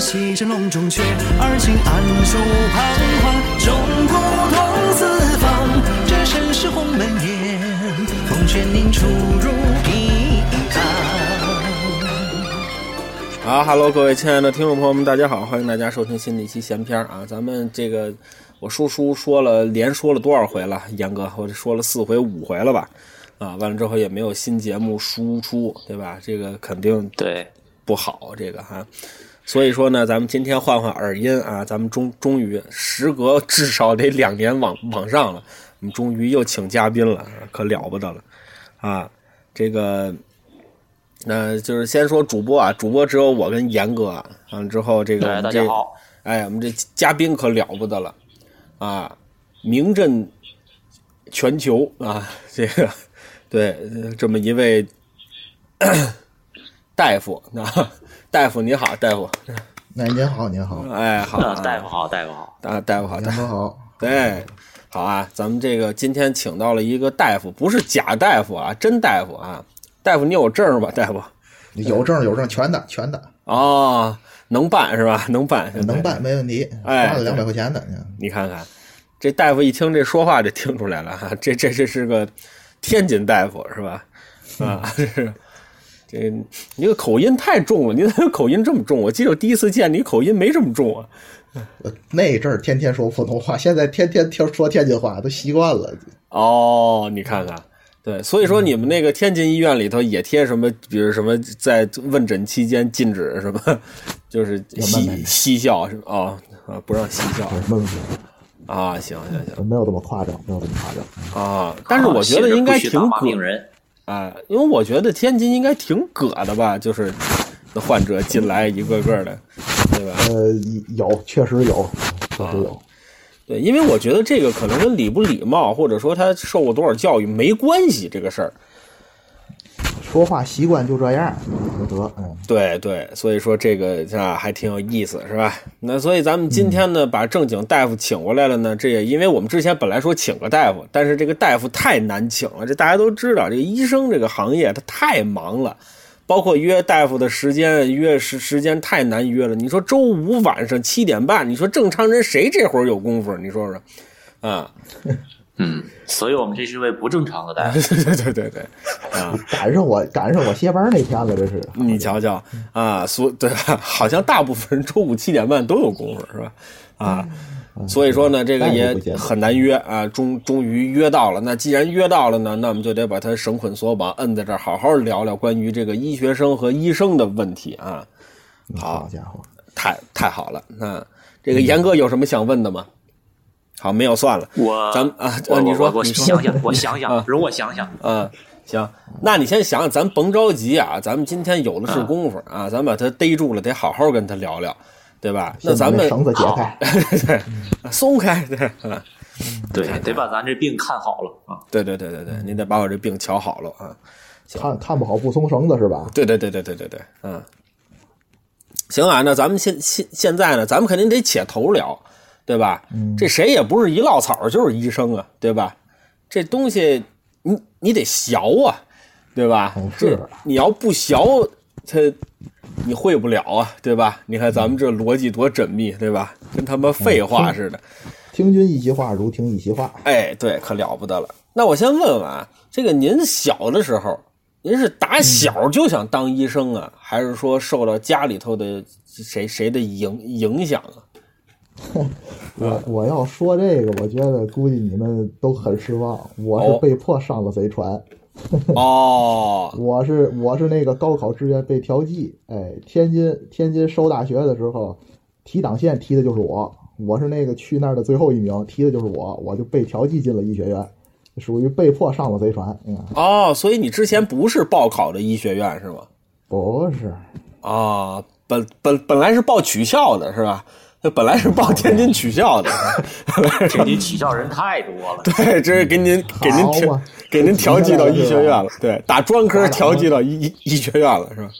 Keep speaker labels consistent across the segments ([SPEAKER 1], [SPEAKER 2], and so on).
[SPEAKER 1] 西镇隆中阙，二心安守彷徨，众古同四方。这身是鸿门宴，风轩凝出入一方。
[SPEAKER 2] 好，Hello，各位亲爱的听众朋友们，大家好，欢迎大家收听新的一期闲篇儿啊。咱们这个我叔叔说了，连说了多少回了？严哥，我这说了四回五回了吧？啊，完了之后也没有新节目输出，对吧？这个肯定
[SPEAKER 3] 对，
[SPEAKER 2] 不好，这个哈、所以说呢，咱们今天换换耳音啊，咱们终终于时隔至少得两年往往上了，我们终于又请嘉宾了，可了不得了啊！这个，那就是先说主播啊，主播只有我跟严哥啊，完了之后这个
[SPEAKER 3] 对
[SPEAKER 2] 我们
[SPEAKER 3] 大家
[SPEAKER 2] 这
[SPEAKER 3] 好，
[SPEAKER 2] 哎，我们这嘉宾可了不得了啊，名震全球啊，这个对这么一位 咳大夫啊， 大夫你好，大夫，
[SPEAKER 4] 哎，您好，您好，
[SPEAKER 2] 哎，好、
[SPEAKER 3] 呃
[SPEAKER 2] 啊，
[SPEAKER 3] 大夫好，大夫好，
[SPEAKER 2] 啊，大夫好，大
[SPEAKER 4] 杨
[SPEAKER 2] 夫
[SPEAKER 4] 哥好，
[SPEAKER 2] 对，好啊，咱们这个今天请到了一个大夫，不是假大夫啊，真大夫啊，大夫你有证儿吧，大夫？
[SPEAKER 4] 有证有证，全的全的，
[SPEAKER 2] 哦，能办是吧？能办，
[SPEAKER 4] 能。办没问题，
[SPEAKER 2] 哎
[SPEAKER 4] 花了两百块钱的，
[SPEAKER 2] 你看看，这大夫一听这说话就听出来了哈，这这这是个天津大夫是吧？啊，这是这你的口音太重了，你怎么口音这么重？我记得我第一次见你口音没这么重啊。
[SPEAKER 4] 我那阵儿天天说普通话，现在天天听说天津话，都习惯了。
[SPEAKER 2] 哦，你看看，对，所以说你们那个天津医院里头也贴什么，比如什么在问诊期间禁止什么，就是
[SPEAKER 4] 没
[SPEAKER 2] 嬉
[SPEAKER 4] 没
[SPEAKER 2] 嬉笑是吧？哦啊，不让嬉笑
[SPEAKER 4] 没
[SPEAKER 2] 啊，行行行
[SPEAKER 4] 没有这么夸张，没有这么夸张。
[SPEAKER 2] 啊，但是我觉得
[SPEAKER 3] 啊
[SPEAKER 2] 应该
[SPEAKER 3] 不许
[SPEAKER 2] 挺
[SPEAKER 3] 打骂
[SPEAKER 2] 葛
[SPEAKER 3] 病人，
[SPEAKER 2] 啊，因为我觉得天津应该挺葛的吧，就是患者进来一个个的，对吧？
[SPEAKER 5] 呃，有，确实有，确实有。
[SPEAKER 2] 对，因为我觉得这个可能跟礼不礼貌，或者说他受过多少教育没关系，这个事儿。
[SPEAKER 5] 说话习惯就这样，就得，嗯，
[SPEAKER 2] 对对，所以说这个啊还挺有意思，是吧？那所以咱们今天呢，把正经大夫请过来了呢，这也因为我们之前本来说请个大夫，但是这个大夫太难请了，这大家都知道，这个医生这个行业他太忙了，包括约大夫的时间约时时间太难约了。你说周五晚上七点半，你说正常人谁这会儿有功夫？你说 说，啊，
[SPEAKER 3] 嗯，所以我们这是位不正常的大夫，
[SPEAKER 2] 对对对对对。
[SPEAKER 5] 赶上我赶上我歇班那天了，这是。
[SPEAKER 4] 嗯
[SPEAKER 2] 你瞧瞧啊，所对吧？好像大部分人周五七点半都有功夫，是吧？啊，所以说呢，这个也很难约啊。终终于约到了，那既然约到了呢，那我们就得把它绳捆索绑，摁在这儿，好好聊聊关于这个医学生和医生的问题啊。
[SPEAKER 5] 嗯好家伙，
[SPEAKER 2] 太太好了，那这个严哥有什么想问的吗？好，没有算了，
[SPEAKER 3] 我
[SPEAKER 2] 咱们啊
[SPEAKER 3] 我
[SPEAKER 2] 啊你
[SPEAKER 3] 我
[SPEAKER 2] 说
[SPEAKER 3] 我我
[SPEAKER 2] 你说
[SPEAKER 3] 想想，我想
[SPEAKER 2] 啊
[SPEAKER 3] 想，容我想想，
[SPEAKER 2] 嗯，行，那你先想想，咱甭着急啊，咱们今天有的是功夫啊，咱把他逮住了，得好好跟他聊聊，对吧？那
[SPEAKER 5] 先把
[SPEAKER 2] 咱们
[SPEAKER 5] 绳子解开，
[SPEAKER 2] 对 松开，对，嗯
[SPEAKER 3] 对，得把咱这病看好了啊，
[SPEAKER 2] 对对对对对，你得把我这病瞧好了啊。
[SPEAKER 5] 看看不好不松绳子是吧？
[SPEAKER 2] 对对对对对对对，嗯，行啊，那咱们现现现在呢，咱们肯定得且头聊，对吧？这谁也不是一落草就是医生啊，对吧？这东西你你得学啊，对吧
[SPEAKER 5] 嗯？是
[SPEAKER 2] 这你要不学，他你会不了啊，对吧？你看咱们这逻辑多缜密，对吧？跟他妈废话似的。
[SPEAKER 5] 听君一席话，如听一席话。
[SPEAKER 2] 哎，对，可了不得了。那我先问问啊，这个您小的时候，您是打小就想当医生啊，还是说受到家里头的谁谁的影影响啊？
[SPEAKER 5] 我我要说这个，我觉得估计你们都很失望。我是被迫上了贼船，
[SPEAKER 2] 哦，
[SPEAKER 5] 我是我是那个高考志愿被调剂。哎，天津天津收大学的时候，提档线提的就是我，我是那个去那儿的最后一名，提的就是我，我就被调剂进了医学院，属于被迫上了贼船。嗯，
[SPEAKER 2] 哦，所以你之前不是报考的医学院是吗？
[SPEAKER 5] 不是，
[SPEAKER 2] 啊、本本本来是报曲校的是吧？那本来是报天津曲校的，
[SPEAKER 3] 天津起校人太多了，
[SPEAKER 2] 对，这是给您给您
[SPEAKER 5] 好
[SPEAKER 2] 调
[SPEAKER 5] 嘛
[SPEAKER 2] 给您调剂到医学院了，对，打专科调剂到医医医学院了是吧？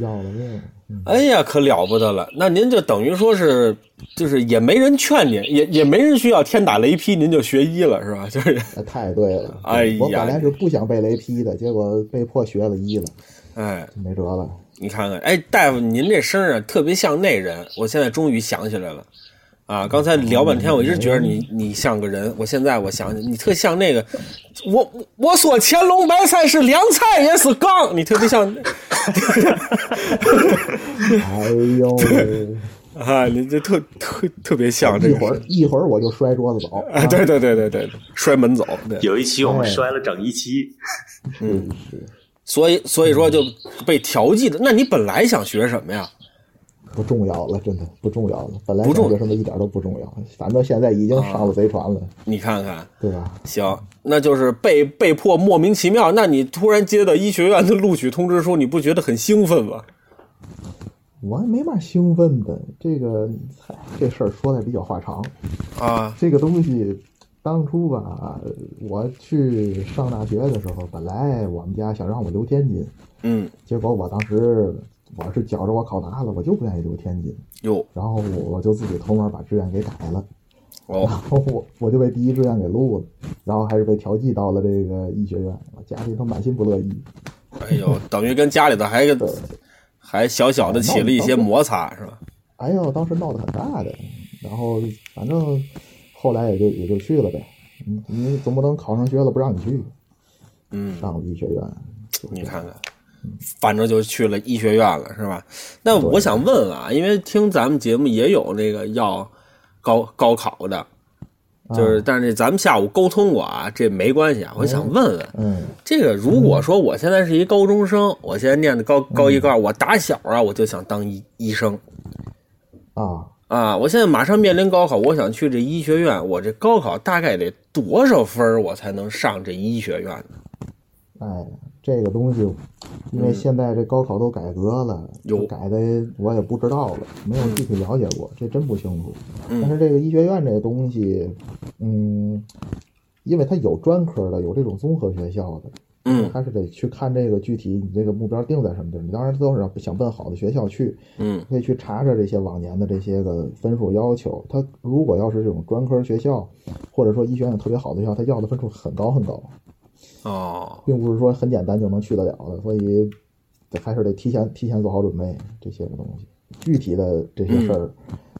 [SPEAKER 5] 要了命。嗯
[SPEAKER 2] 哎呀，可了不得了！那您就等于说是，就是也没人劝您，也也没人需要天打雷劈，您就学医了是吧？就是，
[SPEAKER 5] 呃太对了，
[SPEAKER 2] 哎呀
[SPEAKER 5] 我本来是不想被雷劈的，结果被迫学了医了，
[SPEAKER 2] 哎，
[SPEAKER 5] 没辙了。
[SPEAKER 2] 你看看，哎，大夫，您这声儿啊，特别像那人。我现在终于想起来了，啊，刚才聊半天，我一直觉得你你像个人，我现在我想起你特像那个，我我所乾隆白菜是凉菜也是杠，你特别像
[SPEAKER 5] 哎呦喂，
[SPEAKER 2] 啊，你这特特特别像啊这
[SPEAKER 5] 一
[SPEAKER 2] 个
[SPEAKER 5] 会儿
[SPEAKER 2] 人
[SPEAKER 5] 一会儿我就摔桌子走。
[SPEAKER 2] 啊，对对对对对，摔门走，对，
[SPEAKER 3] 有一期我们
[SPEAKER 5] 哎
[SPEAKER 3] 摔了整一期，
[SPEAKER 5] 嗯，是
[SPEAKER 2] 所以所以说就被调剂的。那你本来想学什么呀？
[SPEAKER 5] 不重要了，真的不重要了。本来
[SPEAKER 2] 不重啊
[SPEAKER 5] 感觉什么一点都不重要，反正现在已经上了贼船了，
[SPEAKER 2] 你看看，
[SPEAKER 5] 对吧？
[SPEAKER 2] 行，那就是被被迫莫名其妙。那你突然接到医学院的录取通知书，你不觉得很兴奋吗？
[SPEAKER 5] 我也没嘛兴奋的，这个，嗨，这事儿说来比较话长。
[SPEAKER 2] 啊，
[SPEAKER 5] 这个东西，当初吧，我去上大学的时候，本来我们家想让我留天津，
[SPEAKER 2] 嗯，
[SPEAKER 5] 结果我当时我是觉着我考砸了，我就不愿意留天津，
[SPEAKER 2] 哟，
[SPEAKER 5] 然后我就自己偷摸把志愿给改了，然
[SPEAKER 2] 哦，
[SPEAKER 5] 后我我就被第一志愿给录了，然后还是被调剂到了这个医学院，我家里都满心不乐意。
[SPEAKER 2] 哎呦，等于跟家里头还
[SPEAKER 5] 对，
[SPEAKER 2] 还小小的起了一些摩擦，是吧？
[SPEAKER 5] 哎呦，当时闹得很大的，然后反正后来也就也就去了呗，你你总不能考上学了不让你去，
[SPEAKER 2] 嗯，
[SPEAKER 5] 上了医学院。啊
[SPEAKER 2] 你看看，反正就去了医学院了，是吧？那我想问问啊，因为听咱们节目也有这个要高高考的，
[SPEAKER 5] 啊
[SPEAKER 2] 就是但是咱们下午沟通过啊，这没关系啊。我想问问，
[SPEAKER 5] 嗯，嗯
[SPEAKER 2] 这个如果说我现在是一高中生，我现在念的高高一高二，我打小啊我就想当医医生
[SPEAKER 5] 啊，
[SPEAKER 2] 啊，我现在马上面临高考，我想去这医学院，我这高考大概得多少分儿我才能上这医学院呢？
[SPEAKER 5] 哎，这个东西，因为现在这高考都改革了，
[SPEAKER 2] 有
[SPEAKER 5] 就改的我也不知道了，没有具体了解过，这真不清楚。但是这个医学院这东西，嗯，因为它有专科的，有这种综合学校的，
[SPEAKER 2] 嗯
[SPEAKER 5] 还是得去看这个具体你这个目标定在什么地儿。你当然都是想奔好的学校去，
[SPEAKER 2] 嗯
[SPEAKER 5] 可以去查查这些往年的这些个分数要求。它如果要是这种专科学校，或者说医学院特别好的学校，它要的分数很高很高，
[SPEAKER 2] 哦，
[SPEAKER 5] 并不是说很简单就能去得了的，所以得还是得提前提前做好准备这些个东西。具体的这些事儿，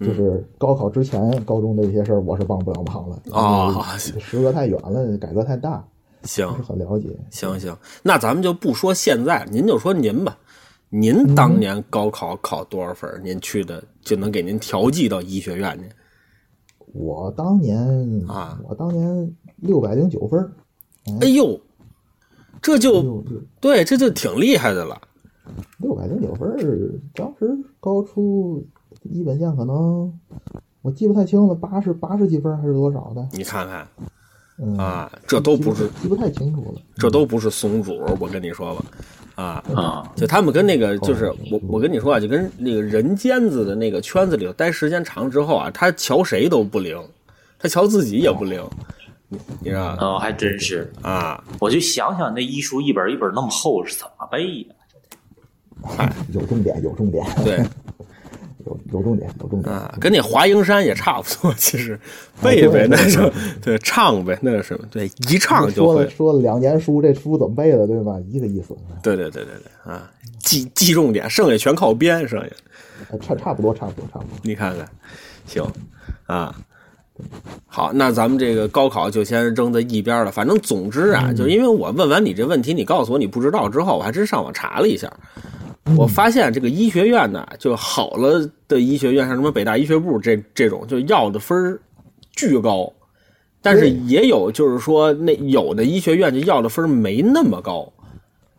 [SPEAKER 2] 嗯
[SPEAKER 5] 就是高考之前高中的一些事儿，我是帮不了忙了
[SPEAKER 2] 啊
[SPEAKER 5] 因为时隔太远了，改革太大，
[SPEAKER 2] 行
[SPEAKER 5] 不是很了解。
[SPEAKER 2] 行行，那咱们就不说现在，您就说您吧。您
[SPEAKER 5] 嗯
[SPEAKER 2] 当年高考考多少分儿？您去的就能给您调剂到医学院去
[SPEAKER 5] 我当年
[SPEAKER 2] 啊
[SPEAKER 5] 我当年六百零九分儿，。
[SPEAKER 2] 哎呦，这就
[SPEAKER 5] 六六
[SPEAKER 2] 对，这就挺厉害的了。
[SPEAKER 5] 六百零九分儿，当时高出一本线可能我记不太清了，八十八十几分儿还是多少的？
[SPEAKER 2] 你看看，
[SPEAKER 5] 嗯
[SPEAKER 2] 啊，这都
[SPEAKER 5] 记
[SPEAKER 2] 不是，
[SPEAKER 5] 记不太 清楚了。
[SPEAKER 2] 这都不是松鼠，我跟你说吧，啊，
[SPEAKER 3] 啊，
[SPEAKER 2] 就他们跟那个，就是我我跟你说啊，就跟那个人尖子的那个圈子里头待时间长之后啊，他瞧谁都不灵，他瞧自己也不灵，你你知道吧
[SPEAKER 3] 哦，还真是。
[SPEAKER 2] 啊？
[SPEAKER 3] 我就想想那医书一本一本那么厚是怎么背的？
[SPEAKER 5] 有重点，有重点，
[SPEAKER 2] 对
[SPEAKER 5] 有有重点，有重点。
[SPEAKER 2] 啊，跟那华蓥山也差不多，其实背呗，那就哦对唱呗，那是什么？对，一唱就
[SPEAKER 5] 说
[SPEAKER 2] 会
[SPEAKER 5] 了，说了两年书，这书怎么背的，对吧？一个意思，
[SPEAKER 2] 对对对对对啊，记记重点，剩下全靠编，剩下。
[SPEAKER 5] 呃差差不多，差不多，差不多。
[SPEAKER 2] 你看看，行啊，好，那咱们这个高考就先扔在一边了。反正总之啊，就是因为我问完你这问题，你告诉我你不知道之后，我还真上网查了一下，我发现这个医学院呢，就好了的医学院，像什么北大医学部这这种，就要的分儿巨高。但是也有，就是说，那有的医学院就要的分儿没那么高，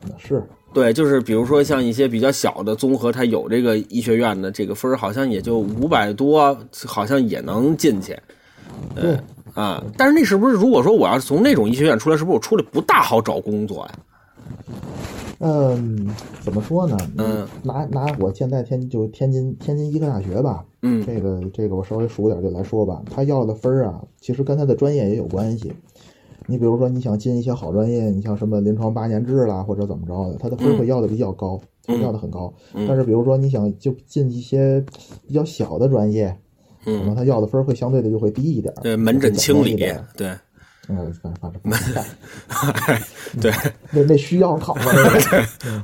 [SPEAKER 5] 那是
[SPEAKER 2] 对，就是比如说像一些比较小的综合，它有这个医学院的这个分儿，好像也就五百多，好像也能进去。
[SPEAKER 5] 对，
[SPEAKER 2] 啊、但是那是不是如果说我要是从那种医学院出来，是不是我出来不大好找工作呀、
[SPEAKER 5] 嗯，怎么说呢？
[SPEAKER 2] 嗯，
[SPEAKER 5] 拿拿我现在天就天津天津医科大学吧，
[SPEAKER 2] 嗯
[SPEAKER 5] 这个这个我稍微熟点就来说吧，他要的分儿啊，其实跟他的专业也有关系。你比如说，你想进一些好专业，你像什么临床八年制啦，或者怎么着的，他的分儿会要的比较高，会要的很高。但是比如说你想就进一些比较小的专业，可能他要的分儿会相对的就会低一点儿。
[SPEAKER 2] 对，门诊清理
[SPEAKER 5] 简单一点，
[SPEAKER 2] 对，
[SPEAKER 5] 嗯，反反正不能干
[SPEAKER 2] 对
[SPEAKER 5] 那那需要考吗？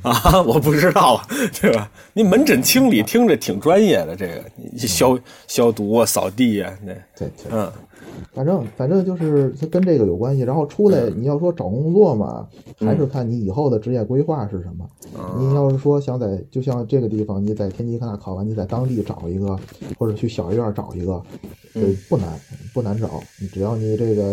[SPEAKER 2] 啊，我不知道啊，对吧？你门诊清理听着挺专业的，这个你消消毒啊、扫地啊，那
[SPEAKER 5] 对对，
[SPEAKER 2] 嗯
[SPEAKER 5] 反正反正就是它跟这个有关系。然后出来，你要说找工作嘛，还是看你以后的职业规划是什么。你要是说想在，就像这个地方，你在天津科大考完，你在当地找一个，或者去小医院找一个，呃，不难不难找。你只要你这个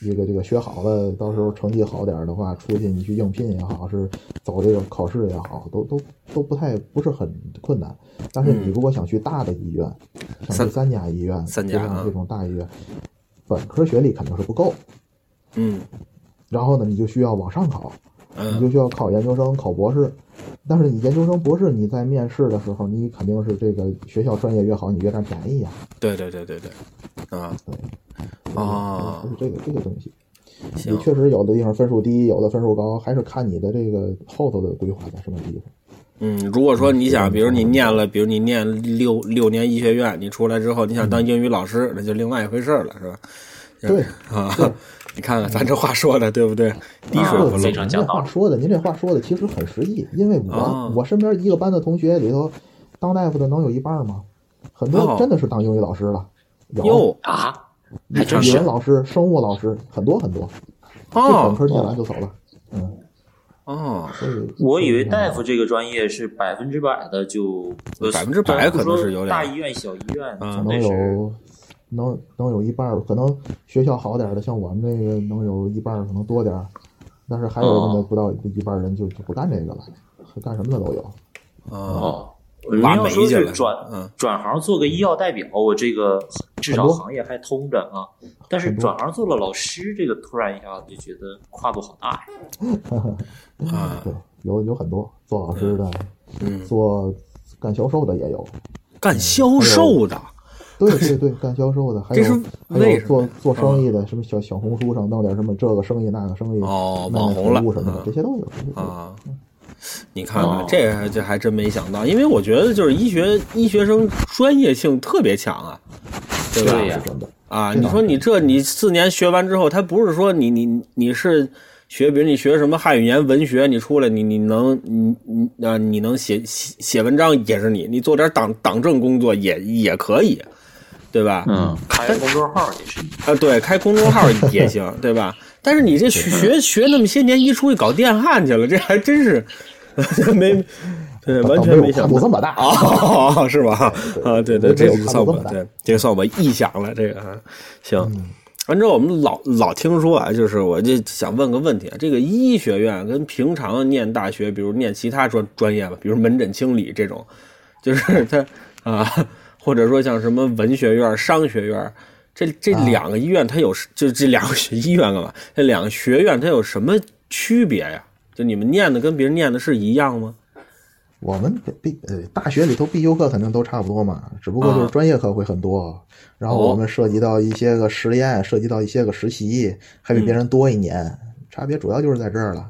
[SPEAKER 5] 这个这个学好了，到时候成绩好点儿的话，出去你去应聘也好，是走这个考试也好，都都都不太不是很困难。但是你如果想去大的医院，像
[SPEAKER 2] 三
[SPEAKER 5] 这三家医院，
[SPEAKER 2] 三
[SPEAKER 5] 就
[SPEAKER 2] 家
[SPEAKER 5] 像
[SPEAKER 2] 啊
[SPEAKER 5] 这种大医院，本科学历肯定是不够。
[SPEAKER 2] 嗯
[SPEAKER 5] 然后呢，你就需要往上考，你
[SPEAKER 2] 嗯
[SPEAKER 5] 就需要考研究生、考博士。但是你研究生、博士，你在面试的时候，你肯定是这个学校专业越好，你越占便宜呀、
[SPEAKER 2] 对对对对对，啊啊
[SPEAKER 5] 就，是这个这个东西。
[SPEAKER 2] 哦行
[SPEAKER 5] 你确实有的地方分数低，有的分数高，还是看你的这个后头的规划在什么地方。
[SPEAKER 2] 嗯，如果说你想，比如你念了，比如你念六六年医学院，你出来之后你想当英语老师，那就另外一回事儿了，是吧？
[SPEAKER 5] 对，
[SPEAKER 2] 啊， 你看看咱这话说的对不对？滴水
[SPEAKER 3] 啊
[SPEAKER 2] 不
[SPEAKER 3] 非
[SPEAKER 2] 漏。
[SPEAKER 3] 常
[SPEAKER 5] 您
[SPEAKER 3] 讲
[SPEAKER 5] 这
[SPEAKER 3] 道
[SPEAKER 5] 话
[SPEAKER 3] 理
[SPEAKER 5] 说的，您这话说的其实很实际，因为我、
[SPEAKER 2] 哦
[SPEAKER 5] 我身边一个班的同学里头，当大夫的能有一半吗？很
[SPEAKER 2] 哦
[SPEAKER 5] 多真的是当英语老师了，有
[SPEAKER 2] 哟
[SPEAKER 3] 啊，还真
[SPEAKER 5] 语
[SPEAKER 3] 是
[SPEAKER 5] 文老师、生物老师，很多很多，这本
[SPEAKER 2] 哦
[SPEAKER 5] 科念完就走了。嗯，
[SPEAKER 2] 哦，
[SPEAKER 5] 所以
[SPEAKER 3] 我以为大夫这个专业是百分之百的就呃
[SPEAKER 2] 百分之百
[SPEAKER 3] 咱不
[SPEAKER 2] 可能
[SPEAKER 3] 说
[SPEAKER 2] 是有点
[SPEAKER 3] 大医院、小医院
[SPEAKER 2] 嗯
[SPEAKER 5] 可
[SPEAKER 3] 总
[SPEAKER 5] 能
[SPEAKER 3] 得是
[SPEAKER 5] 有能能有一半儿，可能学校好点儿的，像我们这个能有一半儿，可能多点儿，但是还有那么
[SPEAKER 3] 哦
[SPEAKER 5] 不到一半儿人就就不干这个了，干什么的都有。
[SPEAKER 2] 哦，
[SPEAKER 3] 哦。您
[SPEAKER 2] 挖
[SPEAKER 3] 要
[SPEAKER 2] 煤
[SPEAKER 3] 说
[SPEAKER 2] 去
[SPEAKER 3] 是
[SPEAKER 2] 了
[SPEAKER 3] 转
[SPEAKER 2] 嗯
[SPEAKER 3] 转行做个医药代表，我这个至少
[SPEAKER 5] 很多
[SPEAKER 3] 行业还通着啊。但是
[SPEAKER 5] 很多
[SPEAKER 3] 转行做了老师，这个突然一下子就觉得跨度好大呀。
[SPEAKER 2] 啊，
[SPEAKER 5] 对，有有很多做老师的，
[SPEAKER 2] 嗯
[SPEAKER 5] 做干销售的也有，
[SPEAKER 2] 干销售的，
[SPEAKER 5] 对对对，干销售的还
[SPEAKER 2] 这
[SPEAKER 5] 有
[SPEAKER 2] 是
[SPEAKER 5] 还
[SPEAKER 2] 为
[SPEAKER 5] 有
[SPEAKER 2] 什么啊
[SPEAKER 5] 做
[SPEAKER 2] 呀
[SPEAKER 5] 做生意的，什么小小红书上弄点什么这个生意那个生意，
[SPEAKER 2] 哦
[SPEAKER 5] 卖卖
[SPEAKER 2] 网红了
[SPEAKER 5] 服务什么的
[SPEAKER 2] 嗯，
[SPEAKER 5] 这些都有。这些都有
[SPEAKER 2] 啊。你看看
[SPEAKER 3] 哦，
[SPEAKER 2] 这还这还真没想到，因为我觉得就是医学医学生专业性特别强啊，对吧？
[SPEAKER 3] 对呀
[SPEAKER 5] 是真的，
[SPEAKER 2] 啊，
[SPEAKER 5] 这
[SPEAKER 2] 你
[SPEAKER 5] 倒
[SPEAKER 2] 说你这你四年学完之后，他不是说你你你是学，比如你学什么汉语言文学，你出来你你能你你啊你能写写写文章也是你，你做点党党政工作也也可以，对吧？
[SPEAKER 3] 嗯，开个公众号也是
[SPEAKER 2] 啊，对，开公众号也行， 对吧？但是你这学学学那么些年，一出去搞电焊去了，这还真是 没，对，完全
[SPEAKER 5] 呃没
[SPEAKER 2] 没
[SPEAKER 5] 有跨
[SPEAKER 2] 想
[SPEAKER 5] 度
[SPEAKER 2] 到
[SPEAKER 5] 这。么大。
[SPEAKER 2] 哦，是吧？啊，对对，这
[SPEAKER 5] 没有
[SPEAKER 2] 就
[SPEAKER 5] 跨
[SPEAKER 2] 算
[SPEAKER 5] 度
[SPEAKER 2] 我
[SPEAKER 5] 这么大
[SPEAKER 2] 对，这算我臆想了，这个啊，行。按照我们老老听说啊，就是我就想问个问题啊，这个医学院跟平常念大学，比如念其他专专业吧，比如门诊清理这种，就是 它啊，或者说像什么文学院、商学院，这这两个医院它有就这两个学医 院干嘛？这两个学院它有什么区别呀？就你们念的跟别人念的是一样吗？
[SPEAKER 5] 我们必呃大学里头必修课肯定都差不多嘛，只不过就
[SPEAKER 2] 啊
[SPEAKER 5] 是专业课会很多，然后
[SPEAKER 2] 哦
[SPEAKER 5] 我们涉及到一些个实验，涉及到一些个实习，还比
[SPEAKER 2] 嗯
[SPEAKER 5] 别人多一年，差别主要就是在这儿了。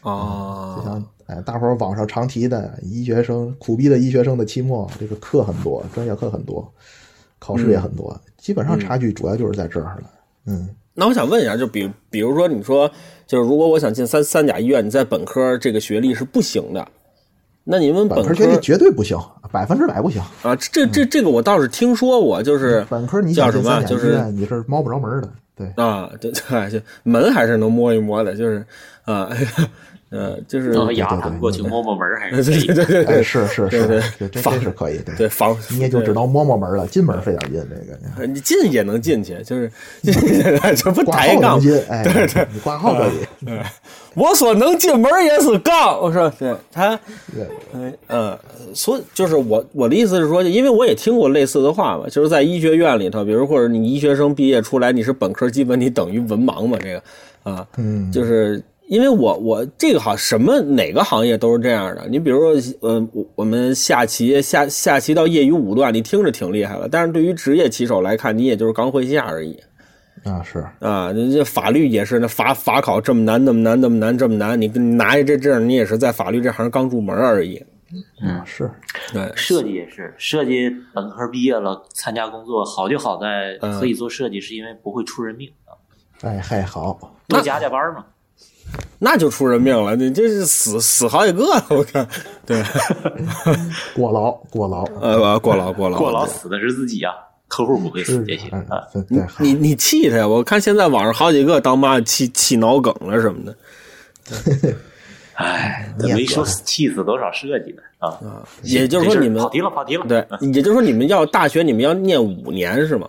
[SPEAKER 2] 啊
[SPEAKER 5] 就像哎，大伙儿网上常提的医学生苦逼的医学生的期末，这个课很多，专业课很多，考
[SPEAKER 2] 嗯
[SPEAKER 5] 试也很多，基本上差距主要就是在这儿了。嗯，
[SPEAKER 2] 那我想问一下，就比比如说，你说就是如果我想进三三甲医院，你在本科这个学历是不行的，那你们
[SPEAKER 5] 本
[SPEAKER 2] 科
[SPEAKER 5] 科学历绝对不行，百分之百不行。
[SPEAKER 2] 啊，这这这个我倒是听说过，就是
[SPEAKER 5] 嗯本科你
[SPEAKER 2] 叫
[SPEAKER 5] 想
[SPEAKER 2] 什
[SPEAKER 5] 进
[SPEAKER 2] 么啊，
[SPEAKER 5] 三甲
[SPEAKER 2] 就
[SPEAKER 5] 医
[SPEAKER 2] 是
[SPEAKER 5] 院，你是摸不着门儿的。对，
[SPEAKER 2] 啊，对对，就门还是能摸一摸的，就是啊，呃，就是
[SPEAKER 3] 能和
[SPEAKER 2] 对
[SPEAKER 3] 牙
[SPEAKER 5] 对
[SPEAKER 3] 谈
[SPEAKER 5] 对
[SPEAKER 3] 过去
[SPEAKER 5] 对
[SPEAKER 3] 摸摸门儿还是可
[SPEAKER 2] 对
[SPEAKER 3] 以
[SPEAKER 2] 对对
[SPEAKER 5] 哎，
[SPEAKER 2] 对
[SPEAKER 5] 是是
[SPEAKER 2] 对
[SPEAKER 5] 是
[SPEAKER 2] 对，
[SPEAKER 5] 这这
[SPEAKER 2] 放
[SPEAKER 5] 这是可以。对，
[SPEAKER 2] 对，防
[SPEAKER 5] 你也就只能摸摸门儿了，进门儿费点劲。这个
[SPEAKER 2] 呃你进也能进去，就是这不
[SPEAKER 5] 挂
[SPEAKER 2] 抬
[SPEAKER 5] 号
[SPEAKER 2] 杠啊哎
[SPEAKER 5] 能，进，哎，你挂号可以。
[SPEAKER 2] 我所能进门也是杠，我说对他。
[SPEAKER 5] 对
[SPEAKER 2] 嗯，呃所以就是我我的意思是说，因为我也听过类似的话嘛，就是在医学院里头，比如或者你医学生毕业出来，你是本科，基本你等于文盲嘛，这个啊，
[SPEAKER 5] 嗯，
[SPEAKER 2] 就是因为我我这个好什么哪个行业都是这样的。你比如说，呃，我我们下棋下下棋到业余五段，你听着挺厉害了，但是对于职业棋手来看，你也就是刚会下而已。
[SPEAKER 5] 啊是。
[SPEAKER 2] 啊，这这法律也是，那法法考这么难，那么难，那么难，这么难，你跟你拿一这证，你也是在法律这行刚入门而已。哎
[SPEAKER 5] 啊是，
[SPEAKER 2] 对，
[SPEAKER 3] 设计也是，设计本科毕业了，参加工作好就好在
[SPEAKER 2] 嗯
[SPEAKER 3] 可以做设计，是因为不会出人命啊。
[SPEAKER 5] 哎嗨，好，
[SPEAKER 3] 多加加班儿嘛。
[SPEAKER 2] 那就出人命了，你这是死死好几个了，我看， 对，
[SPEAKER 5] 过劳过劳，
[SPEAKER 2] 呃，过劳过劳
[SPEAKER 3] 过劳死的是自己啊，客户不会死这些
[SPEAKER 5] 哎
[SPEAKER 3] 啊。，
[SPEAKER 5] 对对，好
[SPEAKER 2] 你你气他呀！我看现在网上好几个当妈气气脑梗了什么的，
[SPEAKER 3] 哎，
[SPEAKER 4] 你也
[SPEAKER 3] 没
[SPEAKER 4] 得
[SPEAKER 3] 说气死多少设计呢啊。
[SPEAKER 5] 嗯
[SPEAKER 2] 也就是说
[SPEAKER 3] 这事儿
[SPEAKER 2] 你们
[SPEAKER 3] 跑题了，跑题了。
[SPEAKER 2] 对，也就是说你们要大学你们要念五年是吗？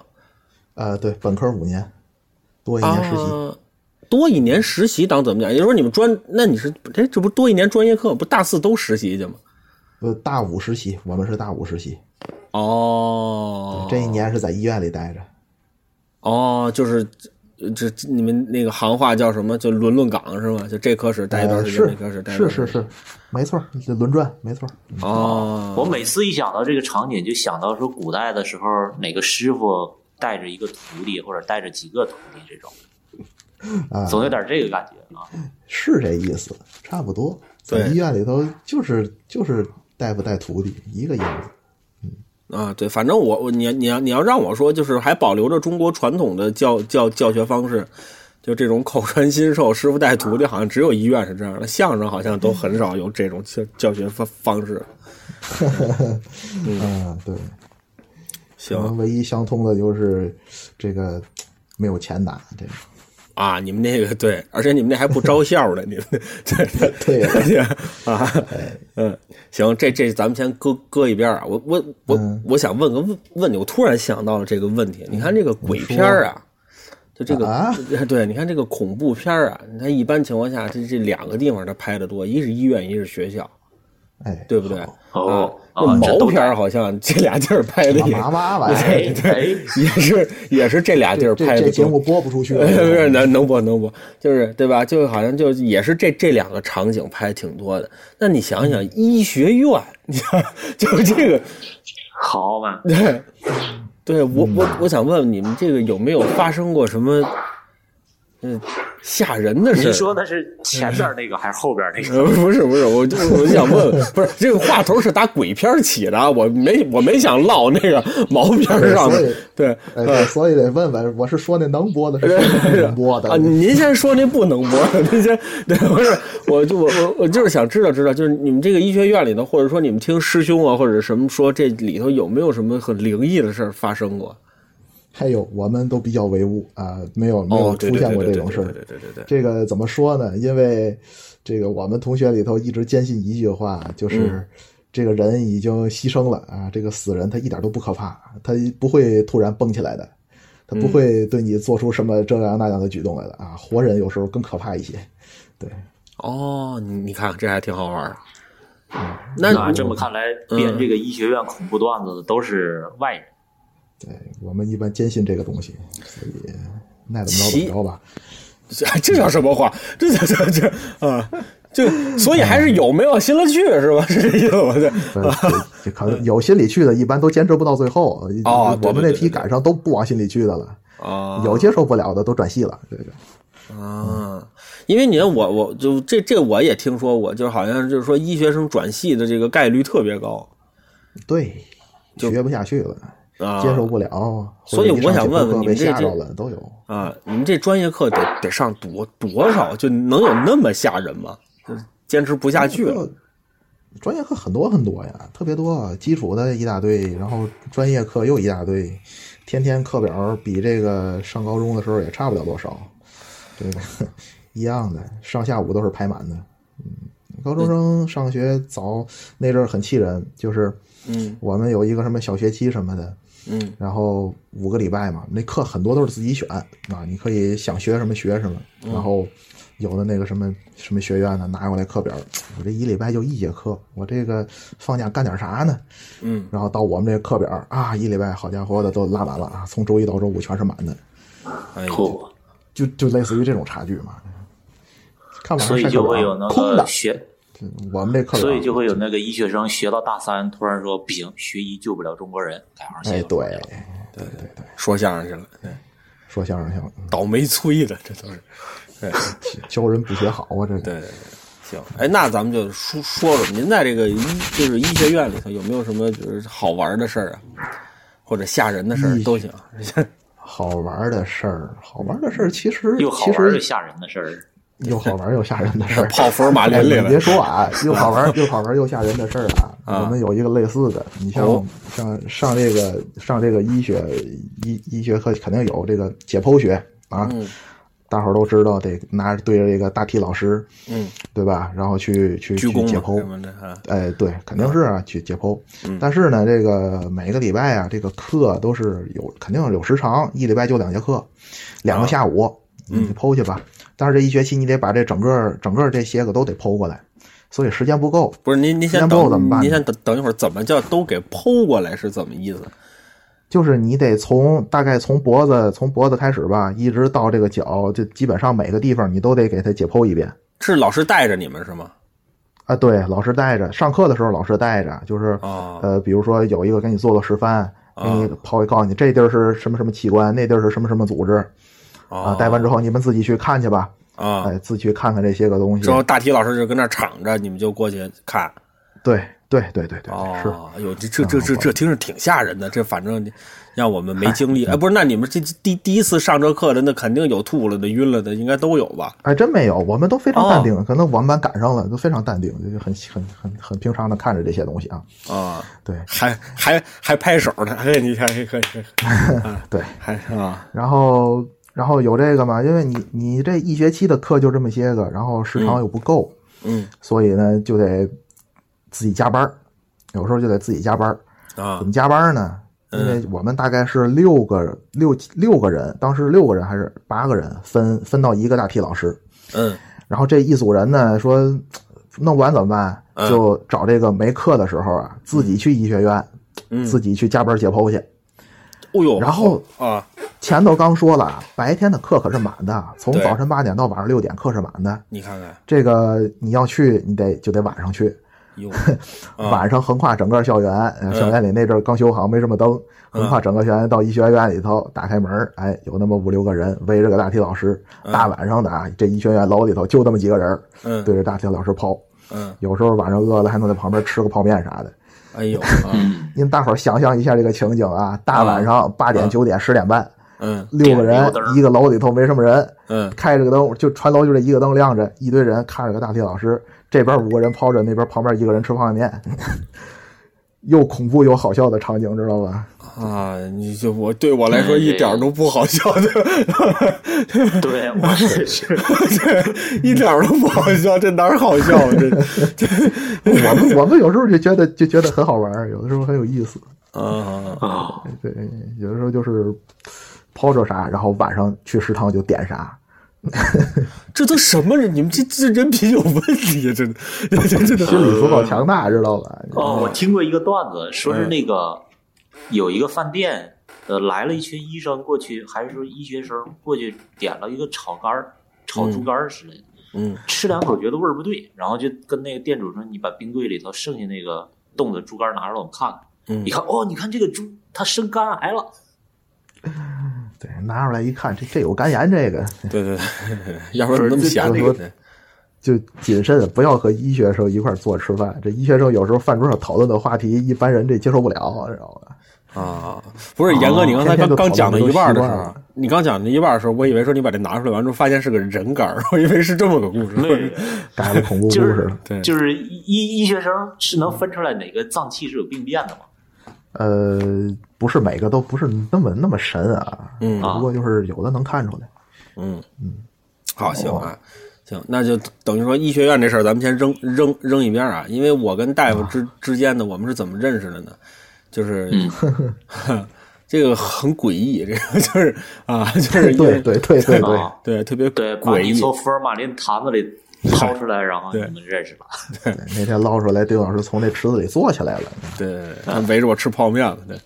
[SPEAKER 5] 啊，对，本科五年，多一
[SPEAKER 2] 啊
[SPEAKER 5] 年实习，
[SPEAKER 2] 多一年实习当怎么讲？也就是说你们专，那你是哎，这不是多一年专业课，不大四都实习去吗？
[SPEAKER 5] 呃，大五实习，我们是大五实习，
[SPEAKER 2] 哦，
[SPEAKER 5] 这一年是在医院里待着，
[SPEAKER 2] 哦，就是呃这这你们那个行话叫什么？就轮轮岗是吗？就这科室待一段
[SPEAKER 5] 呃
[SPEAKER 2] 时间，那
[SPEAKER 5] 是
[SPEAKER 2] 科室待一
[SPEAKER 5] 是
[SPEAKER 2] 段
[SPEAKER 5] 是
[SPEAKER 2] 时间。
[SPEAKER 5] 是，没错儿，这轮转没错儿，嗯
[SPEAKER 2] 哦，
[SPEAKER 3] 我每次一想到这个场景，就想到说古代的时候，哪个师傅带着一个徒弟，或者带着几个徒弟这种，
[SPEAKER 5] 啊，
[SPEAKER 3] 总有点这个感觉啊。
[SPEAKER 5] 是这意思，差不多，
[SPEAKER 2] 对
[SPEAKER 5] 在医院里头就是就是大夫带徒弟一个样子，
[SPEAKER 2] 啊，对，反正我我你你要你要让我说，就是还保留着中国传统的教教教学方式，就这种口传心授、师傅带徒弟，好像只有医院是这样的，相声好像都很少有这种教教学方方式。
[SPEAKER 5] 啊，对，可能
[SPEAKER 2] 行
[SPEAKER 5] 唯一相通的就是这个没有钱拿，这个
[SPEAKER 2] 啊，你们那个对，而且你们那还不招笑呢，你们对
[SPEAKER 5] 对呀哎
[SPEAKER 2] 对呀啊，嗯，行，这这咱们先搁搁一边儿啊。我我我、
[SPEAKER 5] 嗯
[SPEAKER 2] 我想问个问问题，我突然想到了这个问题。你看这个鬼片儿啊，就这个、
[SPEAKER 5] 啊
[SPEAKER 2] 对，你看这个恐怖片儿啊，你看一般情况下，这这两个地方它拍的多，一是医院，一是学校，
[SPEAKER 5] 哎，
[SPEAKER 2] 对不对？
[SPEAKER 3] 哦
[SPEAKER 2] 啊，
[SPEAKER 3] 哦这
[SPEAKER 2] 那
[SPEAKER 3] 都
[SPEAKER 2] 毛片儿好像这俩地儿拍的
[SPEAKER 5] 啊
[SPEAKER 2] 也
[SPEAKER 5] 麻 麻吧，哎
[SPEAKER 3] 哎哎，
[SPEAKER 2] 也是也是这俩地儿
[SPEAKER 5] 这
[SPEAKER 2] 拍
[SPEAKER 5] 这
[SPEAKER 2] 的
[SPEAKER 5] 这节
[SPEAKER 2] 多。
[SPEAKER 5] 目播不出去了，
[SPEAKER 2] 不是能能播能播，就是对吧？就好像就也是这这两个场景拍挺多的。那你想想，医学院，你想就是这 个，
[SPEAKER 3] 好嘛，
[SPEAKER 2] 对，对我我我想问问你们，这个有没有发生过什么嗯吓人的事
[SPEAKER 3] 您
[SPEAKER 2] 儿？
[SPEAKER 3] 说的是前边那个还是后边那个？
[SPEAKER 2] 呃， 不是不是，我就我就想问问，不是这个话头是打鬼片儿起的啊，我没我没想落那个毛片儿上
[SPEAKER 5] 对所
[SPEAKER 2] 的
[SPEAKER 5] 以，
[SPEAKER 2] 对，
[SPEAKER 5] 哎，对，所以得问问，我是说那能播的，是说那不能播 的
[SPEAKER 2] 啊！您先说那不能播的，您先对，不是，我就我我我就是想知道知道，就是你们这个医学院里头，或者说你们听师兄啊或者什么说，这里头有没有什么很灵异的事儿发生过？
[SPEAKER 5] 还有我们都比较唯物啊，没有没有
[SPEAKER 2] 哦对
[SPEAKER 5] 出
[SPEAKER 2] 对
[SPEAKER 5] 现
[SPEAKER 2] 对
[SPEAKER 5] 过
[SPEAKER 2] 对
[SPEAKER 5] 这
[SPEAKER 2] 对
[SPEAKER 5] 种事
[SPEAKER 2] 对对
[SPEAKER 5] 儿。
[SPEAKER 2] 对对对，
[SPEAKER 5] 这个怎么说呢？因为这个我们同学里头一直坚信一句话，
[SPEAKER 2] 嗯
[SPEAKER 5] 就是这个人已经牺牲了啊，这个死人他一点都不可怕，他不会突然蹦起来的，他
[SPEAKER 2] 嗯
[SPEAKER 5] 不会对你做出什么这样那样的举动来的啊。活人有时候更可怕一些，对，
[SPEAKER 2] 哦，你你看这还挺好玩儿。那
[SPEAKER 3] 那啊这么看来，编
[SPEAKER 2] 嗯
[SPEAKER 3] 这个医学院恐怖段子的都是外人。
[SPEAKER 5] 对我们一般坚信这个东西，所以那怎么着怎
[SPEAKER 2] 其
[SPEAKER 5] 么着吧。
[SPEAKER 2] 这这叫什么话？这这这这啊！就所以还是有没有心了去是吧？是这意思吧？对，
[SPEAKER 5] 呃，对可能有心里去的，一般都坚持不到最后。
[SPEAKER 2] 哦对
[SPEAKER 5] 我
[SPEAKER 2] 对
[SPEAKER 5] 们那
[SPEAKER 2] 对
[SPEAKER 5] 批
[SPEAKER 2] 对
[SPEAKER 5] 赶上都不往心里去的了，
[SPEAKER 2] 啊，
[SPEAKER 5] 有接受不了的都转系了。这个
[SPEAKER 2] 啊，因为你看我，我就这这我也听说过，就好像就是说医学生转系的这个概率特别高
[SPEAKER 5] 对，学不下去了，
[SPEAKER 2] 啊，
[SPEAKER 5] 接受不了，
[SPEAKER 2] 所以
[SPEAKER 5] 或者一
[SPEAKER 2] 我
[SPEAKER 5] 上
[SPEAKER 2] 想
[SPEAKER 5] 起
[SPEAKER 2] 问
[SPEAKER 5] 功课
[SPEAKER 2] 问你
[SPEAKER 5] 被
[SPEAKER 2] 这
[SPEAKER 5] 吓
[SPEAKER 2] 这
[SPEAKER 5] 着了都有。
[SPEAKER 2] 啊，你们这专业课得得上多多少，就能有那么吓人吗？就是坚持不下去了
[SPEAKER 5] 这专业课很多很多呀，特别多，啊基础的一大堆，然后专业课又一大堆，天天课表比这个上高中的时候也差不了多少，这个 一样的，上下午都是排满的。嗯，高中生上学早那阵儿很气人，就是
[SPEAKER 2] 嗯
[SPEAKER 5] 我们有一个什么小学期什么的，
[SPEAKER 2] 嗯，
[SPEAKER 5] 然后五个礼拜嘛，那课很多都是自己选啊，你可以想学什么学什么，
[SPEAKER 3] 嗯
[SPEAKER 5] 然后有的那个什么什么学院呢拿过来课表，我这一礼拜就一节课，我这个放假干点啥呢？
[SPEAKER 2] 嗯，
[SPEAKER 5] 然后到我们这课表啊，一礼拜好家伙的都拉满了啊，从周一到周五全是满的，
[SPEAKER 2] 哎呦，
[SPEAKER 3] 嚯！
[SPEAKER 5] 就就类似于这种差距嘛。看网
[SPEAKER 3] 所
[SPEAKER 5] 上
[SPEAKER 3] 以
[SPEAKER 5] 晒课
[SPEAKER 3] 就会有
[SPEAKER 5] 表
[SPEAKER 3] 那
[SPEAKER 5] 啊空
[SPEAKER 3] 个
[SPEAKER 5] 的，
[SPEAKER 3] 学，
[SPEAKER 5] 我们这课表，哎
[SPEAKER 3] 所以就会有那个医学生学到大三，突然说不行，学医救不了中国人，改行
[SPEAKER 5] 哎
[SPEAKER 3] 写
[SPEAKER 5] 对
[SPEAKER 3] 作了。
[SPEAKER 2] 说相声去了，对
[SPEAKER 5] 说相声像
[SPEAKER 2] 倒霉催的，这都是
[SPEAKER 5] 教人不学好啊，这个
[SPEAKER 2] 对对对。行，哎，那咱们就说说说您在这个医就是医学院里头有没有什么就是好玩的事儿啊，或者吓人的事儿
[SPEAKER 5] 医
[SPEAKER 2] 都行。
[SPEAKER 5] 好玩的事儿，好玩的事儿其实
[SPEAKER 3] 又好
[SPEAKER 5] 其
[SPEAKER 3] 玩又
[SPEAKER 5] 实
[SPEAKER 3] 吓人的事儿。
[SPEAKER 5] 又好玩又吓人的事儿。
[SPEAKER 2] 泡福马林里
[SPEAKER 5] 哎 你别
[SPEAKER 2] 了。
[SPEAKER 5] 说啊，又好玩又好玩又吓人的事儿啊！
[SPEAKER 2] 啊
[SPEAKER 5] 我们有一个类似的，你像、
[SPEAKER 2] 哦
[SPEAKER 5] 像上这个上这个医学医医学课肯定有这个解剖学啊，
[SPEAKER 2] 嗯
[SPEAKER 5] 大伙儿都知道得拿着对着这个大体老师，
[SPEAKER 2] 嗯，
[SPEAKER 5] 对吧？然后去去
[SPEAKER 2] 鞠
[SPEAKER 5] 去
[SPEAKER 2] 躬
[SPEAKER 5] 解
[SPEAKER 2] 嘛
[SPEAKER 5] 剖
[SPEAKER 2] 什，么的啊，
[SPEAKER 5] 哎，对，肯定是啊，去解剖。
[SPEAKER 2] 嗯
[SPEAKER 5] 但是呢，这个每个礼拜啊，这个课都是有肯定有时长，一礼拜就两节课，两个下午，你剖去吧。但是这一学期你得把这整个整个这些个都得剖过来，所以时间不够。
[SPEAKER 2] 不是您您先
[SPEAKER 5] 那不知道怎么
[SPEAKER 2] 等，
[SPEAKER 5] 办呢
[SPEAKER 2] 您先等等一会儿，怎么叫都给剖过来是怎么意思？
[SPEAKER 5] 就是你得从大概从脖子从脖子开始吧，一直到这个脚，就基本上每个地方你都得给它解剖一遍。
[SPEAKER 2] 是老师带着你们是吗？
[SPEAKER 5] 啊，对，老师带着，上课的时候老师带着，就是、
[SPEAKER 2] 哦
[SPEAKER 5] 呃，比如说有一个给你做做示范，给你抛一告诉你这地儿是什么什么器官，那地儿是什么什么组织啊、
[SPEAKER 2] 哦
[SPEAKER 5] 带完之后你们自己去看去吧，
[SPEAKER 2] 啊，
[SPEAKER 5] 哎，自己去看看这些个东西
[SPEAKER 2] 之。后大体老师就跟那儿敞着，你们就过去看。
[SPEAKER 5] 对对对对对，对是
[SPEAKER 2] 哦，哎呦，这这这这这听着挺吓人的，这反正让我们没经历。哎，不是，那你们这这第第一次上这课的，那肯定有吐了的、晕了的，应该都有吧？
[SPEAKER 5] 哎，真没有，我们都非常
[SPEAKER 2] 哦
[SPEAKER 5] 淡定，可能我们班赶上了，都非常淡定，就是很很很很平常的看着这些东西啊。
[SPEAKER 2] 啊，
[SPEAKER 5] 对
[SPEAKER 2] 还还还拍手呢，哎，你看，可以可以，啊
[SPEAKER 5] 对，
[SPEAKER 2] 还啊，
[SPEAKER 5] 然后然后有这个嘛，因为你你这一学期的课就这么些个，然后时长又不够，
[SPEAKER 2] 嗯
[SPEAKER 5] 所以呢就得自己加班儿，有时候就得自己加班儿。
[SPEAKER 2] 啊
[SPEAKER 5] 怎么加班儿呢？因
[SPEAKER 2] 嗯
[SPEAKER 5] 为我们大概是六个六六个人，当时六个人还是八个人分分到一个大体老师，
[SPEAKER 2] 嗯
[SPEAKER 5] 然后这一组人呢说嘖弄不完
[SPEAKER 2] 嗯
[SPEAKER 5] 怎么办？就找这个没课的时候啊，自己去医学院，
[SPEAKER 2] 嗯，
[SPEAKER 5] 自己去加班儿解剖去。
[SPEAKER 2] 哦呦，
[SPEAKER 5] 然后
[SPEAKER 2] 啊，
[SPEAKER 5] 前头刚说了，白天的课可是满的，从
[SPEAKER 2] 对
[SPEAKER 5] 早晨八点到晚上六点课是满的。
[SPEAKER 2] 你看看，
[SPEAKER 5] 这个你要去，你得就得晚上去，
[SPEAKER 2] 哟，啊
[SPEAKER 5] 晚上横跨整个校园，呃校园里那阵儿刚修好，没什么灯，
[SPEAKER 2] 嗯
[SPEAKER 5] 横跨整个校园到医学院里头，打开门儿，哎，有那么五六个人围着个大体老师，大晚上的啊，这医学院楼里头就那么几个人儿，
[SPEAKER 2] 嗯
[SPEAKER 5] 对着大体老师抛，
[SPEAKER 2] 嗯，
[SPEAKER 5] 有时候晚上饿了还能在旁边吃个泡面啥的。
[SPEAKER 2] 哎呦，啊，
[SPEAKER 3] 嗯，
[SPEAKER 5] 您大伙儿想象一下这个情景啊，大晚上八点、九点、十点半，
[SPEAKER 2] 嗯
[SPEAKER 5] 六个
[SPEAKER 3] 点
[SPEAKER 5] 人
[SPEAKER 3] 着灯儿
[SPEAKER 5] 一个楼里头没什么人，
[SPEAKER 2] 嗯，
[SPEAKER 5] 开着个灯，就全楼就这一个灯亮着，一堆人看着个大体老师，这边五个人抛着，那边旁边一个人吃方便面， 又恐怖又好笑的场景，知道吧？
[SPEAKER 2] 啊，你就我对我来说
[SPEAKER 3] 嗯
[SPEAKER 2] 一
[SPEAKER 3] 这
[SPEAKER 2] 点儿都不好笑的，
[SPEAKER 3] 对，我 也是。
[SPEAKER 2] 对，一点儿都不好笑，这哪儿好笑啊？这这
[SPEAKER 5] 我们我们有时候就觉得就觉得很好玩儿，有的时候很有意思，
[SPEAKER 2] 啊，
[SPEAKER 3] 啊，
[SPEAKER 5] 对，有的时候就是抛着啥，然后晚上去食堂就点啥，
[SPEAKER 2] 这都什么人？你们这这人品有问题啊！真的，这这这
[SPEAKER 5] 心
[SPEAKER 2] 的
[SPEAKER 5] 理足够强大，知道吧？
[SPEAKER 3] 哦，我听过一个段子，说
[SPEAKER 5] 嗯
[SPEAKER 3] 是那个有一个饭店，呃，来了一群医生过去，还是说医学生过去点了一个炒肝儿、炒猪肝儿之类的，
[SPEAKER 2] 嗯
[SPEAKER 3] 吃两口觉得味儿不对，然后就跟那个店主说：“你把冰柜里头剩下那个冻的猪肝拿出来，我们看看。”
[SPEAKER 2] 嗯
[SPEAKER 3] 你看，哦，你看这个猪，它生肝癌 了。
[SPEAKER 5] 对，拿出来一看，这这有肝炎，这个
[SPEAKER 2] 对对对，要不然怎么那么啊闲
[SPEAKER 5] 不是这
[SPEAKER 2] 呢？
[SPEAKER 5] 就谨慎，不要和医学生一块儿坐吃饭。这医学生有时候饭桌上讨论的话题，一般人这接受不了，知道吧？
[SPEAKER 2] 啊，不是严哥，你刚才
[SPEAKER 5] 天天
[SPEAKER 2] 刚
[SPEAKER 5] 都
[SPEAKER 2] 刚
[SPEAKER 5] 讨
[SPEAKER 2] 讲到
[SPEAKER 5] 论
[SPEAKER 2] 一
[SPEAKER 5] 都
[SPEAKER 2] 半的时
[SPEAKER 5] 习惯
[SPEAKER 2] 候
[SPEAKER 5] 了，
[SPEAKER 2] 你刚讲到一半的时候，我以为说你把这拿出来，完之后发现是个人肝儿，我以为是这么个故事。
[SPEAKER 5] 改了恐怖故
[SPEAKER 3] 就
[SPEAKER 5] 事
[SPEAKER 3] 是
[SPEAKER 5] 了。
[SPEAKER 2] 对
[SPEAKER 3] 就是医医学生是能分出来哪个脏器是有病变的吗？
[SPEAKER 5] 呃，不是每个都不是那么那么神啊，
[SPEAKER 2] 嗯
[SPEAKER 5] 只不过就是有的能看出来。
[SPEAKER 2] 嗯嗯，好，行
[SPEAKER 5] 哦
[SPEAKER 2] 啊，行，那就等于说医学院这事儿咱们先扔扔扔一边儿啊，因为我跟大夫
[SPEAKER 5] 啊
[SPEAKER 2] 之之间呢，我们是怎么认识的呢？就是，
[SPEAKER 5] 嗯
[SPEAKER 2] 这个很诡异，这个就是 啊，就是因
[SPEAKER 5] 对
[SPEAKER 2] 为
[SPEAKER 5] 对对对对，
[SPEAKER 3] 啊，
[SPEAKER 2] 对特别
[SPEAKER 3] 对，把
[SPEAKER 2] 诡
[SPEAKER 3] 你
[SPEAKER 2] 异，
[SPEAKER 3] 从福尔马林坛子里掏出来，然后你
[SPEAKER 2] 对
[SPEAKER 3] 们认识了。
[SPEAKER 5] 那天捞出来，丁老师从那池子里坐起来了，
[SPEAKER 2] 对对，对他围着我吃泡面了，对，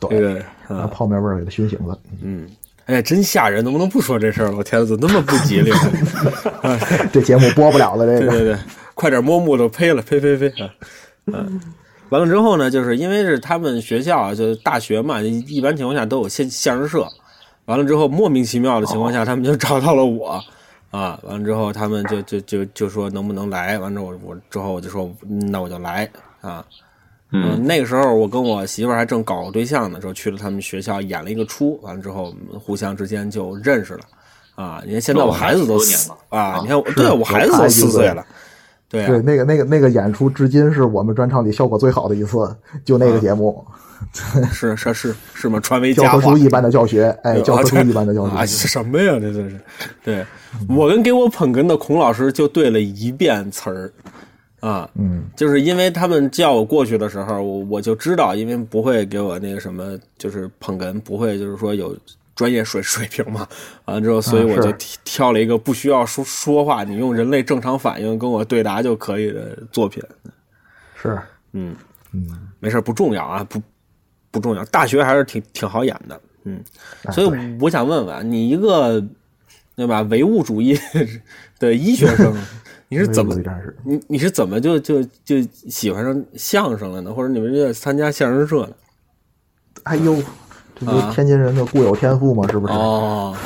[SPEAKER 2] 这
[SPEAKER 5] 对，
[SPEAKER 2] 个
[SPEAKER 5] 拿
[SPEAKER 2] 啊，
[SPEAKER 5] 泡面味儿给他熏醒了。
[SPEAKER 2] 嗯。哎，真吓人！能不能不说这事儿了？我天，怎么那么不吉利？啊
[SPEAKER 5] 这节目播不了了，这
[SPEAKER 2] 对
[SPEAKER 5] 个
[SPEAKER 2] 对对，快点摸木头，呸了，呸呸呸！啊，嗯，完了之后呢，就是因为是他们学校啊，就是大学嘛，一一般情况下都有相相声社。完了之后，莫名其妙的情况下，他们就找到了我。啊，完了之后，他们就就就就说能不能来？完之后我我之后我就说嗯那我就来啊，
[SPEAKER 3] 嗯，
[SPEAKER 2] 那个时候我跟我媳妇儿还正搞对象呢，时候去了他们学校演了一个出，完了之后互相之间就认识了。啊，你看现在我孩子都四
[SPEAKER 3] 哦
[SPEAKER 2] 啊，
[SPEAKER 3] 哦
[SPEAKER 2] 你看我
[SPEAKER 5] 是
[SPEAKER 2] 对我孩子都四岁了，对啊
[SPEAKER 5] 对，那个那个那个演出，至今是我们专场里效果最好的一次，就
[SPEAKER 2] 嗯
[SPEAKER 5] 那个节目，
[SPEAKER 2] 是是是是 吗？传为
[SPEAKER 5] 教
[SPEAKER 2] 佳
[SPEAKER 5] 科
[SPEAKER 2] 话
[SPEAKER 5] 书。一般的教学，哎，
[SPEAKER 2] 对
[SPEAKER 5] 教科
[SPEAKER 2] 啊
[SPEAKER 5] 书
[SPEAKER 2] 这
[SPEAKER 5] 一般的教
[SPEAKER 2] 啊，
[SPEAKER 5] 学，
[SPEAKER 2] 这什么呀？这 这是，对 我跟给我捧哏的孔老师就对了一遍词儿啊，
[SPEAKER 5] 嗯，
[SPEAKER 2] 就是因为他们叫我过去的时候，我我就知道，因为不会给我那个什么，就是捧哏不会就是说有专业水 水平嘛，完了之后，所以
[SPEAKER 5] 啊
[SPEAKER 2] 我就是挑挑了一个不需要说说话，你用人类正常反应跟我对答就可以的作品，
[SPEAKER 5] 是，
[SPEAKER 2] 嗯
[SPEAKER 5] 嗯，
[SPEAKER 2] 没事儿，不重要啊，不不重要。大学还是挺挺好演的，嗯。
[SPEAKER 5] 哎
[SPEAKER 2] 所以
[SPEAKER 5] 对
[SPEAKER 2] 我想问问你，一个对吧唯物主义的医学 生，你是怎么
[SPEAKER 5] 那个战士？
[SPEAKER 2] 你你是怎么就就就喜欢上相声了呢？或者你们是在参加相声社呢？
[SPEAKER 5] 哎呦，这不
[SPEAKER 2] 啊
[SPEAKER 5] 是天津人的固有天赋吗？是不是？
[SPEAKER 2] 哦，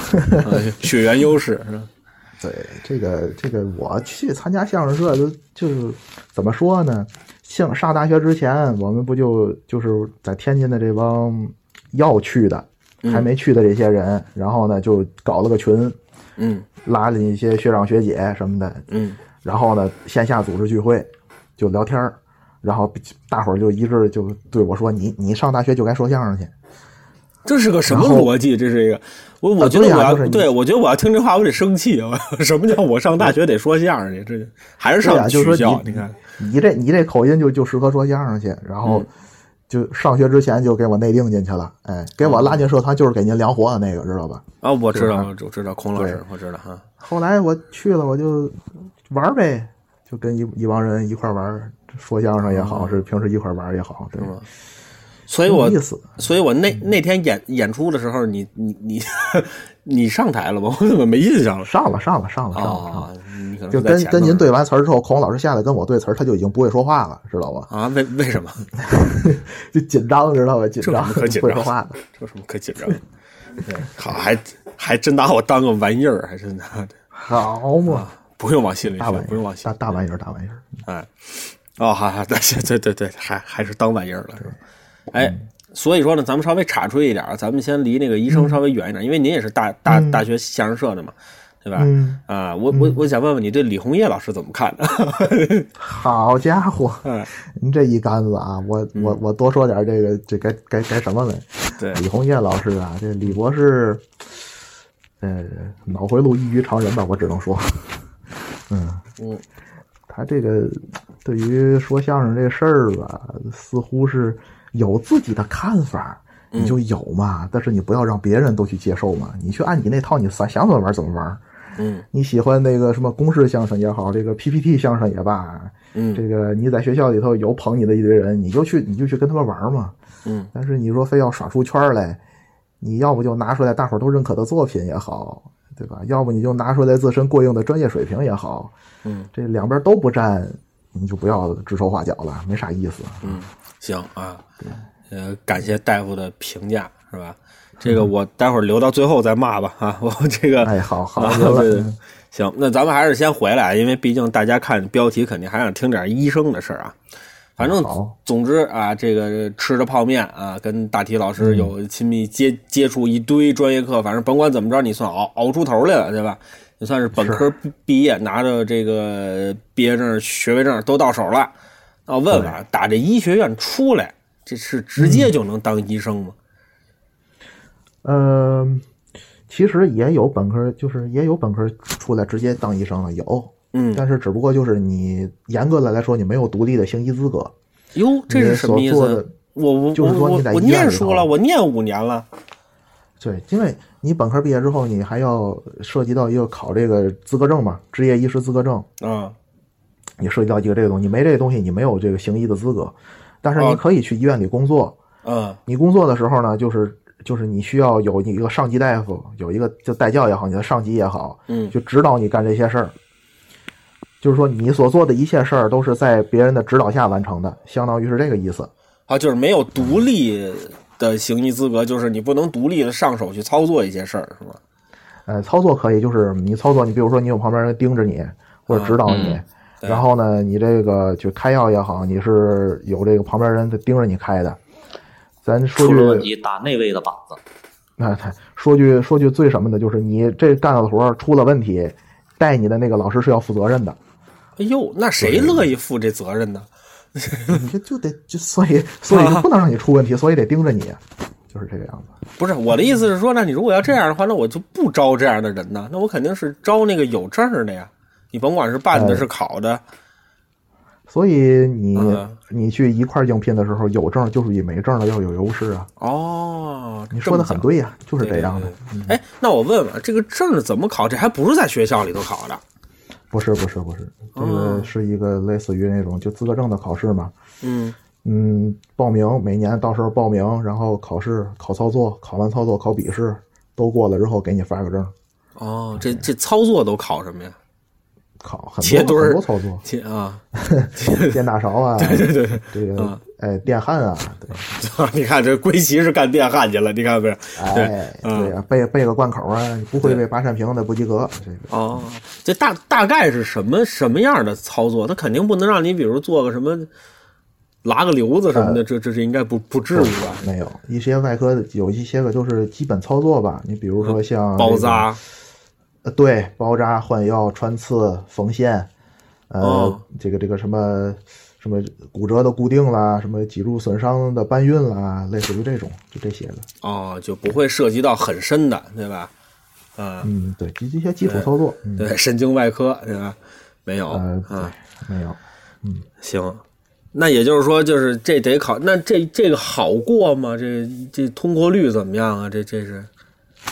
[SPEAKER 2] 呃血缘优势是吧？
[SPEAKER 5] 对，这个这个，我去参加相声社就就是怎么说呢？像上大学之前，我们不就就是在天津的这帮要去的、还没去的这些人，然后呢就搞了个群，
[SPEAKER 2] 嗯
[SPEAKER 5] 拉进一些学长学姐什么的，
[SPEAKER 2] 嗯
[SPEAKER 5] 然后呢线下组织聚会，就聊天儿，然后大伙儿就一致就对我说：“你你上大学就该说相声去。”
[SPEAKER 2] 这是个什么
[SPEAKER 5] 然后
[SPEAKER 2] 逻辑？这是一个，我我
[SPEAKER 5] 啊
[SPEAKER 2] 觉得
[SPEAKER 5] 对呀
[SPEAKER 2] 我要、
[SPEAKER 5] 就是你
[SPEAKER 2] 我觉得我要听这话，我得生气。我什么叫我上大学得说相声去？这还是
[SPEAKER 5] 对
[SPEAKER 2] 上
[SPEAKER 5] 呀，就
[SPEAKER 2] 学
[SPEAKER 5] 是
[SPEAKER 2] 校？
[SPEAKER 5] 说
[SPEAKER 2] 你看，
[SPEAKER 5] 你这你这口音就就适合说相声去，然
[SPEAKER 2] 嗯
[SPEAKER 5] 后就上学之前就给我内定进去了，哎，给我拉进社团就是给您量活的那个，知道吧？
[SPEAKER 2] 啊，我知
[SPEAKER 5] 对
[SPEAKER 2] 道，
[SPEAKER 5] 吧
[SPEAKER 2] 我知我知道，孔老师
[SPEAKER 5] 对，
[SPEAKER 2] 我知道哈。
[SPEAKER 5] 后来我去了，我就玩儿呗，就跟一一帮人一块儿玩儿，说相声也
[SPEAKER 2] 哦
[SPEAKER 5] 好，是平时一块儿玩儿也好，对吧？
[SPEAKER 2] 所以哎我
[SPEAKER 5] 挺有意思，
[SPEAKER 2] 所以我那那天演演出的时候，你你你你上台了吗？我怎么没印象了？
[SPEAKER 5] 上了上了上了上了，上
[SPEAKER 2] 啊
[SPEAKER 5] 了，
[SPEAKER 2] 你可能
[SPEAKER 5] 就是
[SPEAKER 2] 在
[SPEAKER 5] 跟
[SPEAKER 2] 前
[SPEAKER 5] 跟
[SPEAKER 2] 面
[SPEAKER 5] 您对完词儿之后，孔老师下来跟我对词儿，他就已经不会说话了，知道吧？
[SPEAKER 2] 啊？为为什么？
[SPEAKER 5] 就紧张，知道吧？紧
[SPEAKER 2] 这有什
[SPEAKER 5] 张，
[SPEAKER 2] 么
[SPEAKER 5] 不
[SPEAKER 2] 可
[SPEAKER 5] 会
[SPEAKER 2] 紧
[SPEAKER 5] 说
[SPEAKER 2] 张
[SPEAKER 5] 话了。
[SPEAKER 2] 这有什么可紧张 的？对，好，还还真拿我当个玩意儿，还真拿的，
[SPEAKER 5] 好嘛，
[SPEAKER 2] 不用往心里
[SPEAKER 5] 大
[SPEAKER 2] 去
[SPEAKER 5] 玩，意
[SPEAKER 2] 啊不用往
[SPEAKER 5] 儿，
[SPEAKER 2] 心
[SPEAKER 5] 大
[SPEAKER 2] 里
[SPEAKER 5] 大玩意儿，大玩意儿。
[SPEAKER 2] 哎，哦，好好，对对对对，还还是当玩意儿了，是吧？哎，所以说呢，咱们稍微岔出一点儿，咱们先离那个医生稍微远一点儿，因为您也是大大
[SPEAKER 5] 嗯
[SPEAKER 2] 大学相声社的嘛，对吧？
[SPEAKER 5] 嗯
[SPEAKER 2] 啊，我我我想问问你对李红叶老师怎么看的？
[SPEAKER 5] 好家伙
[SPEAKER 2] 嗯，
[SPEAKER 5] 您这一杆子啊，我我我多说点这个，这该该该什么了？
[SPEAKER 2] 对
[SPEAKER 5] 李红叶老师啊，这李博士，呃，脑回路异于常人吧，我只能说，嗯
[SPEAKER 2] 嗯，
[SPEAKER 5] 他这个对于说相声这事儿吧，似乎是有自己的看法，你
[SPEAKER 2] 嗯
[SPEAKER 5] 就有嘛，但是你不要让别人都去接受嘛，你去按你那套，你想想怎么玩怎么玩。
[SPEAKER 2] 嗯
[SPEAKER 5] 你喜欢那个什么公式相声也好，这个 PPT 相声也罢，
[SPEAKER 2] 嗯
[SPEAKER 5] 这个你在学校里头有捧你的一堆人，你就去你就去跟他们玩嘛。
[SPEAKER 2] 嗯，
[SPEAKER 5] 但是你说非要耍出圈儿来，你要不就拿出来大伙儿都认可的作品也好，对吧？要不你就拿出来自身过硬的专业水平也好，
[SPEAKER 2] 嗯，
[SPEAKER 5] 这两边都不占，你就不要指手画脚了，没啥意思。
[SPEAKER 2] 嗯，行啊，呃，感谢大夫的评价是吧？这
[SPEAKER 5] 嗯
[SPEAKER 2] 个我待会儿留到最后再骂吧啊，我这个
[SPEAKER 5] 哎，好好，
[SPEAKER 2] 啊，
[SPEAKER 5] 得了
[SPEAKER 2] 对对，行，那咱们还是先回来，因为毕竟大家看标题肯定还想听点医生的事儿啊。反正
[SPEAKER 5] 好
[SPEAKER 2] 总之啊，这个吃着泡面啊，跟大体老
[SPEAKER 5] 嗯
[SPEAKER 2] 师有亲密接接触一堆专业课，反正甭管怎么着，你算熬熬出头来了，对吧？你算是本科毕毕业，拿着这个毕业证、学位证都到手了。那我问问啊，打这医学院出来，这是直接就能当医生吗？
[SPEAKER 5] 嗯，其实也有本科，就是也有本科出来直接当医生了，有。
[SPEAKER 2] 嗯
[SPEAKER 5] 但是只不过就是你严格的来说，你没有独立的行医资格，
[SPEAKER 2] 哟，这是什么意
[SPEAKER 5] 你所做
[SPEAKER 2] 思
[SPEAKER 5] 的？
[SPEAKER 2] 我我
[SPEAKER 5] 就是说
[SPEAKER 2] 我
[SPEAKER 5] 你在
[SPEAKER 2] 我我
[SPEAKER 5] 医院
[SPEAKER 2] 念
[SPEAKER 5] 里
[SPEAKER 2] 书
[SPEAKER 5] 头啊
[SPEAKER 2] 了，我念五年了。
[SPEAKER 5] 对，因为你本科毕业之后，你还要涉及到一个考这个资格证嘛，执业医师资格证，
[SPEAKER 2] 啊，
[SPEAKER 5] 你涉及到一个这个东西，你没这个东西，你没有这个行医的资格。但是
[SPEAKER 2] 哦
[SPEAKER 5] 你可以去医院里工作，
[SPEAKER 2] 嗯
[SPEAKER 5] 你工作的时候呢，就是就是你需要有你一个上级大夫，有一个就带教也好，你的上级也好，
[SPEAKER 2] 嗯
[SPEAKER 5] 就指导你干这些事儿。就是说，你所做的一切事儿都是在别人的指导下完成的，相当于是这个意思。
[SPEAKER 2] 啊，就是没有独立的行医资格，就是你不能独立的上手去操作一些事儿，是吗？
[SPEAKER 5] 呃，操作可以，就是你操作，你比如说你有旁边人盯着你或者指导你，
[SPEAKER 2] 啊嗯对
[SPEAKER 5] 然后呢，你这个就开药也好，你是有这个旁边人在盯着你开的。咱说
[SPEAKER 3] 出了问
[SPEAKER 5] 句，
[SPEAKER 3] 题打内卫的靶子，
[SPEAKER 5] 那、说句说句最什么的，就是你这干的活儿出了问题，带你的那个老师是要负责任的。
[SPEAKER 2] 哎呦，那谁乐意负这责任呢？
[SPEAKER 5] 你这嗯就得就 所以所以
[SPEAKER 2] 啊
[SPEAKER 5] 就不能让你出问题，所以得盯着你，就是这个样子。
[SPEAKER 2] 不是我的意思是说，那你如果要这样的话，那我就不招这样的人呢，那我肯定是招那个有证儿的呀。你甭管是办的
[SPEAKER 5] 哎
[SPEAKER 2] 是考的，
[SPEAKER 5] 所以你、
[SPEAKER 2] 嗯
[SPEAKER 5] 你去一块儿应聘的时候，有证就比没证的要有优势啊。
[SPEAKER 2] 哦，
[SPEAKER 5] 你说的很对呀、就
[SPEAKER 2] 这
[SPEAKER 5] 是
[SPEAKER 2] 么讲，
[SPEAKER 5] 这样的。
[SPEAKER 2] 对。
[SPEAKER 5] 嗯
[SPEAKER 2] 对对哎，那我问问，这个证儿怎么考？这还不是在学校里头考的？
[SPEAKER 5] 不是不是不是，这
[SPEAKER 2] 哦
[SPEAKER 5] 个是一个类似于那种就资格证的考试嘛。
[SPEAKER 2] 嗯，
[SPEAKER 5] 嗯，报名每年到时候报名，然后考试、考操作，考完操作考笔试，都过了之后给你发个证，
[SPEAKER 2] 哦，这这操作都考什么呀？
[SPEAKER 5] 考很
[SPEAKER 2] 切墩
[SPEAKER 5] 多
[SPEAKER 2] 儿，
[SPEAKER 5] 很多操作
[SPEAKER 2] 切啊，
[SPEAKER 5] 电大勺啊，对对对，这个哎电焊啊，对，
[SPEAKER 2] 你看这龟奇是干电焊去了，你看不是？
[SPEAKER 5] 哎对啊，背背个贯口啊，你不会背八扇屏的不及格，这个
[SPEAKER 2] 哦，这大大概是什么什么样的操作？他肯定不能让你，比如做个什么拉个瘤子什
[SPEAKER 5] 哎
[SPEAKER 2] 么的，这这这应该不不至于吧？
[SPEAKER 5] 没有一些外科有一些个就是基本操作吧，你比如说像
[SPEAKER 2] 包
[SPEAKER 5] 这个
[SPEAKER 2] 扎，
[SPEAKER 5] 呃，对，包扎、换药、穿刺、缝线，呃，
[SPEAKER 2] 哦
[SPEAKER 5] 这个这个什么什么骨折的固定啦，什么脊柱损伤的搬运啦，类似于这种，就这些的。
[SPEAKER 2] 哦，就不会涉及到很深的，对吧？啊、
[SPEAKER 5] 嗯，对，这这些基础操作，嗯，
[SPEAKER 2] 对，神经外科，对吧？没有，
[SPEAKER 5] 呃，对
[SPEAKER 2] 啊，，
[SPEAKER 5] 没有，
[SPEAKER 2] 行。那也就是说，就是这得考，那这这个好过吗？这这通过率怎么样啊？这这是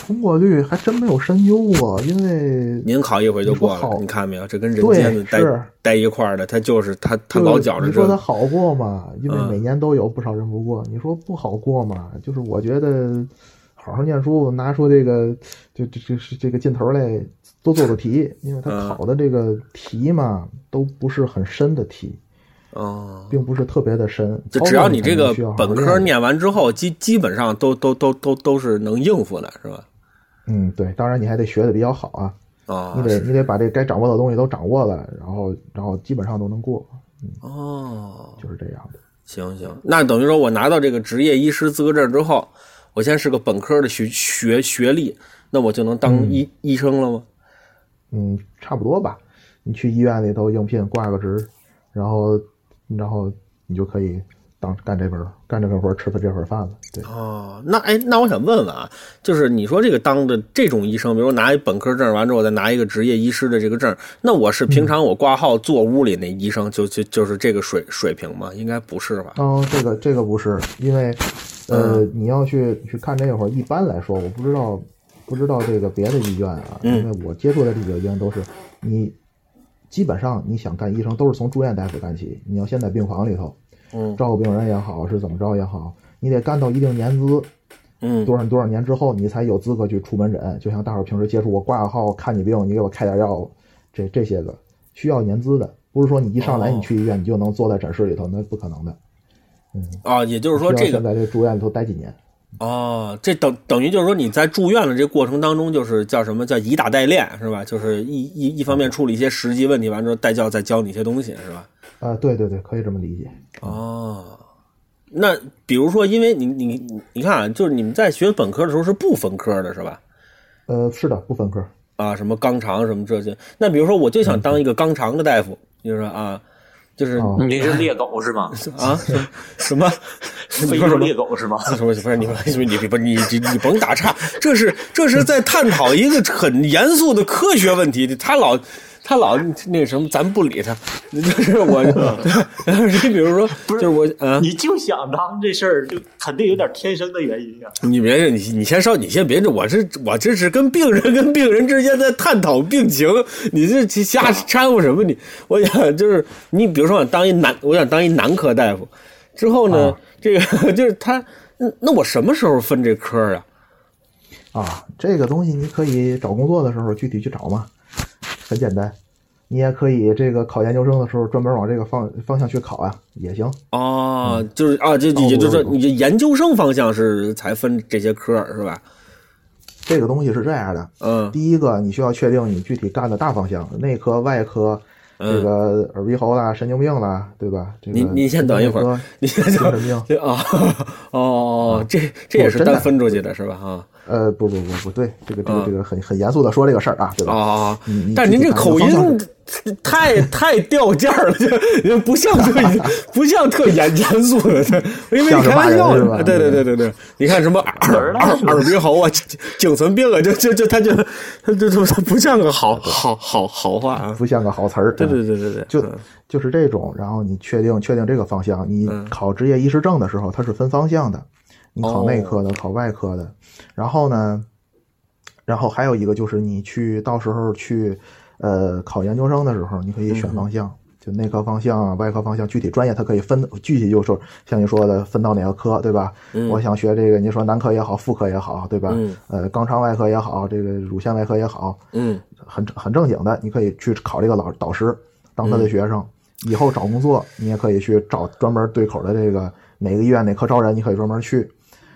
[SPEAKER 5] 通过率还真没有深究啊，因为
[SPEAKER 2] 您考一回就过
[SPEAKER 5] 你说
[SPEAKER 2] 了，
[SPEAKER 5] 好
[SPEAKER 2] 你看没有？这跟人
[SPEAKER 5] 对
[SPEAKER 2] 间的待
[SPEAKER 5] 是
[SPEAKER 2] 待一块儿的，他就是他他
[SPEAKER 5] 就是
[SPEAKER 2] 老觉着
[SPEAKER 5] 你
[SPEAKER 2] 这
[SPEAKER 5] 说它
[SPEAKER 2] 个
[SPEAKER 5] 好过嘛？因为
[SPEAKER 2] 嗯
[SPEAKER 5] 每年都有不少人不过，你说不好过嘛？就是我觉得好好念书，拿出这个这这这是这个劲头来多做做题，因为
[SPEAKER 2] 嗯
[SPEAKER 5] 他考的这个题嘛，都不是很深的题，
[SPEAKER 2] 哦。
[SPEAKER 5] 并不是特别的深。
[SPEAKER 2] 就只要你这
[SPEAKER 5] 操
[SPEAKER 2] 个
[SPEAKER 5] 作上
[SPEAKER 2] 本
[SPEAKER 5] 肯定需
[SPEAKER 2] 科
[SPEAKER 5] 要好好练，
[SPEAKER 2] 念完之后，基基本上都都都都都是能应付的，是吧？
[SPEAKER 5] 嗯，对，当然你还得学的比较好啊，
[SPEAKER 2] 哦
[SPEAKER 5] 你，得你得把这该掌握的东西都掌握了，然后然后基本上都能过，
[SPEAKER 2] 哦，
[SPEAKER 5] 就是这样的。
[SPEAKER 2] 行行，那等于说我拿到这个职业医师资格证之后，我先是个本科的学学学历，那我就能当医、医生了吗？
[SPEAKER 5] 嗯，差不多吧。你去医院里头应聘挂个职，然后然后你就可以当干这份儿干这份活儿吃这份饭了。对，
[SPEAKER 2] 哦，那哎，那我想问问啊，就是你说这个当的这种医生，比如拿一本科证完之后，再拿一个职业医师的这个证，那我是平常我挂号坐屋里那医生就就 就是这个水水平吗？应该不是吧？
[SPEAKER 5] 哦，这个这个不是，因为呃，
[SPEAKER 2] 嗯
[SPEAKER 5] 你要去去看这会儿，一般来说，我不知道不知道这个别的医院啊，
[SPEAKER 2] 嗯
[SPEAKER 5] 因为我接触的这几个医院都是你基本上你想干医生都是从住院大夫干起，你要先在病房里头
[SPEAKER 2] 嗯
[SPEAKER 5] 照顾病人也好，是怎么着也好，你得干到一定年资，
[SPEAKER 2] 嗯，
[SPEAKER 5] 多少多少年之后，你才有资格去出门诊。就像大伙儿平时接触，我挂个号看你病，你给我开点药，这这些个需要年资的，不是说你一上来
[SPEAKER 2] 哦
[SPEAKER 5] 你去医院你就能坐在诊室里头，那不可能的。
[SPEAKER 2] 啊，也就是说
[SPEAKER 5] 需
[SPEAKER 2] 这
[SPEAKER 5] 要
[SPEAKER 2] 个
[SPEAKER 5] 先在这住院里头待几年。
[SPEAKER 2] 哦，这等等于就是说你在住院的这过程当中，就是叫什么叫以打代练是吧？就是一一一方面处理一些实际问题，完之后带教再教你一些东西是吧？
[SPEAKER 5] 啊、对对对，可以这么理解。
[SPEAKER 2] 哦，那比如说，因为你你你你看啊，就是你们在学本科的时候是不分科的是吧？
[SPEAKER 5] 呃，是的，不分科。
[SPEAKER 2] 啊，什么肛肠什么这些。那比如说，我就想当一个肛肠的大夫，就是说啊，就是、
[SPEAKER 5] 哦
[SPEAKER 3] 你是猎狗是 吗？
[SPEAKER 2] 啊什么什么你
[SPEAKER 3] 非
[SPEAKER 2] 说
[SPEAKER 3] 洲
[SPEAKER 2] 什么
[SPEAKER 3] 猎狗是吗？
[SPEAKER 2] 不是不是你你你不你你你甭打岔，这是这是在探讨一个很严肃的科学问题。他老他老那个什么，咱不理他。就是 我， 你比如说，就是我啊，
[SPEAKER 3] 你就想当这事儿，就肯定有点天生的原因啊。
[SPEAKER 2] 你别你你先稍你先别这，我这我这是跟病人跟病人之间在探讨病情，你这瞎掺和什么你？我想就是你比如说我想当一男，我想当一男科大夫，之后呢，这个 就是他，嗯那我什么时候分这科啊？
[SPEAKER 5] 啊，这个东西你可以找工作的时候具体去找嘛，很简单。你也可以这个考研究生的时候专门往这个方方向去考啊，也行。
[SPEAKER 2] 哦，就是啊，就
[SPEAKER 5] 哦
[SPEAKER 2] 也就是说，
[SPEAKER 5] 不不不
[SPEAKER 2] 你这研究生方向是才分这些科儿是吧？
[SPEAKER 5] 这个东西是这样的，
[SPEAKER 2] 嗯
[SPEAKER 5] 第一个，你需要确定你具体干的大方向，内科、外科，这个耳鼻喉啦、神经病啦，对吧？这
[SPEAKER 2] 嗯
[SPEAKER 5] 个
[SPEAKER 2] 你你先等一会儿
[SPEAKER 5] 精神科
[SPEAKER 2] 你先
[SPEAKER 5] 精
[SPEAKER 2] 等
[SPEAKER 5] 神病，
[SPEAKER 2] 啊 哦哦，这这也是单分出去的是吧？啊
[SPEAKER 5] 呃，不不不不对，这个这
[SPEAKER 2] 嗯
[SPEAKER 5] 个这个很很严肃的说这个事儿啊，对
[SPEAKER 2] 哦
[SPEAKER 5] 吧？
[SPEAKER 2] 哦
[SPEAKER 5] 你你，
[SPEAKER 2] 但是您这口
[SPEAKER 5] 具体打个方
[SPEAKER 2] 音太太掉价儿了，就不像特 严不像特严严肃的，对我以为你开玩笑
[SPEAKER 5] 像是骂人是
[SPEAKER 2] 呢。
[SPEAKER 5] 吧
[SPEAKER 2] 对对对对 对，你看什么耳
[SPEAKER 3] 耳
[SPEAKER 2] 耳
[SPEAKER 3] 朵
[SPEAKER 2] 耳鼻喉啊、 颈颈存病啊，就就就他就他就他他不像个好好好好话啊。
[SPEAKER 5] 不像个好词儿。
[SPEAKER 2] 对
[SPEAKER 5] 嗯
[SPEAKER 2] 对对对对，
[SPEAKER 5] 就
[SPEAKER 2] 嗯
[SPEAKER 5] 就是这种，然后你确定确定这个方向，你考职业医师证的时候，它是分方向的，你考内科
[SPEAKER 2] 哦
[SPEAKER 5] 的，考外科的，然后呢，然后还有一个就是你去到时候去呃考研究生的时候，你可以选方
[SPEAKER 2] 嗯
[SPEAKER 5] 向。就内科方向、外科方向，具体专业它可以分，具体就是像你说的分到哪个科，对吧？我想学这个，你说男科也好，妇科也好，对吧？
[SPEAKER 2] 嗯
[SPEAKER 5] 呃，肛肠外科也好，这个乳腺外科也好，
[SPEAKER 2] 嗯
[SPEAKER 5] 很很正经的，你可以去考这个老导师，当他
[SPEAKER 2] 嗯
[SPEAKER 5] 的学生。以后找工作，你也可以去找专门对口的这个哪个医院哪科招人，你可以专门去。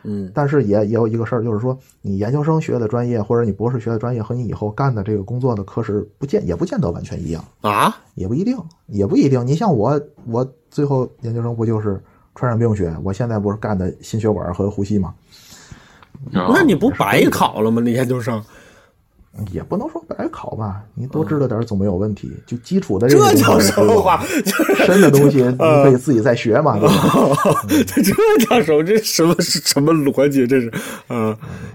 [SPEAKER 2] 嗯
[SPEAKER 5] 但是也也有一个事儿，就是说你研究生学的专业或者你博士学的专业和你以后干的这个工作的科室不见也不见得完全一样，
[SPEAKER 2] 啊
[SPEAKER 5] 也不一定，也不一定。你像我，我最后研究生不就是传染病学？我现在不是干的心血管和呼吸吗？
[SPEAKER 2] 嗯那你不白考了吗？那研究 生，
[SPEAKER 5] 也不能说白考吧，你多知道点儿总没有问题。就基础的
[SPEAKER 2] 嗯这
[SPEAKER 5] 个你
[SPEAKER 2] 叫
[SPEAKER 5] 都
[SPEAKER 2] 什
[SPEAKER 5] 知道
[SPEAKER 2] 么话？ 这
[SPEAKER 5] 深的东西你
[SPEAKER 2] 呃
[SPEAKER 5] 可以自己再学嘛，对
[SPEAKER 2] 啊
[SPEAKER 5] 吧？
[SPEAKER 2] 这这叫什么？这什么是什么逻辑？这是，嗯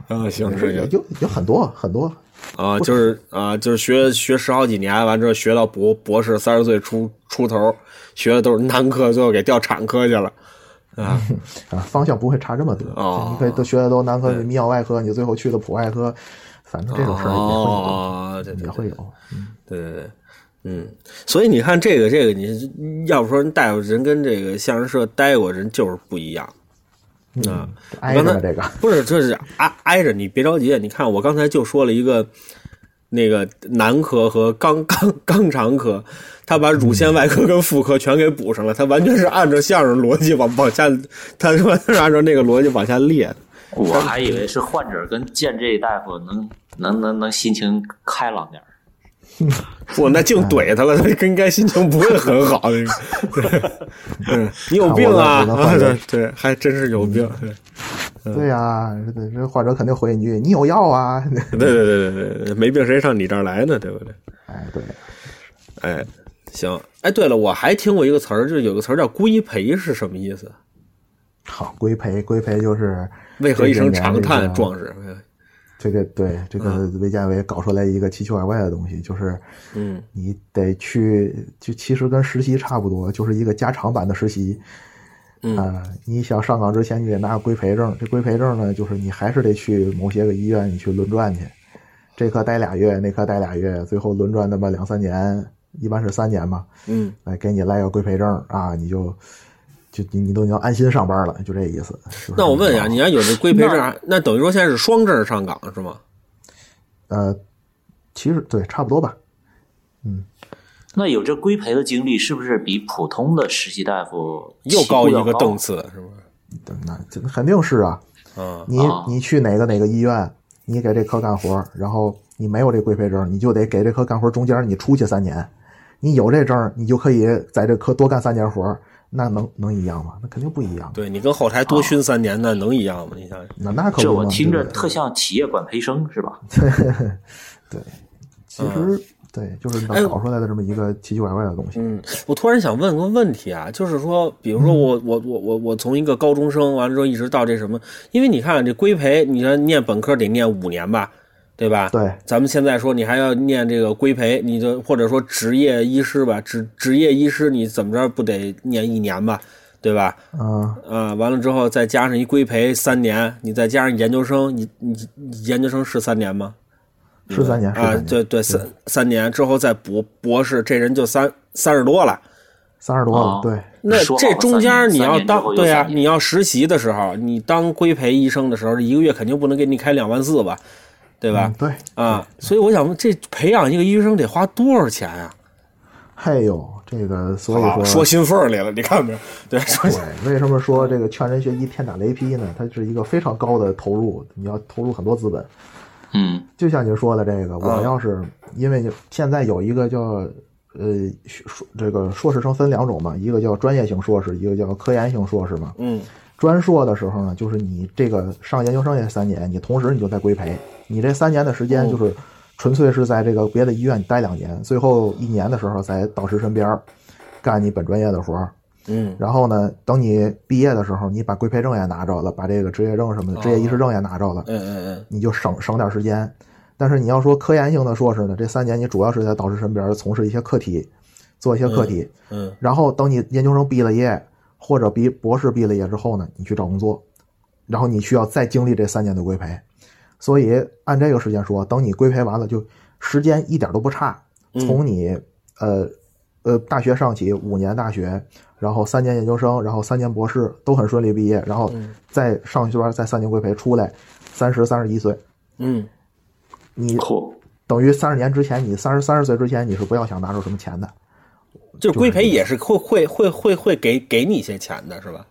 [SPEAKER 2] 嗯，行行行，
[SPEAKER 5] 有有很多很多，
[SPEAKER 2] 啊，就是啊，就是学学十好几年，完之后学到博博士，三十岁出出头，学的都是男科，最后给调产科去了。啊，
[SPEAKER 5] 啊，方向不会差这么多。
[SPEAKER 2] 哦
[SPEAKER 5] 你可以都学的都男科、泌尿外科，你最后去的普外科，反正这种事儿也会有，
[SPEAKER 2] 哦，对对对
[SPEAKER 5] 也会有。
[SPEAKER 2] 对对对，嗯，所以你看这个这个，你要不说人大夫人跟这个相声社待过人就是不一样。
[SPEAKER 5] 嗯
[SPEAKER 2] 啊，
[SPEAKER 5] 挨着
[SPEAKER 2] 我刚
[SPEAKER 5] 呢
[SPEAKER 2] 才
[SPEAKER 5] 这个，
[SPEAKER 2] 不是，这是挨挨着你，别着急。啊你看我刚才就说了一个，那个男科和肛肛肛肠科，他把乳
[SPEAKER 5] 嗯
[SPEAKER 2] 腺外科跟妇科全给补上了，他完全是按照相声逻辑往往下，他完全是按照那个逻辑往下列的。
[SPEAKER 3] 我还以为是患者跟见这大夫能能能能心情开朗点儿。
[SPEAKER 2] 我那
[SPEAKER 5] 嗯
[SPEAKER 2] 净怼他了，他应该心情不会很好。那个， 嗯，你有病啊
[SPEAKER 5] 我？的我的
[SPEAKER 2] 啊
[SPEAKER 5] 患者
[SPEAKER 2] 对 对，还真是有病。对嗯
[SPEAKER 5] 对呀、这这患者肯定回你一句：“你有药啊
[SPEAKER 2] 对对对对对对，没病谁上你这儿来呢？对不对？？”
[SPEAKER 5] 哎，对，
[SPEAKER 2] 哎，行。哎，对了，我还听过一个词儿，就是有个词儿叫“规培”，是什么意思？
[SPEAKER 5] 好，规培规培就是
[SPEAKER 2] 为何一声
[SPEAKER 5] 这些年
[SPEAKER 2] 长叹
[SPEAKER 5] 这个
[SPEAKER 2] 壮士？
[SPEAKER 5] 这个对这个卫健委搞出来一个奇奇怪怪的东西，就是，
[SPEAKER 2] 嗯，
[SPEAKER 5] 你得去，就其实跟实习差不多，就是一个加长版的实习。
[SPEAKER 2] 嗯
[SPEAKER 5] 啊你想上岗之前，你得拿个规培证。这规培证呢，就是你还是得去某些个医院，你去轮转去，这科待俩月，那科待俩月，最后轮转那么两三年，一般是三年吧。
[SPEAKER 2] 嗯，
[SPEAKER 5] 哎，给你来个规培证啊，你就就你你都能安心上班了，就这意思。就是
[SPEAKER 2] 那我问一下，
[SPEAKER 5] 啊
[SPEAKER 2] 你要有这规培证，那等于说现在是双证上岗是吗？
[SPEAKER 5] 呃，其实对，差不多吧。
[SPEAKER 3] 那有这规培的经历，是不是比普通的实习大夫
[SPEAKER 2] 又高
[SPEAKER 3] 起步
[SPEAKER 2] 一个
[SPEAKER 3] 要
[SPEAKER 2] 档次是吗？
[SPEAKER 5] 那这肯定是啊，
[SPEAKER 2] 啊，
[SPEAKER 5] 你
[SPEAKER 3] 啊
[SPEAKER 5] 你去哪个哪个医院，你给这科干活，然后你没有这规培证，你就得给这科干活，中间你出去三年，你有这证，你就可以在这科多干三年活，那能能一样吗？那肯定不一样，
[SPEAKER 2] 对你跟后台多熏三年，那能一样吗？你想想，
[SPEAKER 5] 那那可
[SPEAKER 3] 这
[SPEAKER 5] 不
[SPEAKER 3] 我
[SPEAKER 5] 嘛。
[SPEAKER 3] 听
[SPEAKER 5] 对
[SPEAKER 3] 着
[SPEAKER 5] 不对
[SPEAKER 3] 特像企业管培生是吧？
[SPEAKER 5] 其实对，就是
[SPEAKER 2] 哎
[SPEAKER 5] 能搞出来的这么一个奇奇怪怪的东西。
[SPEAKER 2] 嗯，我突然想问个问题啊，就是说，比如说我我我我我从一个高中生完了之后一直到这什么，因为你看这规培，你说念本科得念五年吧，对吧？
[SPEAKER 5] 对
[SPEAKER 2] 咱们现在说你还要念这个规培，你就或者说职业医师吧，职职业医师你怎么着不得念一年吧，对吧？
[SPEAKER 5] 嗯，
[SPEAKER 2] 啊、完了之后再加上一规培三年，你再加上研究生，你你你研究生是三年吗？
[SPEAKER 5] 是三年，是
[SPEAKER 2] 啊
[SPEAKER 5] 三，年，
[SPEAKER 2] 对对，三三年之后再博博士，这人就三三十多了。
[SPEAKER 5] 三十多了
[SPEAKER 3] 啊，
[SPEAKER 5] 对，
[SPEAKER 2] 那
[SPEAKER 3] 说好
[SPEAKER 2] 这
[SPEAKER 3] 了
[SPEAKER 2] 中
[SPEAKER 3] 三
[SPEAKER 2] 间儿
[SPEAKER 3] 年
[SPEAKER 2] 你
[SPEAKER 3] 三
[SPEAKER 2] 要
[SPEAKER 3] 年之后
[SPEAKER 2] 当
[SPEAKER 3] 又
[SPEAKER 2] 对啊，
[SPEAKER 3] 三年
[SPEAKER 2] 你要实习的时候，你当规培医生的时候，一个月肯定不能给你开两万四吧，对吧
[SPEAKER 5] 嗯？对，
[SPEAKER 2] 啊，所以我想问，这培养一个医生得花多少钱啊呀、
[SPEAKER 5] 嘿哎呦，这个所以
[SPEAKER 2] 啊？说心缝儿里了，你看没有？对， 说
[SPEAKER 5] 对，为什么说这个劝人学医天打雷劈呢？它是一个非常高的投入，你要投入很多资本。
[SPEAKER 3] 嗯，
[SPEAKER 5] 就像您说的这个，我
[SPEAKER 2] 嗯
[SPEAKER 5] 要是因为现在有一个叫呃，硕这个硕士生分两种嘛，一个叫专业型硕士，一个叫科研型硕士嘛。
[SPEAKER 2] 嗯
[SPEAKER 5] 专硕的时候呢，就是你这个上研究生也三年，你同时你就在规培，你这三年的时间就是纯粹是在这个别的医院待两年，最后一年的时候在导师身边儿干你本专业的活儿。
[SPEAKER 2] 嗯
[SPEAKER 5] 然后呢，等你毕业的时候，你把规培证也拿着了，把这个职业证什么的、职业医师证也拿着了，
[SPEAKER 2] 嗯嗯
[SPEAKER 5] 你就省省点时间。但是你要说科研型的硕士呢，这三年你主要是在导师身边从事一些课题，做一些课题，
[SPEAKER 2] 嗯嗯
[SPEAKER 5] 然后等你研究生毕了业，或者毕博士毕了业之后呢，你去找工作，然后你需要再经历这三年的规培。所以按这个时间说，等你规培完了，就时间一点都不差。从你呃呃大学上起，五年大学，然后三年研究生，然后三年博士都很顺利毕业，然后再上学班，再三年规培出来，三十三十一岁，
[SPEAKER 2] 嗯，
[SPEAKER 5] 你
[SPEAKER 3] 酷，
[SPEAKER 5] 等于三十年之前，你三十三十岁之前，你是不要想拿出什么钱的。
[SPEAKER 2] 就是规培也是会会会会会给给你一些钱的是吧？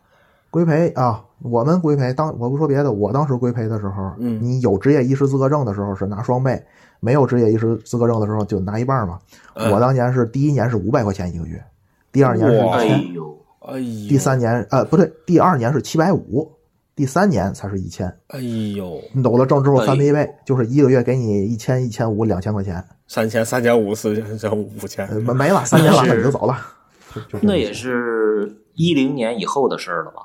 [SPEAKER 5] 规培啊，我们规培当我不说别的，我当时规培的时候，
[SPEAKER 2] 嗯
[SPEAKER 5] 你有职业医师资格证的时候是拿双倍，没有职业医师资格证的时候就拿一半嘛。
[SPEAKER 2] 嗯
[SPEAKER 5] 我当年是第一年是五百块钱一个月，第二年是
[SPEAKER 2] 哇
[SPEAKER 3] 哎
[SPEAKER 5] 一千，
[SPEAKER 3] 呦，
[SPEAKER 2] 哎呦，
[SPEAKER 5] 第三年呃不对，第二年是七百五，第三年才是一千。
[SPEAKER 2] 哎呦，
[SPEAKER 5] 你有了证之后翻倍一
[SPEAKER 3] 哎
[SPEAKER 5] 倍，就是一个月给你一千、一千五、两千块钱，
[SPEAKER 2] 三千三千五四千三五五千，
[SPEAKER 5] 呃没没了，三年完了
[SPEAKER 3] 是
[SPEAKER 5] 你就走了。就
[SPEAKER 2] 嗯
[SPEAKER 5] 就这
[SPEAKER 3] 那
[SPEAKER 5] 么
[SPEAKER 3] 也是一零年以后的事儿了吧？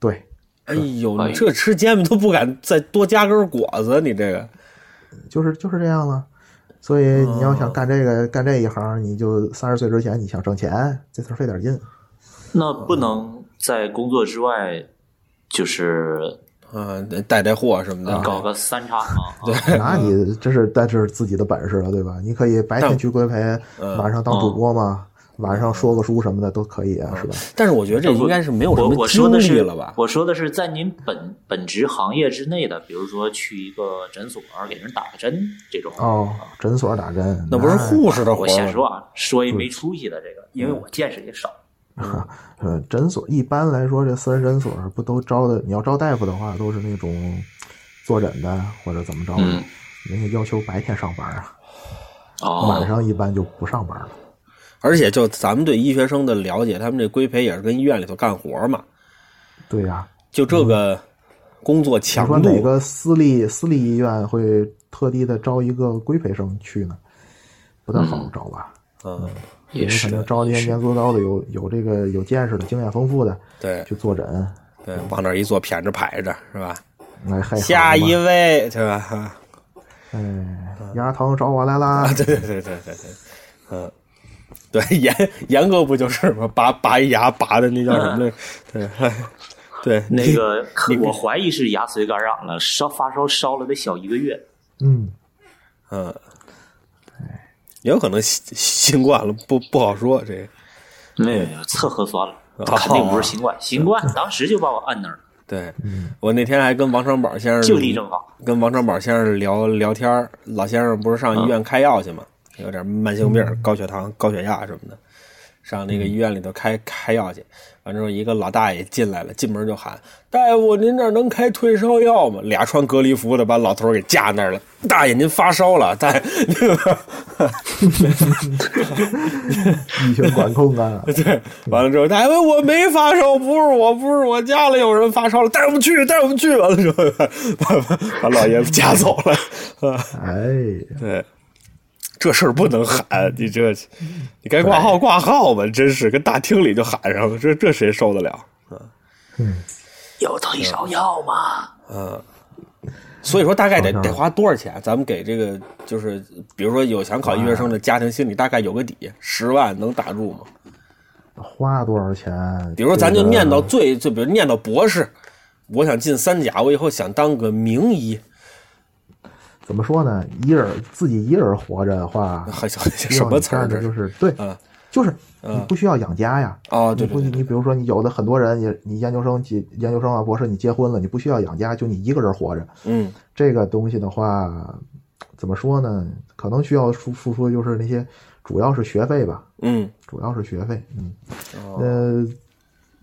[SPEAKER 5] 对，
[SPEAKER 2] 哎呦，
[SPEAKER 3] 哎
[SPEAKER 2] 你这吃煎饼都不敢再多加根果子，你这个，
[SPEAKER 5] 就是就是这样了。所以你要
[SPEAKER 2] 哦
[SPEAKER 5] 想干这个、干这一行，你就三十岁之前你想挣钱，这事儿费点劲。
[SPEAKER 3] 那不能在工作之外，就是
[SPEAKER 2] 嗯、带带货什么的，
[SPEAKER 3] 嗯搞个三叉厂
[SPEAKER 2] 嗯
[SPEAKER 3] 啊，
[SPEAKER 5] 那 你这是但这是自己的本事了，对吧？你可以白天去规培，
[SPEAKER 2] 呃
[SPEAKER 5] 晚上
[SPEAKER 2] 哦
[SPEAKER 5] 当主播嘛，晚上说个书什么的都可以啊，是吧？
[SPEAKER 2] 但是我觉得这应该是没有什
[SPEAKER 3] 我我
[SPEAKER 2] 么
[SPEAKER 3] 说
[SPEAKER 2] 精
[SPEAKER 3] 的
[SPEAKER 2] 力
[SPEAKER 3] 是
[SPEAKER 2] 了吧？
[SPEAKER 3] 我说的是在您本本职行业之内的，比如说去一个诊所给人打个针这种。
[SPEAKER 5] 哦，诊所打针，
[SPEAKER 2] 那不是护士的活
[SPEAKER 3] 我
[SPEAKER 2] 儿
[SPEAKER 3] 先
[SPEAKER 2] 吗
[SPEAKER 3] 说啊，说一没出息的这个，因
[SPEAKER 2] 嗯
[SPEAKER 3] 为我见识也少。
[SPEAKER 5] 呃，诊所一般来说，这私人诊所不都招的？你要招大夫的话，都是那种坐诊的或者怎么着的，
[SPEAKER 3] 嗯
[SPEAKER 5] 人家要求白天上班啊，晚
[SPEAKER 3] 哦，
[SPEAKER 5] 上一般就不上班了。
[SPEAKER 2] 而且就咱们对医学生的了解，他们这规培也是跟医院里头干活嘛，
[SPEAKER 5] 对呀、
[SPEAKER 2] 就这个工作
[SPEAKER 5] 嗯你
[SPEAKER 2] 强
[SPEAKER 5] 说
[SPEAKER 2] 度，
[SPEAKER 5] 哪个私立私立医院会特地的招一个规培生去呢？不太好招吧？
[SPEAKER 2] 嗯，
[SPEAKER 5] 你
[SPEAKER 3] 也是
[SPEAKER 5] 肯定招那些年资高的、有有这个有见识的、经验丰富的
[SPEAKER 2] 对
[SPEAKER 5] 去坐诊。
[SPEAKER 2] 对，往那儿一坐，谝着排着是吧？
[SPEAKER 5] 哎，还
[SPEAKER 2] 下一
[SPEAKER 5] 好嘛
[SPEAKER 2] 位，对吧？ 啊，
[SPEAKER 5] 哎，牙疼找我来啦！
[SPEAKER 2] 对对对对对对，嗯。对，严严哥不就是吗？拔拔一牙拔的那叫什么来？对， 对，
[SPEAKER 3] 那 个可我怀疑是牙髓感染了，烧发烧烧了得小一个月。
[SPEAKER 5] 嗯，
[SPEAKER 2] 嗯，也有可能新新冠了，不不好说这个。
[SPEAKER 3] 没有没有，测核酸了，
[SPEAKER 2] 哦
[SPEAKER 3] 肯定不是新冠。新冠当时就把我摁那儿了，
[SPEAKER 2] 对，
[SPEAKER 5] 嗯
[SPEAKER 2] 我那天还跟王长宝先生
[SPEAKER 3] 就地正法。
[SPEAKER 2] 跟王长宝先生聊聊天儿，老先生不是上医院开药去嘛，有点慢性病儿，高血糖、高血压什么的，上那个医院里头开开药去。完之后，一个老大爷进来了，进门就喊：“大夫，您这儿能开退烧药吗？”俩穿隔离服的把老头儿给架那儿了。大爷，您发烧了，大爷，
[SPEAKER 5] 疫情管控 啊，
[SPEAKER 2] 对，完了之后，大夫我没发烧，不是我，不是我，家里有人发烧了，带我们去，带我们去。完了之后，把把把老爷子架走了。啊，
[SPEAKER 5] 哎，
[SPEAKER 2] 对， 这事儿不能喊，你这，
[SPEAKER 5] 嗯
[SPEAKER 2] 你该挂号挂号吧，真是跟大厅里就喊上了，这这谁受得了？嗯
[SPEAKER 5] 嗯
[SPEAKER 3] 有退烧药吗？
[SPEAKER 2] 嗯所以说，大概得
[SPEAKER 5] 好像
[SPEAKER 2] 得花多少钱？咱们给这个就是，比如说有想考医学生的家庭，心里大概有个底，十万能打住吗？
[SPEAKER 5] 花多少钱？
[SPEAKER 2] 比如说，咱就
[SPEAKER 5] 这个
[SPEAKER 2] 念到最，就比如念到博士，我想进三甲，我以后想当个名医，
[SPEAKER 5] 怎么说呢？一人自己一人活着的话，
[SPEAKER 2] 还想 什么词
[SPEAKER 5] 要
[SPEAKER 2] 儿
[SPEAKER 5] 你
[SPEAKER 2] 这？
[SPEAKER 5] 干的就是是对
[SPEAKER 2] 嗯，
[SPEAKER 5] 就是你不需要养家呀。
[SPEAKER 2] 哦对
[SPEAKER 5] 你
[SPEAKER 2] 对
[SPEAKER 5] 不
[SPEAKER 2] 对
[SPEAKER 5] 你比如说你有的很多人，你你研究生结研究生啊博士，你结婚了，你不需要养家，就你一个人活着。
[SPEAKER 2] 嗯
[SPEAKER 5] 这个东西的话，怎么说呢？可能需要付付出就是那些，主要是学费吧，
[SPEAKER 2] 嗯，
[SPEAKER 5] 主要是学费。嗯，
[SPEAKER 2] 哦
[SPEAKER 5] 呃，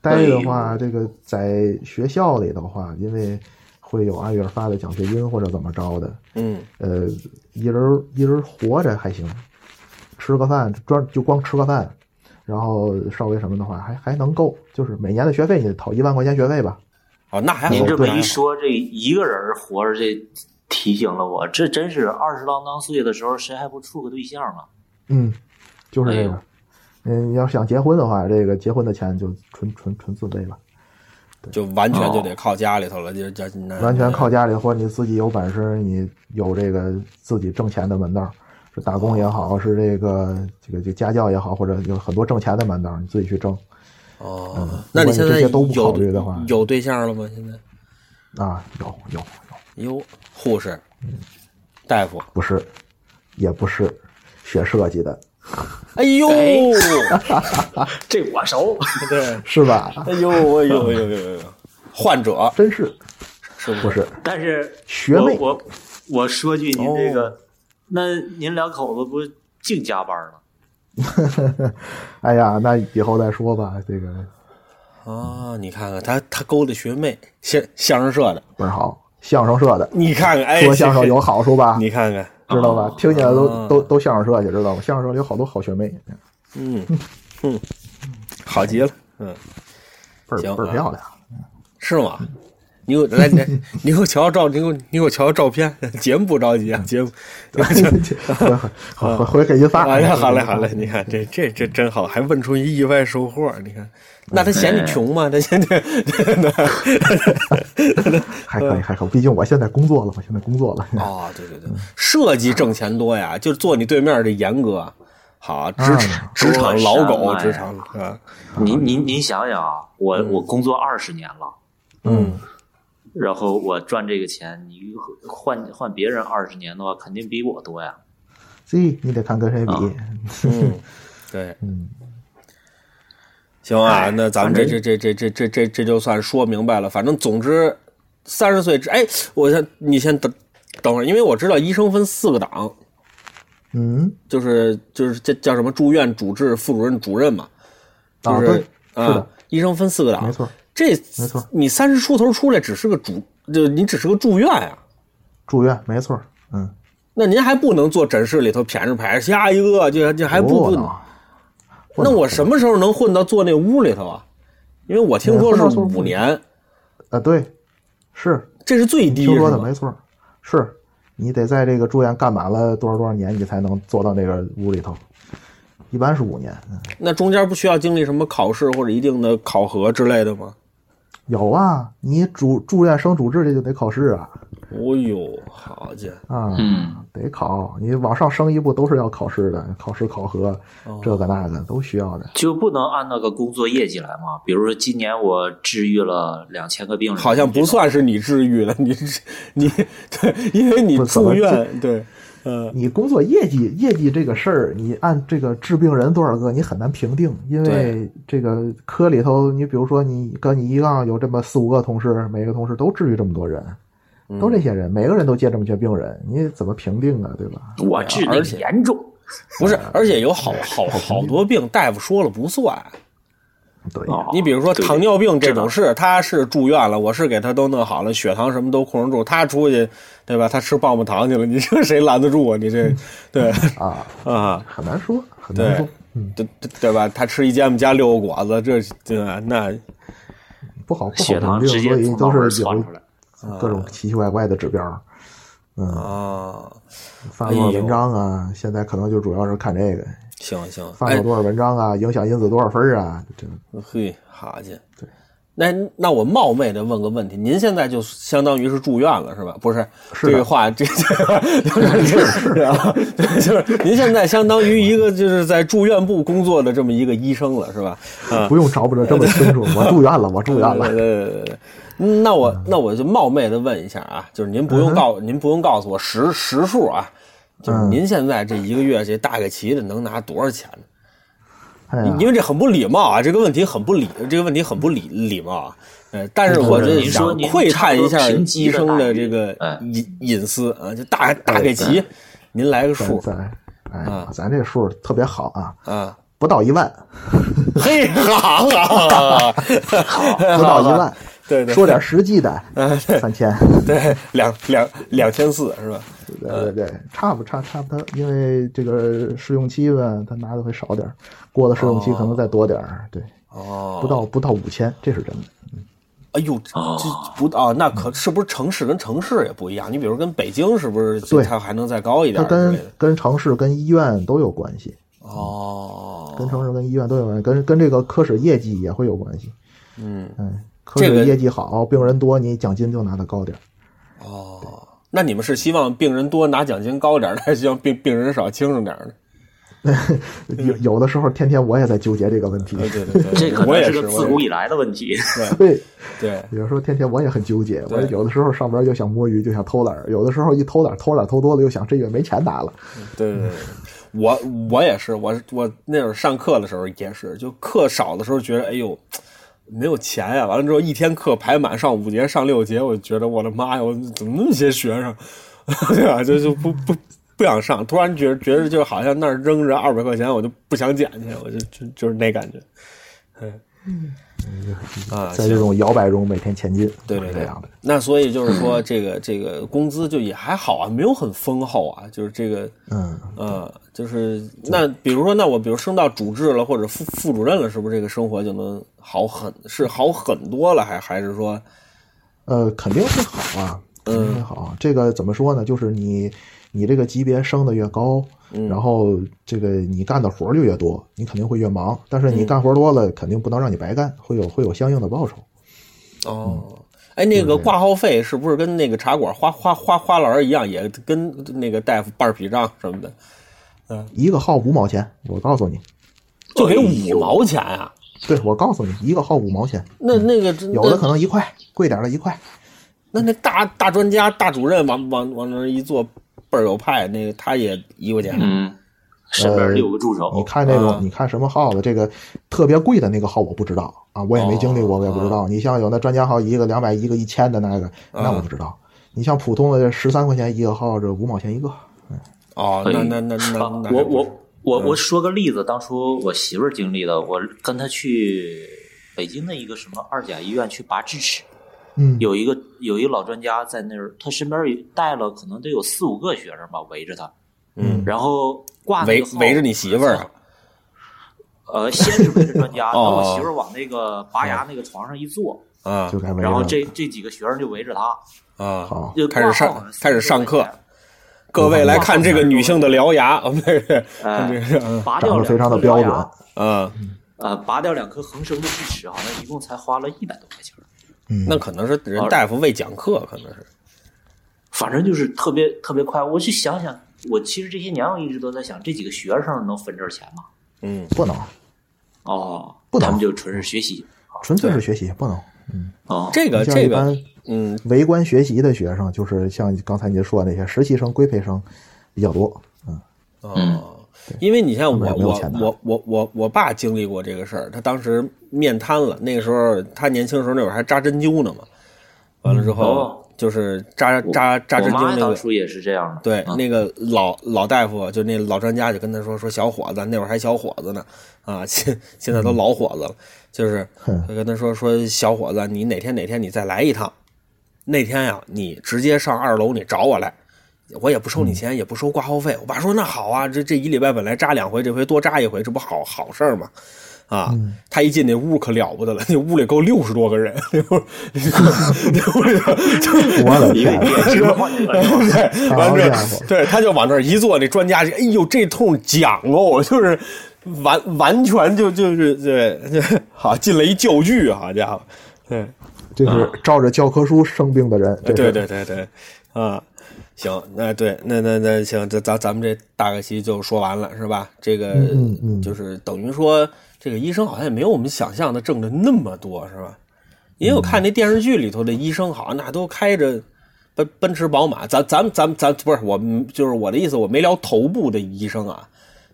[SPEAKER 5] 待的
[SPEAKER 3] 哎
[SPEAKER 5] 话，这个在学校里的话，因为会有按月发的奖学金或者怎么着的，
[SPEAKER 2] 嗯
[SPEAKER 5] 呃，一人一人活着还行，吃个饭，专就光吃个饭，然后稍微什么的话，还还能够，就是每年的学费你掏一万块钱学费吧。
[SPEAKER 2] 哦，那还好。
[SPEAKER 3] 您这么
[SPEAKER 2] 对
[SPEAKER 3] 一说，这一个人活着，这提醒了我，这真是二十郎当岁的时候，谁还不处个对象啊？
[SPEAKER 5] 嗯，就是这
[SPEAKER 3] 哎
[SPEAKER 5] 个
[SPEAKER 3] 呦。
[SPEAKER 5] 嗯，你要想结婚的话，这个结婚的钱就纯纯纯自备吧，
[SPEAKER 2] 就完全就得靠家里头了，就就那
[SPEAKER 5] 哦完全靠家里，或者你自己有本事，你有这个自己挣钱的门道，是打工也好，是这个这个这个家教也好，或者有很多挣钱的门道，你自己去挣
[SPEAKER 2] 哦
[SPEAKER 5] 嗯。
[SPEAKER 2] 那你现在
[SPEAKER 5] 如果你这些都不考虑的话
[SPEAKER 2] 有有对象了吗？现在
[SPEAKER 5] 啊。有有有，
[SPEAKER 2] 哟，护士、
[SPEAKER 5] 嗯
[SPEAKER 2] 大夫，
[SPEAKER 5] 不是，也不是学设计的，
[SPEAKER 2] 哎呦，
[SPEAKER 3] 哎
[SPEAKER 2] 对，
[SPEAKER 3] 这我熟，
[SPEAKER 5] 是吧？
[SPEAKER 2] 哎呦，哎呦，哎呦，哎呦，患者
[SPEAKER 5] 真是
[SPEAKER 2] 是不
[SPEAKER 5] 不
[SPEAKER 2] 是？
[SPEAKER 5] 是
[SPEAKER 3] 但是
[SPEAKER 5] 学妹
[SPEAKER 3] 我我我说句您这个，
[SPEAKER 2] 哦
[SPEAKER 3] 那您两口子不是净加班了？
[SPEAKER 5] 哎呀，那以后再说吧。这个
[SPEAKER 2] 啊，你看看他，他勾搭学妹，相相声社的，
[SPEAKER 5] 不是好，相声社的
[SPEAKER 2] 你看看，哎，
[SPEAKER 5] 说相声有好处吧？
[SPEAKER 2] 你看看，
[SPEAKER 5] 知道吧？听见都、
[SPEAKER 2] 啊
[SPEAKER 5] 都都相声社去，知道吗？相声社里有好多好学妹，
[SPEAKER 2] 嗯，哼，好极了，嗯，
[SPEAKER 5] 倍儿
[SPEAKER 2] 行
[SPEAKER 5] 倍儿
[SPEAKER 2] 啊
[SPEAKER 5] 漂亮。
[SPEAKER 2] 是吗？你给我来，来，你给我瞧瞧照，你给我你给我瞧瞧照片。节目不着急啊，节目。
[SPEAKER 5] 回回回回给您发。
[SPEAKER 2] 好嘞，哎好嘞，好嘞！你看这这这真好，还问出一意外收获。你看，那他嫌你穷吗？他嫌 你
[SPEAKER 5] 还可以，还可以。毕竟我现在工作了，我现在工作了。
[SPEAKER 2] 哦，对对对，设计挣钱多呀，就是坐你对面这严哥，好职
[SPEAKER 5] 啊
[SPEAKER 2] 职场老狗，
[SPEAKER 3] 多山脉
[SPEAKER 2] 职场啊，
[SPEAKER 3] 您您您想想啊，我、我工作二十年了，
[SPEAKER 2] 嗯，
[SPEAKER 3] 然后我赚这个钱，你换换别人二十年的话，肯定比我多呀。
[SPEAKER 5] 这你得看跟谁比。
[SPEAKER 2] 嗯， 对，
[SPEAKER 5] 嗯，
[SPEAKER 2] 行啊，那咱们这
[SPEAKER 3] 反
[SPEAKER 2] 这
[SPEAKER 3] 正
[SPEAKER 2] 这这这这这这就算说明白了。反正总之，三十岁之哎，我先你先等等会儿，因为我知道医生分四个档，
[SPEAKER 5] 嗯，
[SPEAKER 2] 就是就是这叫什么住院主治、副主任、主任嘛，就
[SPEAKER 5] 啊
[SPEAKER 2] 是
[SPEAKER 5] 对是的
[SPEAKER 2] 啊，医生分四个档，
[SPEAKER 5] 没错。
[SPEAKER 2] 这
[SPEAKER 5] 没错
[SPEAKER 2] 你三十出头出来只是个主，就你只是个住院啊。
[SPEAKER 5] 住院没错。嗯，
[SPEAKER 2] 那您还不能坐诊室里头谝着谝着下一个，这这还不
[SPEAKER 5] 我
[SPEAKER 2] 不
[SPEAKER 5] 呢？
[SPEAKER 2] 那我什么时候能混到坐那屋里头啊？因为我听说
[SPEAKER 5] 混到
[SPEAKER 2] 是
[SPEAKER 5] 坐屋里
[SPEAKER 2] 五年，
[SPEAKER 5] 啊，对，是
[SPEAKER 2] 这是最低
[SPEAKER 5] 听说
[SPEAKER 2] 是
[SPEAKER 5] 的，
[SPEAKER 2] 吧
[SPEAKER 5] 没错。是你得在这个住院干满了多少多少年，你才能坐到那个屋里头。一般是五年。嗯
[SPEAKER 2] 那中间不需要经历什么考试或者一定的考核之类的吗？
[SPEAKER 5] 有啊，你主住院升主治这就得考试啊
[SPEAKER 2] 哦呦，好家伙！
[SPEAKER 5] 啊。
[SPEAKER 3] 嗯，
[SPEAKER 5] 得考，你往上升一步都是要考试的，考试考核，这个那个都需要的。
[SPEAKER 3] 就不能按那个工作业绩来吗？比如说今年我治愈了两千个病人，
[SPEAKER 2] 好像不算是你治愈了，你你对，因为你
[SPEAKER 5] 不怎
[SPEAKER 2] 住
[SPEAKER 5] 么
[SPEAKER 2] 院对，嗯、
[SPEAKER 5] 你工作业绩，业绩这个事儿，你按这个治病人多少个，你很难评定，因为这个科里头，你比如说你跟你一杠有这么四五个同事，每个同事都治愈这么多人，
[SPEAKER 3] 嗯
[SPEAKER 5] 都这些人，每个人都接这么些病人，你怎么评定啊？对吧？
[SPEAKER 3] 我治的
[SPEAKER 2] 而且
[SPEAKER 3] 严重。
[SPEAKER 2] 不是，而且有好好好多病，大夫说了不算。
[SPEAKER 5] 对，
[SPEAKER 3] 哦
[SPEAKER 2] 你比如说
[SPEAKER 3] 对
[SPEAKER 2] 糖尿病这种
[SPEAKER 3] 道
[SPEAKER 2] 事，他是住院了，我是给他都弄好了，血糖什么都控制住，他出去，对吧？他吃棒棒糖去了，你 这谁拦得住啊？你这，对
[SPEAKER 5] 啊， 嗯
[SPEAKER 2] 啊，
[SPEAKER 5] 很难说，很难说
[SPEAKER 2] 对，对对对吧？他吃一煎饼加六个果子，这对吧？那
[SPEAKER 5] 不好不
[SPEAKER 3] 血
[SPEAKER 5] 好
[SPEAKER 3] 糖
[SPEAKER 5] 评
[SPEAKER 3] 直
[SPEAKER 5] 定，
[SPEAKER 3] 接
[SPEAKER 5] 所以
[SPEAKER 3] 从脑门
[SPEAKER 5] 都
[SPEAKER 3] 儿
[SPEAKER 5] 是
[SPEAKER 3] 窜
[SPEAKER 5] 有嗯
[SPEAKER 3] 出来。啊哎
[SPEAKER 5] 各种奇奇怪怪的指标。嗯
[SPEAKER 2] 啊，
[SPEAKER 5] 发多少文章啊？现在可能就主要是看这个，
[SPEAKER 2] 行行，
[SPEAKER 5] 发
[SPEAKER 2] 哎
[SPEAKER 5] 表，多少文章啊，影响因子多少分儿啊，这
[SPEAKER 2] 嘿，好家伙，对。那那我冒昧的问个问题，您现在就相当于是住院了是吧？不是，
[SPEAKER 5] 是
[SPEAKER 2] 这
[SPEAKER 5] 的
[SPEAKER 2] 个话 这这是啊，对就是您现在相当于一个就是在住院部工作的这么一个医生了是吧？
[SPEAKER 3] 嗯
[SPEAKER 2] 啊，
[SPEAKER 5] 不用找不着这么 清楚。我住院了，我住院
[SPEAKER 2] 对
[SPEAKER 5] 了。
[SPEAKER 2] 对对对对。那
[SPEAKER 5] 嗯
[SPEAKER 2] 我那我就冒昧的问一下啊，就是您不用告您不用告诉我实实数啊，就是
[SPEAKER 5] 嗯
[SPEAKER 2] 您现在这一个月这大概齐的能拿多少钱呢？
[SPEAKER 5] 哎
[SPEAKER 3] 嗯
[SPEAKER 5] 呀，
[SPEAKER 2] 因为这很不礼貌啊，这个问题很不礼，这个问题很不礼礼貌啊。呃，但是我就
[SPEAKER 3] 嗯您
[SPEAKER 2] 想
[SPEAKER 3] 说您
[SPEAKER 2] 窥探一下
[SPEAKER 3] 差不多平
[SPEAKER 2] 医
[SPEAKER 3] 级的
[SPEAKER 2] 生
[SPEAKER 3] 待
[SPEAKER 2] 的
[SPEAKER 3] 遇
[SPEAKER 2] 这个
[SPEAKER 3] 哎
[SPEAKER 2] 隐隐私啊，就大大概齐，您来个
[SPEAKER 5] 咱
[SPEAKER 2] 数
[SPEAKER 5] 咱哎，咱这数特别好啊，
[SPEAKER 2] 啊。
[SPEAKER 5] 不到一万，
[SPEAKER 2] 嘿，好好好好，
[SPEAKER 5] 不到一万。
[SPEAKER 2] 对对
[SPEAKER 5] 说点实际的，
[SPEAKER 2] 嗯
[SPEAKER 5] 三千。
[SPEAKER 2] 对，两两两千四是吧？
[SPEAKER 5] 对对对，差不差差不多，因为这个试用期吧，他拿的会少点儿，过了试用期可能再多点儿，对，
[SPEAKER 2] 哦，
[SPEAKER 5] 不到不到五千，这是真的。
[SPEAKER 2] 哎呦，这
[SPEAKER 3] 哦
[SPEAKER 2] 不啊，那可是不是城市跟城市也不一样？你比如跟北京是不是就
[SPEAKER 5] 对
[SPEAKER 2] 它还能再高一
[SPEAKER 5] 它
[SPEAKER 2] 点之
[SPEAKER 5] 跟
[SPEAKER 2] 类的？
[SPEAKER 5] 跟城市、跟医院都有关系，跟
[SPEAKER 2] 哦，
[SPEAKER 5] 城市、跟医院都有关系，跟跟这个科室业绩也会有关系。
[SPEAKER 2] 嗯，
[SPEAKER 5] 嗯，科
[SPEAKER 2] 这个
[SPEAKER 5] 室业绩好，病人多，你奖金就拿的高点儿。
[SPEAKER 2] 哦，那你们是希望病人多拿奖金高点儿，还是希望病病人少轻松点儿呢？嗯
[SPEAKER 5] 有有的时候，天天我也在纠结这个问题。
[SPEAKER 2] 呃 对对对，
[SPEAKER 3] 这可
[SPEAKER 2] 我
[SPEAKER 3] 能
[SPEAKER 2] 也
[SPEAKER 3] 是
[SPEAKER 2] 是
[SPEAKER 3] 个自
[SPEAKER 2] 我
[SPEAKER 3] 古
[SPEAKER 2] 也
[SPEAKER 3] 以来的问题。
[SPEAKER 2] 呃
[SPEAKER 5] 对，
[SPEAKER 2] 对，
[SPEAKER 5] 有时候天天我也很纠结，我
[SPEAKER 2] 对
[SPEAKER 5] 有的时候上班就想摸鱼，就想偷懒儿；有的时候一偷懒儿，偷懒儿偷多了，又想这月没钱拿了。
[SPEAKER 2] 对对对，我我也是，我我那会儿上课的时候也是，就课少的时候觉得，哎呦，没有钱呀、完了之后一天课排满，上五节上六节，我就觉得我的妈呀，我怎么那么些学生， 对吧？就就不不不想上，突然觉得觉得就好像那儿扔着二百块钱，我就不想捡去，我就就就是那感觉，嗯，啊，
[SPEAKER 5] 在这
[SPEAKER 2] 行
[SPEAKER 5] 种摇摆中每天前进，
[SPEAKER 2] 对对
[SPEAKER 5] 是
[SPEAKER 2] 对
[SPEAKER 5] 这样的。
[SPEAKER 2] 那所以就是 说，这个这个工资就也还好啊，没有很丰厚啊，就是这个，
[SPEAKER 5] 嗯，
[SPEAKER 2] 呃，就是那比如说，那我比如升到主治了，或者副副主任了，是不是这个生活就能好很是好很多了，还还是说，
[SPEAKER 5] 呃，肯定是好啊，肯定
[SPEAKER 2] 嗯
[SPEAKER 5] 是好啊。这个怎么说呢？就是你你这个级别升的越高，
[SPEAKER 2] 嗯
[SPEAKER 5] 然后这个你干的活儿就越多，你肯定会越忙。但是你
[SPEAKER 2] 嗯
[SPEAKER 5] 干活多了，肯定不能让你白干，会有会有相应的报酬。
[SPEAKER 2] 哦，哎，那个挂号费是不是跟那个茶馆花花花花篮儿一样，也跟那个大夫半笔账什么的，
[SPEAKER 5] 一个号五毛钱，我告诉你，
[SPEAKER 2] 就给
[SPEAKER 3] 哎呦
[SPEAKER 2] 五毛钱啊？
[SPEAKER 5] 对我告诉你，一个号五毛钱，
[SPEAKER 2] 那那个
[SPEAKER 5] 有的可能一块，贵点儿的一块。
[SPEAKER 2] 那那大大专家大主任往往往那儿一坐，倍儿有派，那个他也一块钱。
[SPEAKER 3] 嗯，身边得有个助手。
[SPEAKER 5] 你看那种
[SPEAKER 2] 啊，
[SPEAKER 5] 你看什么号的，这个特别贵的那个号我不知道啊，我也没经历过，我也不知道。你像有那专家号一个两百，一个一千的那个，那我不知道。你像普通的这十三块钱一个号，这五毛钱一个，
[SPEAKER 2] 哦，那那那那
[SPEAKER 3] 啊
[SPEAKER 2] 那，
[SPEAKER 3] 我我
[SPEAKER 2] 嗯
[SPEAKER 3] 我我说个例子，当初我媳妇儿经历的，我跟她去北京的一个什么二甲医院去拔智齿，
[SPEAKER 5] 嗯，
[SPEAKER 3] 有一个有一个老专家在那儿，他身边儿带了可能得有四五个学生吧，围着他，
[SPEAKER 2] 嗯，
[SPEAKER 3] 然后挂那
[SPEAKER 2] 围
[SPEAKER 3] 个号
[SPEAKER 2] 围着你媳妇儿啊，
[SPEAKER 3] 呃，先是围着专 家，然后
[SPEAKER 2] 哦
[SPEAKER 3] 我媳妇儿往那个拔牙那个床上一坐，
[SPEAKER 2] 啊
[SPEAKER 5] 就该围
[SPEAKER 3] 然后
[SPEAKER 5] 着。
[SPEAKER 3] 这这几个学生就围着他，
[SPEAKER 2] 啊，
[SPEAKER 5] 好，
[SPEAKER 3] 就
[SPEAKER 2] 开始
[SPEAKER 3] 挂号
[SPEAKER 2] 上开始上课
[SPEAKER 3] 三十多块钱，
[SPEAKER 2] 各位来看这个女性的獠牙，啊，不是，
[SPEAKER 3] 哎
[SPEAKER 2] 这是 嗯
[SPEAKER 3] 拔掉
[SPEAKER 5] 长得
[SPEAKER 3] 两
[SPEAKER 5] 非常的
[SPEAKER 3] 颗
[SPEAKER 5] 标
[SPEAKER 3] 獠牙
[SPEAKER 5] 准。
[SPEAKER 2] 啊，
[SPEAKER 5] 嗯
[SPEAKER 3] 呃，拔掉两颗恒生的智齿，好像一共才花了一百多块钱儿，
[SPEAKER 5] 嗯，
[SPEAKER 2] 那可能是人大夫为讲课，可能是
[SPEAKER 3] 反正就是特别特别快。我去想想，我其实这些年我一直都在想，这几个学生能分这钱吗？
[SPEAKER 2] 嗯，
[SPEAKER 5] 不能，
[SPEAKER 3] 哦，
[SPEAKER 5] 不能
[SPEAKER 3] 他们就纯是学习
[SPEAKER 5] 纯粹是学习，不能。
[SPEAKER 3] 哦，
[SPEAKER 2] 这个
[SPEAKER 5] 你像
[SPEAKER 2] 呃
[SPEAKER 5] 一
[SPEAKER 2] 这个
[SPEAKER 5] 般
[SPEAKER 2] 嗯
[SPEAKER 5] 围观学习的学生，就是像刚才您说的那些实习生、规培生比较多。
[SPEAKER 3] 嗯
[SPEAKER 2] 哦，因为你像我
[SPEAKER 5] 他们也没有
[SPEAKER 2] 我
[SPEAKER 5] 钱拿
[SPEAKER 2] 我我我我爸经历过这个事儿，他当时面瘫了，那个时候他年轻时候那会儿还扎针灸呢嘛，完了之后
[SPEAKER 3] 哦
[SPEAKER 2] 就是扎扎扎
[SPEAKER 3] 我
[SPEAKER 2] 针灸
[SPEAKER 3] 妈
[SPEAKER 2] 那
[SPEAKER 3] 当
[SPEAKER 2] 个。
[SPEAKER 3] 初也是这样的，
[SPEAKER 2] 对，
[SPEAKER 3] 嗯
[SPEAKER 2] 那个老老大夫就那老专家就跟他说说小伙子，那会儿还小伙子呢，啊，现现在都老伙子了，就是
[SPEAKER 5] 嗯
[SPEAKER 2] 他跟他说说小伙子，你哪天哪天你再来一趟，那天呀、你直接上二楼你找我来，我也不收你钱，也不收挂号费。我爸说那好啊，这这一礼拜本来扎两回，这回多扎一回，这不好好事儿吗？啊，他一进那屋可了不得了，那屋里够六十多个人，那屋那屋里头就
[SPEAKER 5] 我的
[SPEAKER 3] 一个
[SPEAKER 5] 天，
[SPEAKER 3] 也是换一个
[SPEAKER 2] 对，
[SPEAKER 3] 是吧
[SPEAKER 2] 完
[SPEAKER 5] 好
[SPEAKER 2] 这
[SPEAKER 5] 家伙
[SPEAKER 2] 对，他就往那儿一坐，那专家是，哎呦，这通讲哦，就是完完全就就是对，对好进了一旧剧，好家伙，对
[SPEAKER 5] 这是照着教科书生病的人。这
[SPEAKER 2] 对
[SPEAKER 5] 是
[SPEAKER 2] 对对对，啊，行，那对，那那那行，这咱咱们这大概其就说完了是吧？这个
[SPEAKER 5] 嗯嗯
[SPEAKER 2] 就是等于说，这个医生好像也没有我们想象的挣的那么多是吧？因为我看那电视剧里头的医生，好像那都开着奔奔驰、宝马。咱咱咱咱不是我，就是我的意思，我没聊头部的医生啊。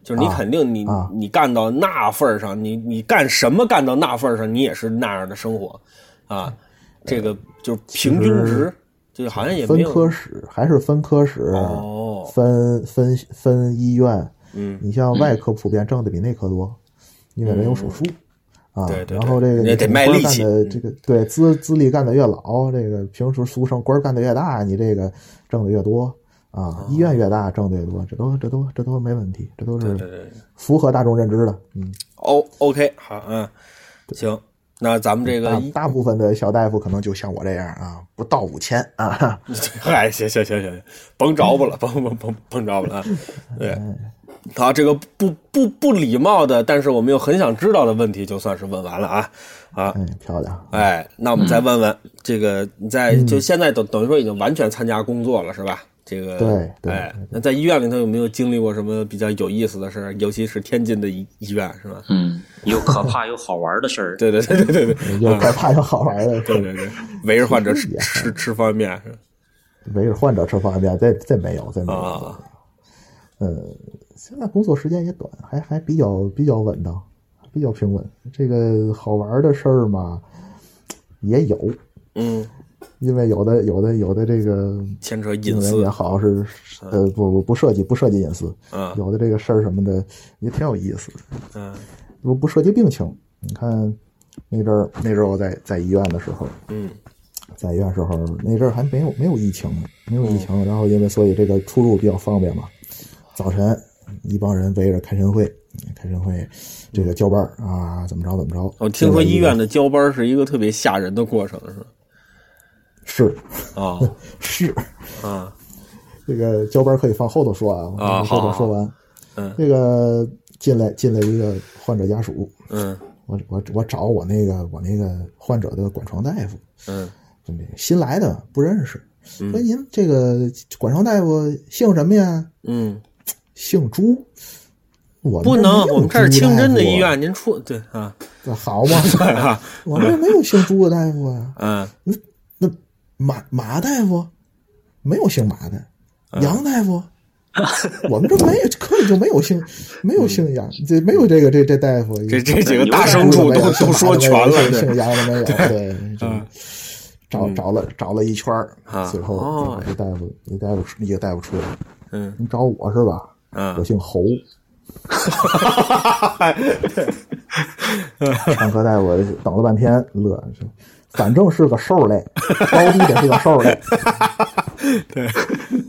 [SPEAKER 2] 就是你
[SPEAKER 5] 啊
[SPEAKER 2] 肯定你、
[SPEAKER 5] 啊
[SPEAKER 2] 你干到那份儿上，你你干什么干到那份儿上，你也是那样的生活啊。这个就是平均值，就是好像也没
[SPEAKER 5] 分
[SPEAKER 2] 有
[SPEAKER 5] 科室还是分科室，
[SPEAKER 2] 哦
[SPEAKER 5] 分分分医院。
[SPEAKER 2] 嗯
[SPEAKER 5] 你像外科普遍挣的比内科多，因为人有手术啊。
[SPEAKER 2] 嗯对对对
[SPEAKER 5] 然后这个
[SPEAKER 2] 也
[SPEAKER 5] 你
[SPEAKER 2] 得
[SPEAKER 5] 这
[SPEAKER 2] 卖
[SPEAKER 5] 官
[SPEAKER 2] 力气嗯
[SPEAKER 5] 干的这个对资资历干的越老，这个平时俗称官儿干的越大，你这个挣的越多
[SPEAKER 2] 哦
[SPEAKER 5] 啊，医院越大挣的越多，这都这都这都没问题，这都
[SPEAKER 2] 对对
[SPEAKER 5] 是
[SPEAKER 2] 对。
[SPEAKER 5] 符合大众认知的。嗯，
[SPEAKER 2] O 哦 OK，好，嗯，行，那咱们这个
[SPEAKER 5] 大
[SPEAKER 2] 一，
[SPEAKER 5] 大部分的小大夫可能就像我这样啊，不到五千啊。
[SPEAKER 2] 嗨，行行行行，甭着吧了，甭 甭甭甭着吧了啊，
[SPEAKER 5] 哎
[SPEAKER 2] 对。好，这个不不不礼貌的，但是我们又很想知道的问题，就算是问完了啊啊！
[SPEAKER 5] 哎，漂亮！
[SPEAKER 2] 哎，那我们再问问、这个，你在就现在等等于说已经完全参加工作了，是吧？这个
[SPEAKER 5] 对对
[SPEAKER 2] 哎，那在医院里头有没有经历过什么比较有意思的事儿？尤其是天津的医医院，是吧？
[SPEAKER 3] 嗯， 有可怕有好玩的事儿。
[SPEAKER 2] 对对对对对对，
[SPEAKER 5] 又
[SPEAKER 2] 啊
[SPEAKER 5] 可怕又好玩的，
[SPEAKER 2] 对对对，围着患者吃吃吃方便面，是吧
[SPEAKER 5] 围着患者吃方便面，这这没有，这没有。
[SPEAKER 2] 啊
[SPEAKER 5] 嗯，现在工作时间也短，还还比较比较稳当，比较平稳。这个好玩的事儿嘛，也有，
[SPEAKER 2] 嗯，
[SPEAKER 5] 因为有的有的有的这个
[SPEAKER 2] 牵扯
[SPEAKER 5] 运
[SPEAKER 2] 隐
[SPEAKER 5] 动员
[SPEAKER 2] 私
[SPEAKER 5] 也，好是呃不不不涉及不涉及隐私，
[SPEAKER 2] 嗯
[SPEAKER 5] 有的这个事儿什么的也挺有意思，
[SPEAKER 2] 嗯
[SPEAKER 5] 不不涉及病情。你看那阵儿那阵儿我在在医院的时候，
[SPEAKER 2] 嗯
[SPEAKER 5] 在医院时候那阵儿还没有没有疫情呢，没
[SPEAKER 2] 嗯
[SPEAKER 5] 有疫情，然后因为所以这个出入比较方便嘛。早晨一帮人围着开晨会，开晨会，这个交班儿啊，怎么着怎么着。
[SPEAKER 2] 我哦听说医
[SPEAKER 5] 这个
[SPEAKER 2] 院的交班是一个特别吓人的过程，是吧？
[SPEAKER 5] 是
[SPEAKER 2] 啊
[SPEAKER 5] 是
[SPEAKER 2] 啊
[SPEAKER 5] 这个交班儿可以放后头说啊，
[SPEAKER 2] 啊
[SPEAKER 5] 我后
[SPEAKER 2] 好
[SPEAKER 5] 头
[SPEAKER 2] 好
[SPEAKER 5] 说完。
[SPEAKER 2] 嗯
[SPEAKER 5] 这个进来进来一个患者家属，
[SPEAKER 2] 嗯
[SPEAKER 5] 我我我找我那个我那个患者的管床大夫，
[SPEAKER 2] 嗯
[SPEAKER 5] 这么新来的不认识，说您这个管床大夫姓什么呀？
[SPEAKER 2] 嗯，
[SPEAKER 5] 姓朱，我们
[SPEAKER 2] 不
[SPEAKER 5] 这儿
[SPEAKER 2] 能，
[SPEAKER 5] 没有
[SPEAKER 2] 我们这是
[SPEAKER 5] 朱
[SPEAKER 2] 清
[SPEAKER 5] 大
[SPEAKER 2] 真的
[SPEAKER 5] 夫啊
[SPEAKER 2] 医，院，您出对啊
[SPEAKER 5] 这好吗？
[SPEAKER 2] 啊
[SPEAKER 5] 我们这儿没有姓朱的大夫啊。
[SPEAKER 2] 嗯
[SPEAKER 5] 那那马马大夫没有姓马的，
[SPEAKER 2] 嗯
[SPEAKER 5] 杨大 夫，我们这没有科里就没有姓没有姓杨，这没有这个这这大夫。
[SPEAKER 2] 嗯这这几个大牲畜都都说全了，
[SPEAKER 5] 姓
[SPEAKER 2] 对
[SPEAKER 5] 姓杨的没有，对，这
[SPEAKER 2] 嗯
[SPEAKER 5] 找找了找了一圈儿
[SPEAKER 2] 啊
[SPEAKER 5] 最后
[SPEAKER 2] 哦
[SPEAKER 5] 这大夫一大夫出一个大夫出来，
[SPEAKER 2] 嗯
[SPEAKER 5] 你找我是吧？
[SPEAKER 2] 啊
[SPEAKER 5] 我姓侯。上课大夫等了半天，乐，说反正是个兽类，高低得是个兽类。
[SPEAKER 2] 对，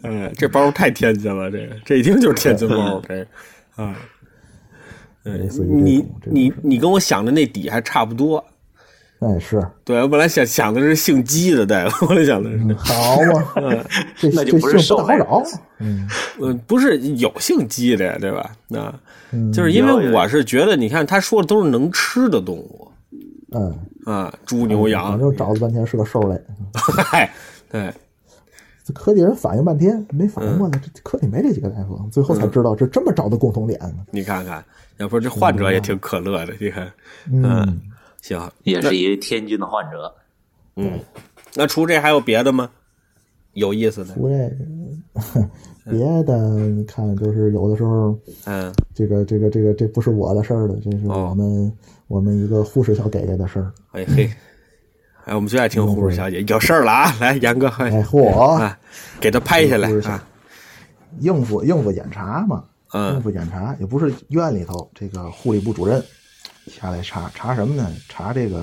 [SPEAKER 2] 哎，这包太天津了，这个这一听就是天津包，这个啊，哎
[SPEAKER 5] 类似于这种
[SPEAKER 2] 你
[SPEAKER 5] 这种
[SPEAKER 2] 你
[SPEAKER 5] 事
[SPEAKER 2] 你跟我想的那底还差不多，
[SPEAKER 5] 哎，是
[SPEAKER 2] 对我本来想想的是姓姬的大 夫，我也想的是那。
[SPEAKER 5] 好嘛，这
[SPEAKER 3] 那
[SPEAKER 5] 这
[SPEAKER 3] 就不是
[SPEAKER 5] 姓
[SPEAKER 3] 兽
[SPEAKER 5] 不
[SPEAKER 3] 类
[SPEAKER 5] 太好找。嗯，
[SPEAKER 2] 嗯，不是有姓姬的呀，对吧？那、
[SPEAKER 5] 嗯
[SPEAKER 2] 就是因
[SPEAKER 3] 有
[SPEAKER 2] 为
[SPEAKER 3] 有
[SPEAKER 2] 我是觉得，你看他说的都是能吃的动物
[SPEAKER 5] 嗯，
[SPEAKER 2] 啊，猪、牛、
[SPEAKER 5] 反
[SPEAKER 2] 羊，
[SPEAKER 5] 正找了半天是个兽类，
[SPEAKER 2] 嗨，对，
[SPEAKER 5] 这科里人反应半天没反应过来，这科里没这几个大夫，最后才知道这这么找的共同点呢。
[SPEAKER 2] 你看看，要不这患者也挺可乐的，你看，啊
[SPEAKER 5] 嗯，
[SPEAKER 2] 行，
[SPEAKER 3] 也是一天津的患者，
[SPEAKER 2] 嗯，那除这还有别的吗？有意思的，
[SPEAKER 5] 除这嗯 别的，你看就是有的时候。
[SPEAKER 2] 嗯
[SPEAKER 5] 这个这个这个这不是我的事儿了，这是
[SPEAKER 2] 哦
[SPEAKER 5] 我们、我们一个护士小给给的事儿。
[SPEAKER 2] 哎嘿，哎，我们就爱听护士小姐，有事儿了啊！来，杨哥，哎
[SPEAKER 5] 哎，嚯，
[SPEAKER 2] 啊，给他拍下来
[SPEAKER 5] 护士小
[SPEAKER 2] 啊！
[SPEAKER 5] 应付应付检查嘛，
[SPEAKER 2] 嗯
[SPEAKER 5] 应付检查也不是院里头这个护理部主任下来查查什么呢？查这个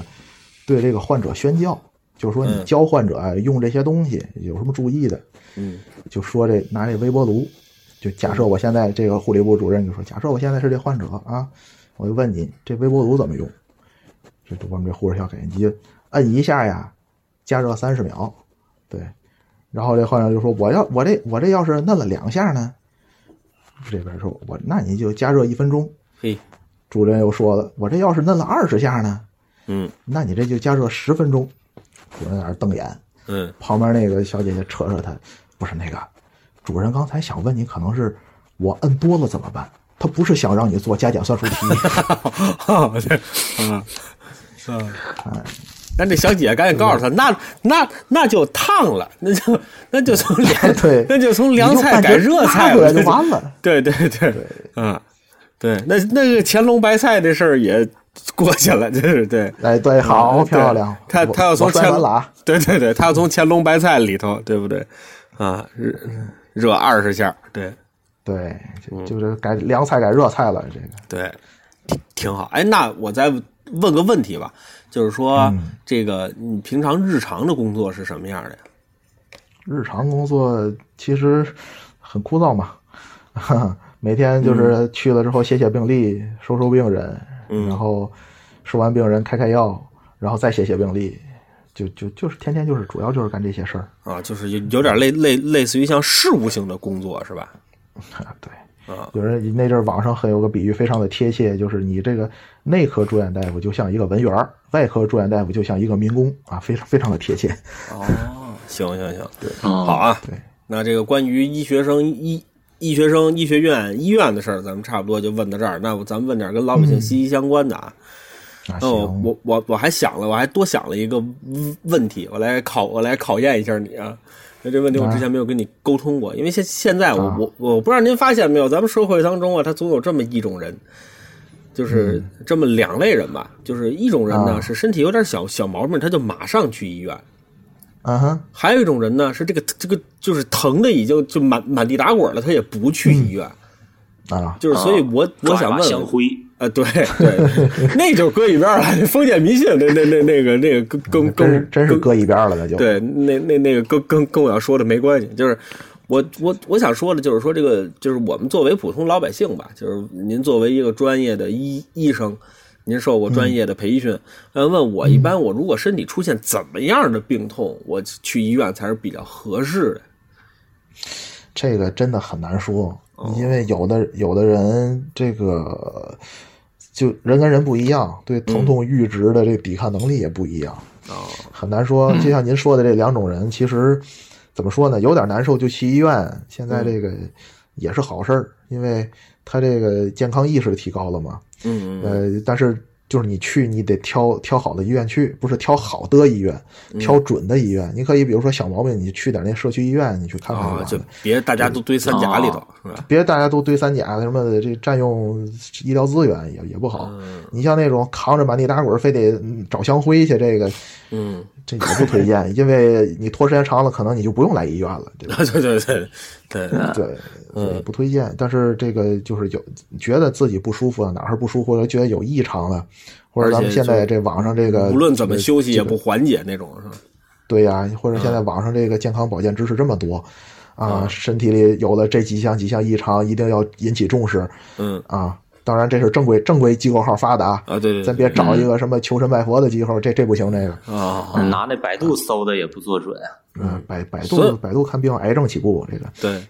[SPEAKER 5] 对这个患者宣教，就是说你
[SPEAKER 2] 嗯
[SPEAKER 5] 教患者啊用这些东西有什么注意的，
[SPEAKER 2] 嗯
[SPEAKER 5] 就说这拿这微波炉，就假设我现在这个护理部主任就说，假设我现在是这患者啊，我就问你这微波炉怎么用？这我们这护士小给你就摁一下呀，加热三十秒，对。然后这患者就说，我要我这我这要是摁了两下呢，这边说我那你就加热一分钟。
[SPEAKER 2] 嘿，
[SPEAKER 5] 主任又说了，我这要是摁了二十下呢，
[SPEAKER 2] 嗯
[SPEAKER 5] 那你这就加热十分钟。主任在那儿瞪眼，
[SPEAKER 2] 嗯
[SPEAKER 5] 旁边那个小姐姐扯扯他，不是那个，主任刚才想问你，可能是我摁多了怎么办？他不是想让你做加减算术 题，
[SPEAKER 2] 啊，对啊啊！那这小姐姐赶紧告诉他，
[SPEAKER 5] 嗯
[SPEAKER 2] 那那那就烫了，那就那就从凉
[SPEAKER 5] 对
[SPEAKER 2] 那就从凉菜改热菜
[SPEAKER 5] 你就半截拉过
[SPEAKER 2] 了，
[SPEAKER 5] 来就完了。
[SPEAKER 2] 对对对，啊，对，那那个乾隆白菜这事儿也过去了，这是对。
[SPEAKER 5] 哎，对，好漂亮，
[SPEAKER 2] 他
[SPEAKER 5] 我
[SPEAKER 2] 他要从
[SPEAKER 5] 我
[SPEAKER 2] 乾
[SPEAKER 5] 摔完了啊，
[SPEAKER 2] 对对对，他要从乾隆白菜里头，对不对？啊，热热二十下，对
[SPEAKER 5] 对，就就是改凉菜改热菜了，这个
[SPEAKER 2] 对，挺挺好。哎，那我再问个问题吧，就是说、
[SPEAKER 5] 嗯
[SPEAKER 2] 这个你平常日常的工作是什么样的呀？
[SPEAKER 5] 日常工作其实很枯燥嘛， 每天就是
[SPEAKER 2] 嗯
[SPEAKER 5] 去了之后写写病历，收收病人，然后收完病人开开药，然后再写写病历，就就就是天天就是主要就是干这些事儿。
[SPEAKER 2] 啊，就是有有点类类类似于像事务性的工作是吧？
[SPEAKER 5] 对，
[SPEAKER 2] 啊
[SPEAKER 5] 有人那阵儿网上很有个比喻，非常的贴切，就是你这个内科住院大夫就像一个文员儿，外科住院大夫就像一个民工啊，非常非常的贴切。
[SPEAKER 2] 哦，行行行，好
[SPEAKER 3] 嗯好，
[SPEAKER 2] 啊。
[SPEAKER 5] 对，
[SPEAKER 2] 那这个关于医学生医医学生医学院医院的事儿，咱们差不多就问到这儿。那我咱们问点跟老百
[SPEAKER 5] 嗯
[SPEAKER 2] 姓息息相关的啊。
[SPEAKER 5] 啊，
[SPEAKER 2] 那我
[SPEAKER 5] 行，
[SPEAKER 2] 我我我还想了，我还多想了一个问问题，我来考我来考验一下你啊。那这问题我之前没有跟你沟通过，因为现现在我、
[SPEAKER 5] 啊
[SPEAKER 2] 我我不知道您发现没有，咱们社会当中啊，他总有这么一种人，就是这么两类人吧，就是一种人呢、
[SPEAKER 5] 嗯啊
[SPEAKER 2] 是身体有点小小毛病，他就马上去医院。
[SPEAKER 5] 嗯哼，
[SPEAKER 2] 还有一种人呢，是这个这个就是疼的已经就满满地打滚了，他也不去
[SPEAKER 5] 嗯
[SPEAKER 2] 医院，
[SPEAKER 5] 啊，
[SPEAKER 2] 就是所以
[SPEAKER 3] 哦嗯
[SPEAKER 2] 我、我想问
[SPEAKER 3] 香
[SPEAKER 2] 问
[SPEAKER 3] 灰，
[SPEAKER 2] 啊，对对，那就搁一边儿了，封建迷信那那那那个那个跟跟
[SPEAKER 5] 真是
[SPEAKER 2] 跟
[SPEAKER 5] 真是
[SPEAKER 2] 跟
[SPEAKER 5] 搁一边儿了，那就
[SPEAKER 2] 对那那那个跟跟跟我要说的没关系，就是我我我想说的就是说这个就是我们作为普通老百姓吧，就是您作为一个专业的医医生，您受过
[SPEAKER 5] 嗯
[SPEAKER 2] 专业的培训，呃、问我一般我如果身体出现怎么样的病痛，我去医院才是比较合适的。
[SPEAKER 5] 这个真的很难说，
[SPEAKER 2] 哦
[SPEAKER 5] 因为有的有的人这个就人跟人不一样，
[SPEAKER 2] 嗯
[SPEAKER 5] 对疼痛阈值的这抵抗能力也不一样，
[SPEAKER 2] 哦，
[SPEAKER 5] 很难说。就像您说的这两种人，其实怎么说呢？有点难受就去医院，现
[SPEAKER 2] 嗯
[SPEAKER 5] 在这个也是好事儿，因为他这个健康意识提高了嘛。
[SPEAKER 2] 嗯嗯
[SPEAKER 5] 呃，但是就是你去，你得挑挑好的医院去，不是挑好的医院，
[SPEAKER 2] 嗯
[SPEAKER 5] 挑准的医院。你可以比如说小毛病，你去点那社区医院，你去看看就完
[SPEAKER 2] 啊，
[SPEAKER 5] 了。
[SPEAKER 2] 就别大家都堆三甲里头，是吧？
[SPEAKER 5] 别大家都堆三甲什么的，这占用医疗资源也也不好。
[SPEAKER 2] 嗯
[SPEAKER 5] 你像那种扛着满地打滚，非得嗯找香灰去，这个
[SPEAKER 2] 嗯，
[SPEAKER 5] 这也不推荐，因为你拖时间长了，可能你就不用来医院了， 对吧？
[SPEAKER 2] 对对对对，
[SPEAKER 5] 对，
[SPEAKER 2] 嗯
[SPEAKER 5] 对不推荐。但是这个就是有觉得自己不舒服了，哪儿不舒服了，觉得有异常了，或者咱
[SPEAKER 2] 而
[SPEAKER 5] 们
[SPEAKER 2] 且
[SPEAKER 5] 现在
[SPEAKER 2] 就
[SPEAKER 5] 这网上这个
[SPEAKER 2] 无论怎么休息
[SPEAKER 5] 这
[SPEAKER 2] 也
[SPEAKER 5] 个
[SPEAKER 2] 不缓解那种，是吧？
[SPEAKER 5] 对呀、或者现
[SPEAKER 2] 嗯
[SPEAKER 5] 在网上这个健康保健知识这么多，啊，身体里有了这几项几项异常，一定要引起重视
[SPEAKER 2] 嗯
[SPEAKER 5] 啊。当然，这是正规正规机构号发的啊，
[SPEAKER 2] 啊，对对，对
[SPEAKER 5] 咱别找一个什么求神拜佛的机构，这这不行，这个，
[SPEAKER 2] 啊，
[SPEAKER 3] 拿那百度搜的也不做准啊。
[SPEAKER 5] 嗯，百百
[SPEAKER 2] 所
[SPEAKER 5] 度
[SPEAKER 2] 以
[SPEAKER 5] 百度看病，癌症起步，这个
[SPEAKER 2] 对。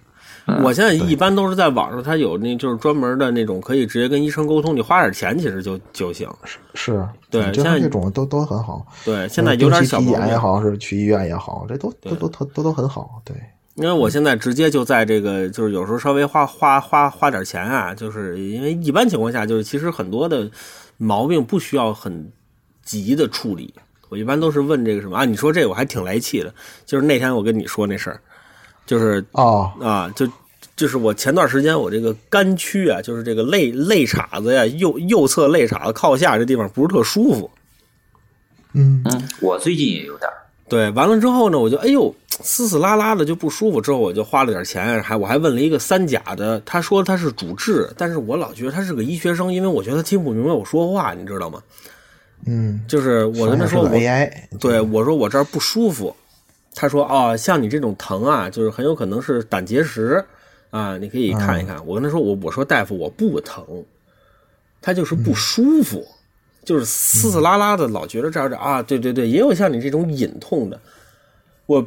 [SPEAKER 2] 我现在一般都是在网上，它有那就是专门的那种可以直接跟医生沟通，你花点钱其实就就行。
[SPEAKER 5] 是，
[SPEAKER 2] 对
[SPEAKER 5] 嗯就像
[SPEAKER 2] 像
[SPEAKER 5] 这种都都很好。
[SPEAKER 2] 对，现
[SPEAKER 5] 嗯
[SPEAKER 2] 在有点
[SPEAKER 5] 定期
[SPEAKER 2] 小
[SPEAKER 5] 体
[SPEAKER 2] 毛
[SPEAKER 5] 检也
[SPEAKER 2] 病，
[SPEAKER 5] 好，是去医院也好，这都都都都都都很好，对。
[SPEAKER 2] 因为我现在直接就在这个，就是有时候稍微花花花花点钱啊，就是因为一般情况下，就是其实很多的毛病不需要很急的处理。我一般都是问这个什么啊，你说这我还挺来气的，就是那天我跟你说那事儿，就是
[SPEAKER 5] 哦，
[SPEAKER 2] 啊，就就是我前段时间我这个肝区啊，就是这个肋肋叉子呀，右右侧肋叉子靠下这地方不是特舒服。
[SPEAKER 5] 嗯，
[SPEAKER 3] 嗯，我最近也有点儿，
[SPEAKER 2] 对，完了之后呢，我就哎呦，撕撕拉拉的就不舒服。之后我就花了点钱，还我还问了一个三甲的，他说他是主治，但是我老觉得他是个医学生，因为我觉得他听不明白我说话，你知道吗？
[SPEAKER 5] 嗯，
[SPEAKER 2] 就是我跟他
[SPEAKER 5] 是
[SPEAKER 2] 说
[SPEAKER 5] 个
[SPEAKER 2] 我
[SPEAKER 5] AI，
[SPEAKER 2] 对，我说我这儿不舒服，他说哦，像你这种疼啊，就是很有可能是胆结石啊，你可以看一看。我跟他说我我说大夫我不疼，他就是不舒服，就是撕撕拉拉的，老觉得这儿这儿啊，对对对，也有像你这种隐痛的，我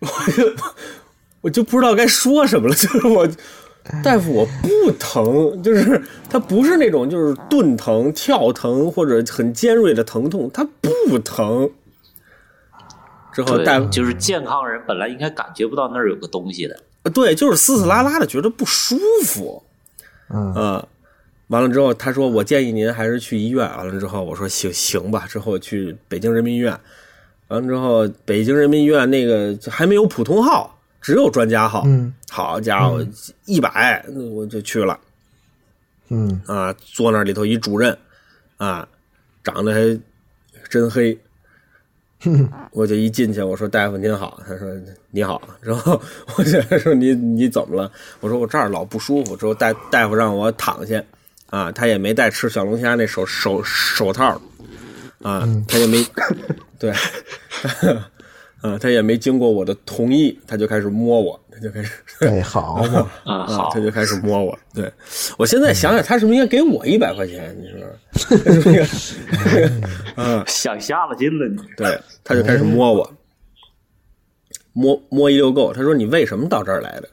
[SPEAKER 2] 我就 我就不知道该说什么了， 就是我。大夫，我不疼，就是它不是那种就是钝疼、跳疼或者很尖锐的疼痛，它不疼。之后大夫
[SPEAKER 3] 对，就是健康人本来应该感觉不到那儿有个东西的，
[SPEAKER 2] 呃对，就是撕撕拉拉的，觉得不舒服。
[SPEAKER 5] 嗯
[SPEAKER 2] 呃，完了之后，他说我建议您还是去医院。完了之后，我说行行吧。之后去北京人民医院，完了之后，北京人民医院那个还没有普通号，只有专家号。
[SPEAKER 5] 嗯
[SPEAKER 2] 好家伙，一百我就去了。
[SPEAKER 5] 嗯，
[SPEAKER 2] 啊，坐那里头一主任，啊，长得还真黑。我就一进去，我说大夫您好，他说你好，然后我就说你你怎么了？我说我这儿老不舒服，之后大大夫让我躺下，啊，他也没带吃小龙虾那手手手套，啊，他也没对， 啊，他也没经过我的同意，他就开始摸我，他就开始
[SPEAKER 5] 哎，好嘛，
[SPEAKER 3] 嗯，
[SPEAKER 2] 啊
[SPEAKER 3] 好，，
[SPEAKER 2] 他就开始摸我。对我现在想想，他是不是应该给我一百块钱？你说，他是不是应该？嗯，
[SPEAKER 3] 想下了劲了你。
[SPEAKER 2] 对，他就开始摸我，摸摸一溜够。他说：“你为什么到这儿来的？”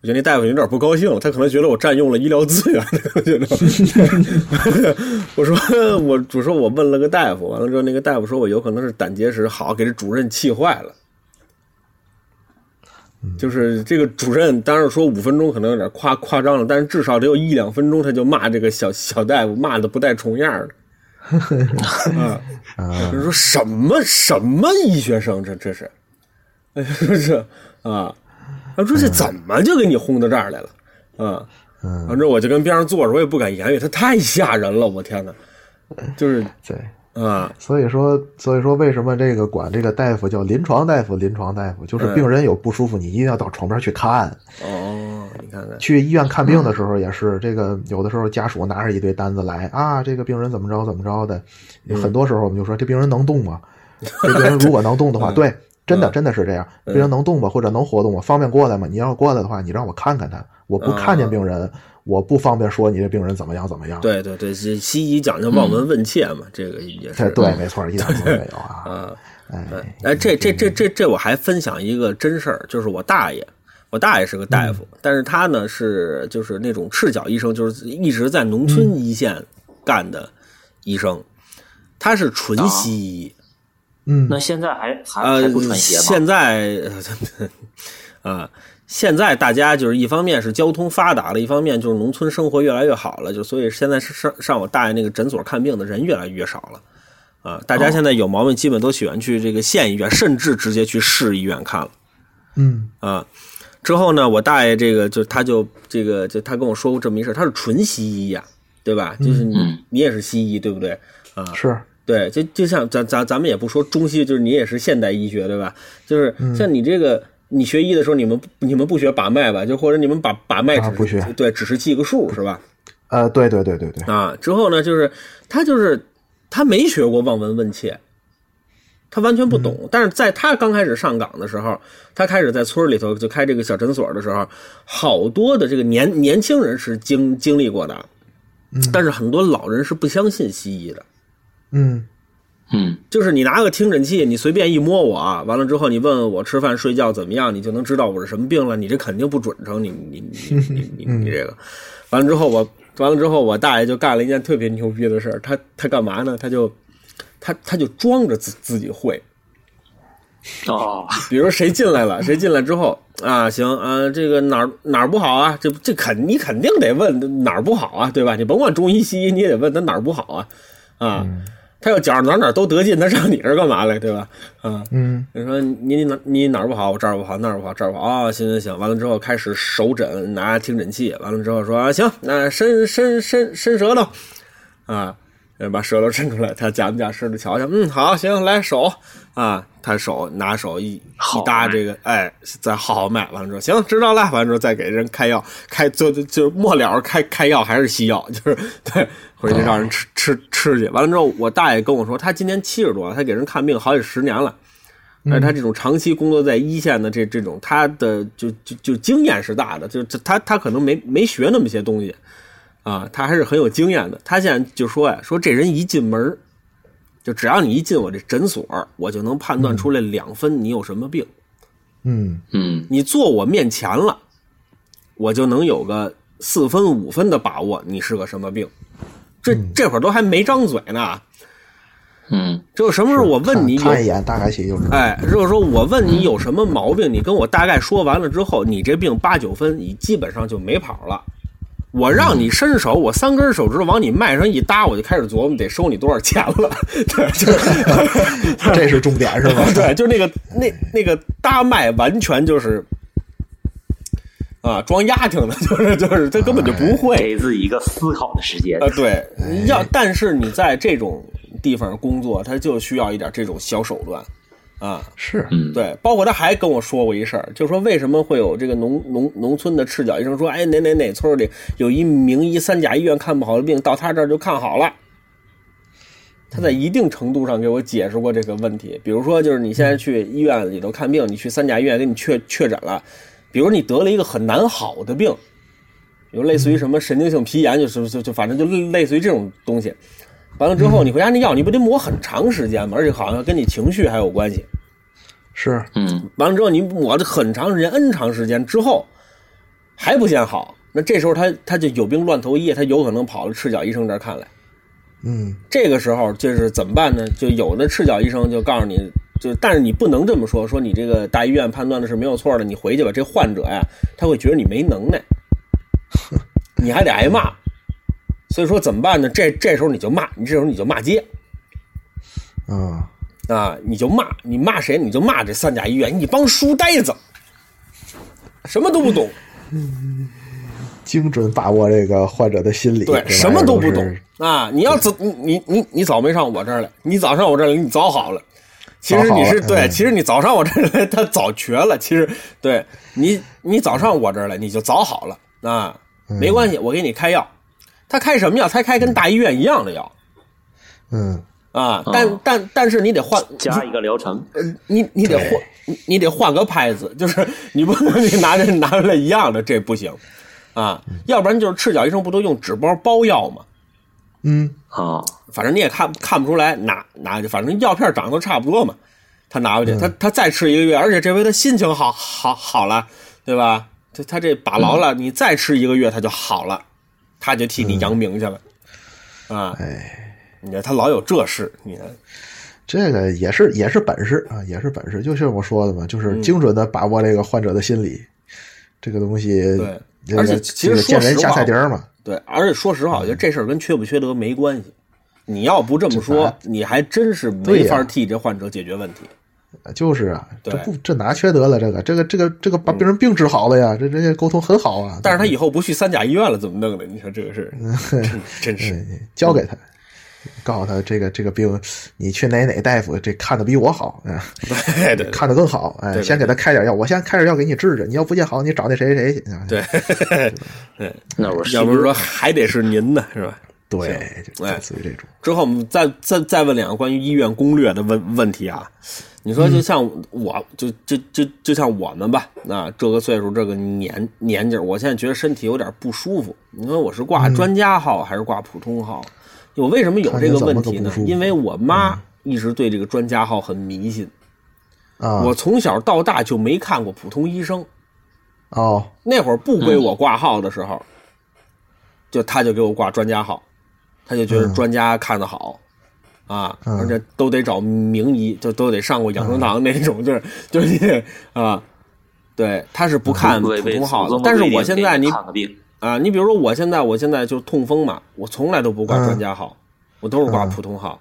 [SPEAKER 2] 我觉得那大夫有点不高兴了，他可能觉得我占用了医疗资源，他可能觉得。我说我我说我问了个大夫，完了之后那个大夫说我有可能是胆结石，好给这主任气坏了。就是这个主任，当然说五分钟可能有点夸夸张了，但是至少得有一两分钟，他就骂这个小小大夫，骂的不带重样的。啊，就是说什么什么医学生，这这是，哎，这是啊，啊，说这怎么就给你轰到这儿来了啊？
[SPEAKER 6] 嗯
[SPEAKER 2] 反正我就跟边上坐着，我也不敢言语，他太吓人了，我天哪！就是
[SPEAKER 6] 对，
[SPEAKER 2] 啊，
[SPEAKER 6] 所以说，所以说，为什么这个管这个大夫叫临床大夫？临床大夫就是病人有不舒服，你一定要到床边去看。
[SPEAKER 2] 哦，你看看，
[SPEAKER 6] 去医院看
[SPEAKER 2] 嗯
[SPEAKER 6] 病的时候也是，这个有的时候家属拿着一堆单子来啊，这个病人怎么着怎么着的，
[SPEAKER 2] 嗯
[SPEAKER 6] 很多时候我们就说这病人能动 吗？这病人如果能动
[SPEAKER 2] 嗯
[SPEAKER 6] 的话，对，真的真的是这样，病人能动吗？或者能活动吗？方便过来吗？你要过来的话，你让我看看他，我不看见病人，我不方便说你这病人怎么样怎么样。
[SPEAKER 2] 嗯对对对，这西医讲究望闻问切嘛，这个也
[SPEAKER 6] 哎
[SPEAKER 2] 是
[SPEAKER 6] 对，没错，一点错没有 啊。
[SPEAKER 2] 啊。
[SPEAKER 6] 哎，
[SPEAKER 2] 哎，这这这这这，我还分享一个真事儿，就是我大爷，我大爷是个大夫，但是他呢是就是那种赤脚医生，就是一直在农村一线干的医生，他是纯西医，
[SPEAKER 6] 嗯
[SPEAKER 3] 那现在还还还
[SPEAKER 2] 呃
[SPEAKER 3] 不，穿鞋
[SPEAKER 2] 现
[SPEAKER 3] 吗？
[SPEAKER 2] 在呃啊。现在大家就是一方面是交通发达了，一方面就是农村生活越来越好了，就所以现在是上上我大爷那个诊所看病的人越来越少了，啊，大
[SPEAKER 3] 哦
[SPEAKER 2] 家现在有毛病基本都喜欢去这个县医院，甚至直接去市医院看了。
[SPEAKER 6] 嗯
[SPEAKER 2] 啊。之后呢，我大爷这个就他就这个就他跟我说过这么一事儿，他是纯西医呀、对吧？就是你、
[SPEAKER 3] 嗯
[SPEAKER 2] 你也是西医，对不对？啊，
[SPEAKER 6] 是，
[SPEAKER 2] 对，就就像咱咱咱们也不说中西，就是你也是现代医学，对吧？就是
[SPEAKER 6] 嗯
[SPEAKER 2] 像你这个。你学医的时候，你们不你们不学把脉吧？就或者你们把把脉只是、
[SPEAKER 6] 啊不学
[SPEAKER 2] 对，只是记个数是吧？
[SPEAKER 6] 呃，对对对对对，
[SPEAKER 2] 啊，之后呢，就是他就是他没学过望闻问切，他完全不懂。
[SPEAKER 6] 嗯
[SPEAKER 2] 但是在他刚开始上岗的时候，他开始在村里头就开这个小诊所的时候，好多的这个年年轻人是经经历过的，但是很多老人是不相信西医的。
[SPEAKER 6] 嗯
[SPEAKER 3] 嗯，
[SPEAKER 2] 就是你拿个听诊器，你随便一摸我啊，完了之后你问问我吃饭睡觉怎么样，你就能知道我是什么病了。你这肯定不准成，你你你你你你这个，完了之后我完了之后我大爷就干了一件特别牛逼的事儿，他他干嘛呢？他就他他就装着自自己会，
[SPEAKER 3] 哦，
[SPEAKER 2] 比如说谁进来了，谁进来之后啊，行啊，这个哪儿哪儿不好啊？这这肯你肯定得问哪儿不好啊，对吧？你甭管中医西医，你也得问他哪儿不好啊，啊，他要觉着哪儿哪儿都得劲，他上你这儿干嘛来，对吧？啊，
[SPEAKER 6] 嗯
[SPEAKER 2] 你说你你哪你哪儿不好？我这儿不好，那儿不好，这儿不好啊、行行行，完了之后开始手诊，拿听诊器，完了之后说啊行，那伸伸伸伸舌头，啊，呃把舌头伸出来，他假不假试着瞧瞧，嗯，好，行，来手啊，他手拿手一一
[SPEAKER 3] 好
[SPEAKER 2] 搭
[SPEAKER 3] 脉
[SPEAKER 2] 这个，哎，再好好卖，完了之后行，知道了，完了之后再给人开药，开就就就末了开开药还是西药，就是对，回去让人
[SPEAKER 3] 哦
[SPEAKER 2] 吃吃吃去，完了之后我大爷跟我说，他今年七十多了，他给人看病好几十年了。但是他
[SPEAKER 3] 嗯
[SPEAKER 2] 这种长期工作在一线的这这种，他的就就就经验是大的，就就他他可能没没学那么些东西，啊，他还是很有经验的。他现在就说呀，说这人一进门儿，就只要你一进我这诊所儿，我就能判断出来两分你有什么病。
[SPEAKER 6] 嗯
[SPEAKER 3] 嗯，
[SPEAKER 2] 你坐我面前了，我就能有个四分五分的把握你是个什么病。这这会儿都还没张嘴呢，
[SPEAKER 3] 嗯，
[SPEAKER 2] 只有什么时候我问你有
[SPEAKER 6] 看看一眼大概其 就知道。
[SPEAKER 2] 哎，如果说我问你有什么毛病，你跟我大概说完了之后，你这病八九分，你基本上就没跑了。我让你伸手，我三根手指头往你脉上一搭，我就开始琢磨得收你多少钱了。 对，就是？
[SPEAKER 6] 这是重点是吧
[SPEAKER 2] 对， 就是那个那那个搭脉完全就是啊装丫挺的，就是 就是他根本就不会。
[SPEAKER 3] 给自己一个思考的时间
[SPEAKER 2] 啊，。对，要但是你在这种地方工作，他就需要一点这种小手段啊。
[SPEAKER 6] 是，
[SPEAKER 3] 嗯，，
[SPEAKER 2] 对，包括他还跟我说过一事儿，就说为什么会有这个农农农村的赤脚医生说，哎，哪哪哪村里有一名医三甲医院看不好的病，到他这儿就看好了。他在一定程度上给我解释过这个问题。比如说，就是你现在去医院里头看病，你去三甲医院给你确确诊了，比如你得了一个很难好的病，比如类似于什么神经性皮炎，就是就就反正就类类似于这种东西。完了之后，你回家那药你不得抹很长时间吗？而且好像跟你情绪还有关系。
[SPEAKER 5] 是
[SPEAKER 3] 嗯，
[SPEAKER 2] 完了之后，你抹了很长时间，n 长时间之后还不见好，那这时候他他就有病乱投医，他有可能跑到赤脚医生这儿看来。
[SPEAKER 5] 嗯
[SPEAKER 2] 这个时候就是怎么办呢？就有的赤脚医生就告诉你，就但是你不能这么说，说你这个大医院判断的是没有错的，你回去吧。这患者呀，他会觉得你没能耐，你还得挨骂。所以说怎么办呢？这这时候你就骂，你这时候你就骂街
[SPEAKER 5] 啊
[SPEAKER 2] 啊，你就骂，你骂谁你就骂这三甲医院，你帮书呆子，什么都 不懂，
[SPEAKER 5] 精准把握这个患者的心理，
[SPEAKER 2] 对
[SPEAKER 5] 这，玩意儿
[SPEAKER 2] 什么都不
[SPEAKER 5] 都
[SPEAKER 2] 懂
[SPEAKER 5] 是
[SPEAKER 2] 啊！你要早你你你你早没上我这儿来，你早上我这儿来，你早好了。其实你是
[SPEAKER 5] 早好了
[SPEAKER 2] 对，
[SPEAKER 5] 嗯
[SPEAKER 2] 其实你早上我这儿来，他早瘸了。其实对你你早上我这儿来，你就早好了啊，
[SPEAKER 5] 嗯
[SPEAKER 2] 没关系，我给你开药。他开什么药？他开跟大医院一样的药
[SPEAKER 5] 嗯
[SPEAKER 2] 啊，但
[SPEAKER 3] 哦
[SPEAKER 2] 但但是你得换
[SPEAKER 3] 加一个疗程，
[SPEAKER 2] 呃你你得换你你得换个拍子，就是你不能 你拿着拿出来一样的，这不行啊，要不然就是赤脚医生不都用纸包包药吗？
[SPEAKER 5] 嗯
[SPEAKER 3] 啊，
[SPEAKER 2] 反正你也看看不出来哪哪，反正药片长得都差不多嘛。他拿回去，他他再吃一个月，而且这回他心情好好好了，对吧？他他这把牢了，你再吃一个月他就好了，他就替你扬名去了。啊，
[SPEAKER 5] 哎，
[SPEAKER 2] 你看他老有这事，你看，
[SPEAKER 5] 这个也是也是本事啊，也是本事，就是我说的嘛，就是精准的把握这个患者的心理，这个东西
[SPEAKER 2] 对
[SPEAKER 5] 这个
[SPEAKER 2] 而且其实
[SPEAKER 5] 这
[SPEAKER 2] 说
[SPEAKER 5] 个见人
[SPEAKER 2] 实
[SPEAKER 5] 下
[SPEAKER 2] 话
[SPEAKER 5] 菜碟儿嘛，
[SPEAKER 2] 对，而且说实话，我觉
[SPEAKER 5] 嗯
[SPEAKER 2] 得这事儿跟缺不缺德没关系。你要不这么说，你还真是
[SPEAKER 5] 对
[SPEAKER 2] 没
[SPEAKER 5] 呀
[SPEAKER 2] 法替这患者解决问题。
[SPEAKER 5] 就是啊，
[SPEAKER 2] 对
[SPEAKER 5] 这不这哪缺德了？这个这个这个这个把病人病治好了呀，这人家沟通很好啊。
[SPEAKER 2] 嗯但是他以后不去三甲医院了，怎么弄的？你说这个事儿， 真真是。
[SPEAKER 5] 对交给他，告诉他这个这个病，你去哪哪大夫这看的比我好，嗯，
[SPEAKER 2] 对对对
[SPEAKER 5] 看的更好，哎，
[SPEAKER 2] 对对
[SPEAKER 5] 先给他开点药，我先开点药给你治治，你要不见好，你找那谁谁去。啊
[SPEAKER 2] 对，
[SPEAKER 3] 那我是
[SPEAKER 2] 要不是说还得是您呢，是吧？
[SPEAKER 5] 对，就
[SPEAKER 2] 哎
[SPEAKER 5] 类似于这种，
[SPEAKER 2] 之后我们再再再问两个关于医院攻略的问问题啊。你说就像我，就就就就像我们吧，那这个岁数这个年年纪儿，我现在觉得身体有点不舒服。你说我是挂专家号还是挂普通号？我为什么有这个问题
[SPEAKER 5] 看你怎么个
[SPEAKER 2] 呢
[SPEAKER 5] 不舒？服嗯
[SPEAKER 2] 因为我妈一直对这个专家号很迷信，
[SPEAKER 5] 啊，
[SPEAKER 2] 我从小到大就没看过普通医生。
[SPEAKER 5] 哦，
[SPEAKER 2] 那会儿不归我挂号的时候，就他就给我挂专家号，他就觉得专家看的好、啊，
[SPEAKER 5] 嗯
[SPEAKER 2] 而且都得找名医，就都得上过养生堂那种，就是就是你得啊，对，他是不看普
[SPEAKER 3] 违违背
[SPEAKER 2] 通号
[SPEAKER 3] 嗯祖
[SPEAKER 2] 的
[SPEAKER 3] 宗。的
[SPEAKER 2] 但是
[SPEAKER 3] 规定
[SPEAKER 2] 我现
[SPEAKER 3] 给
[SPEAKER 2] 在你
[SPEAKER 3] 看个病，
[SPEAKER 2] 啊，你比如说我现在我现在就痛风嘛，我从来都不挂
[SPEAKER 5] 嗯
[SPEAKER 2] 专家号，我都是挂
[SPEAKER 5] 嗯
[SPEAKER 2] 普通号。
[SPEAKER 5] 啊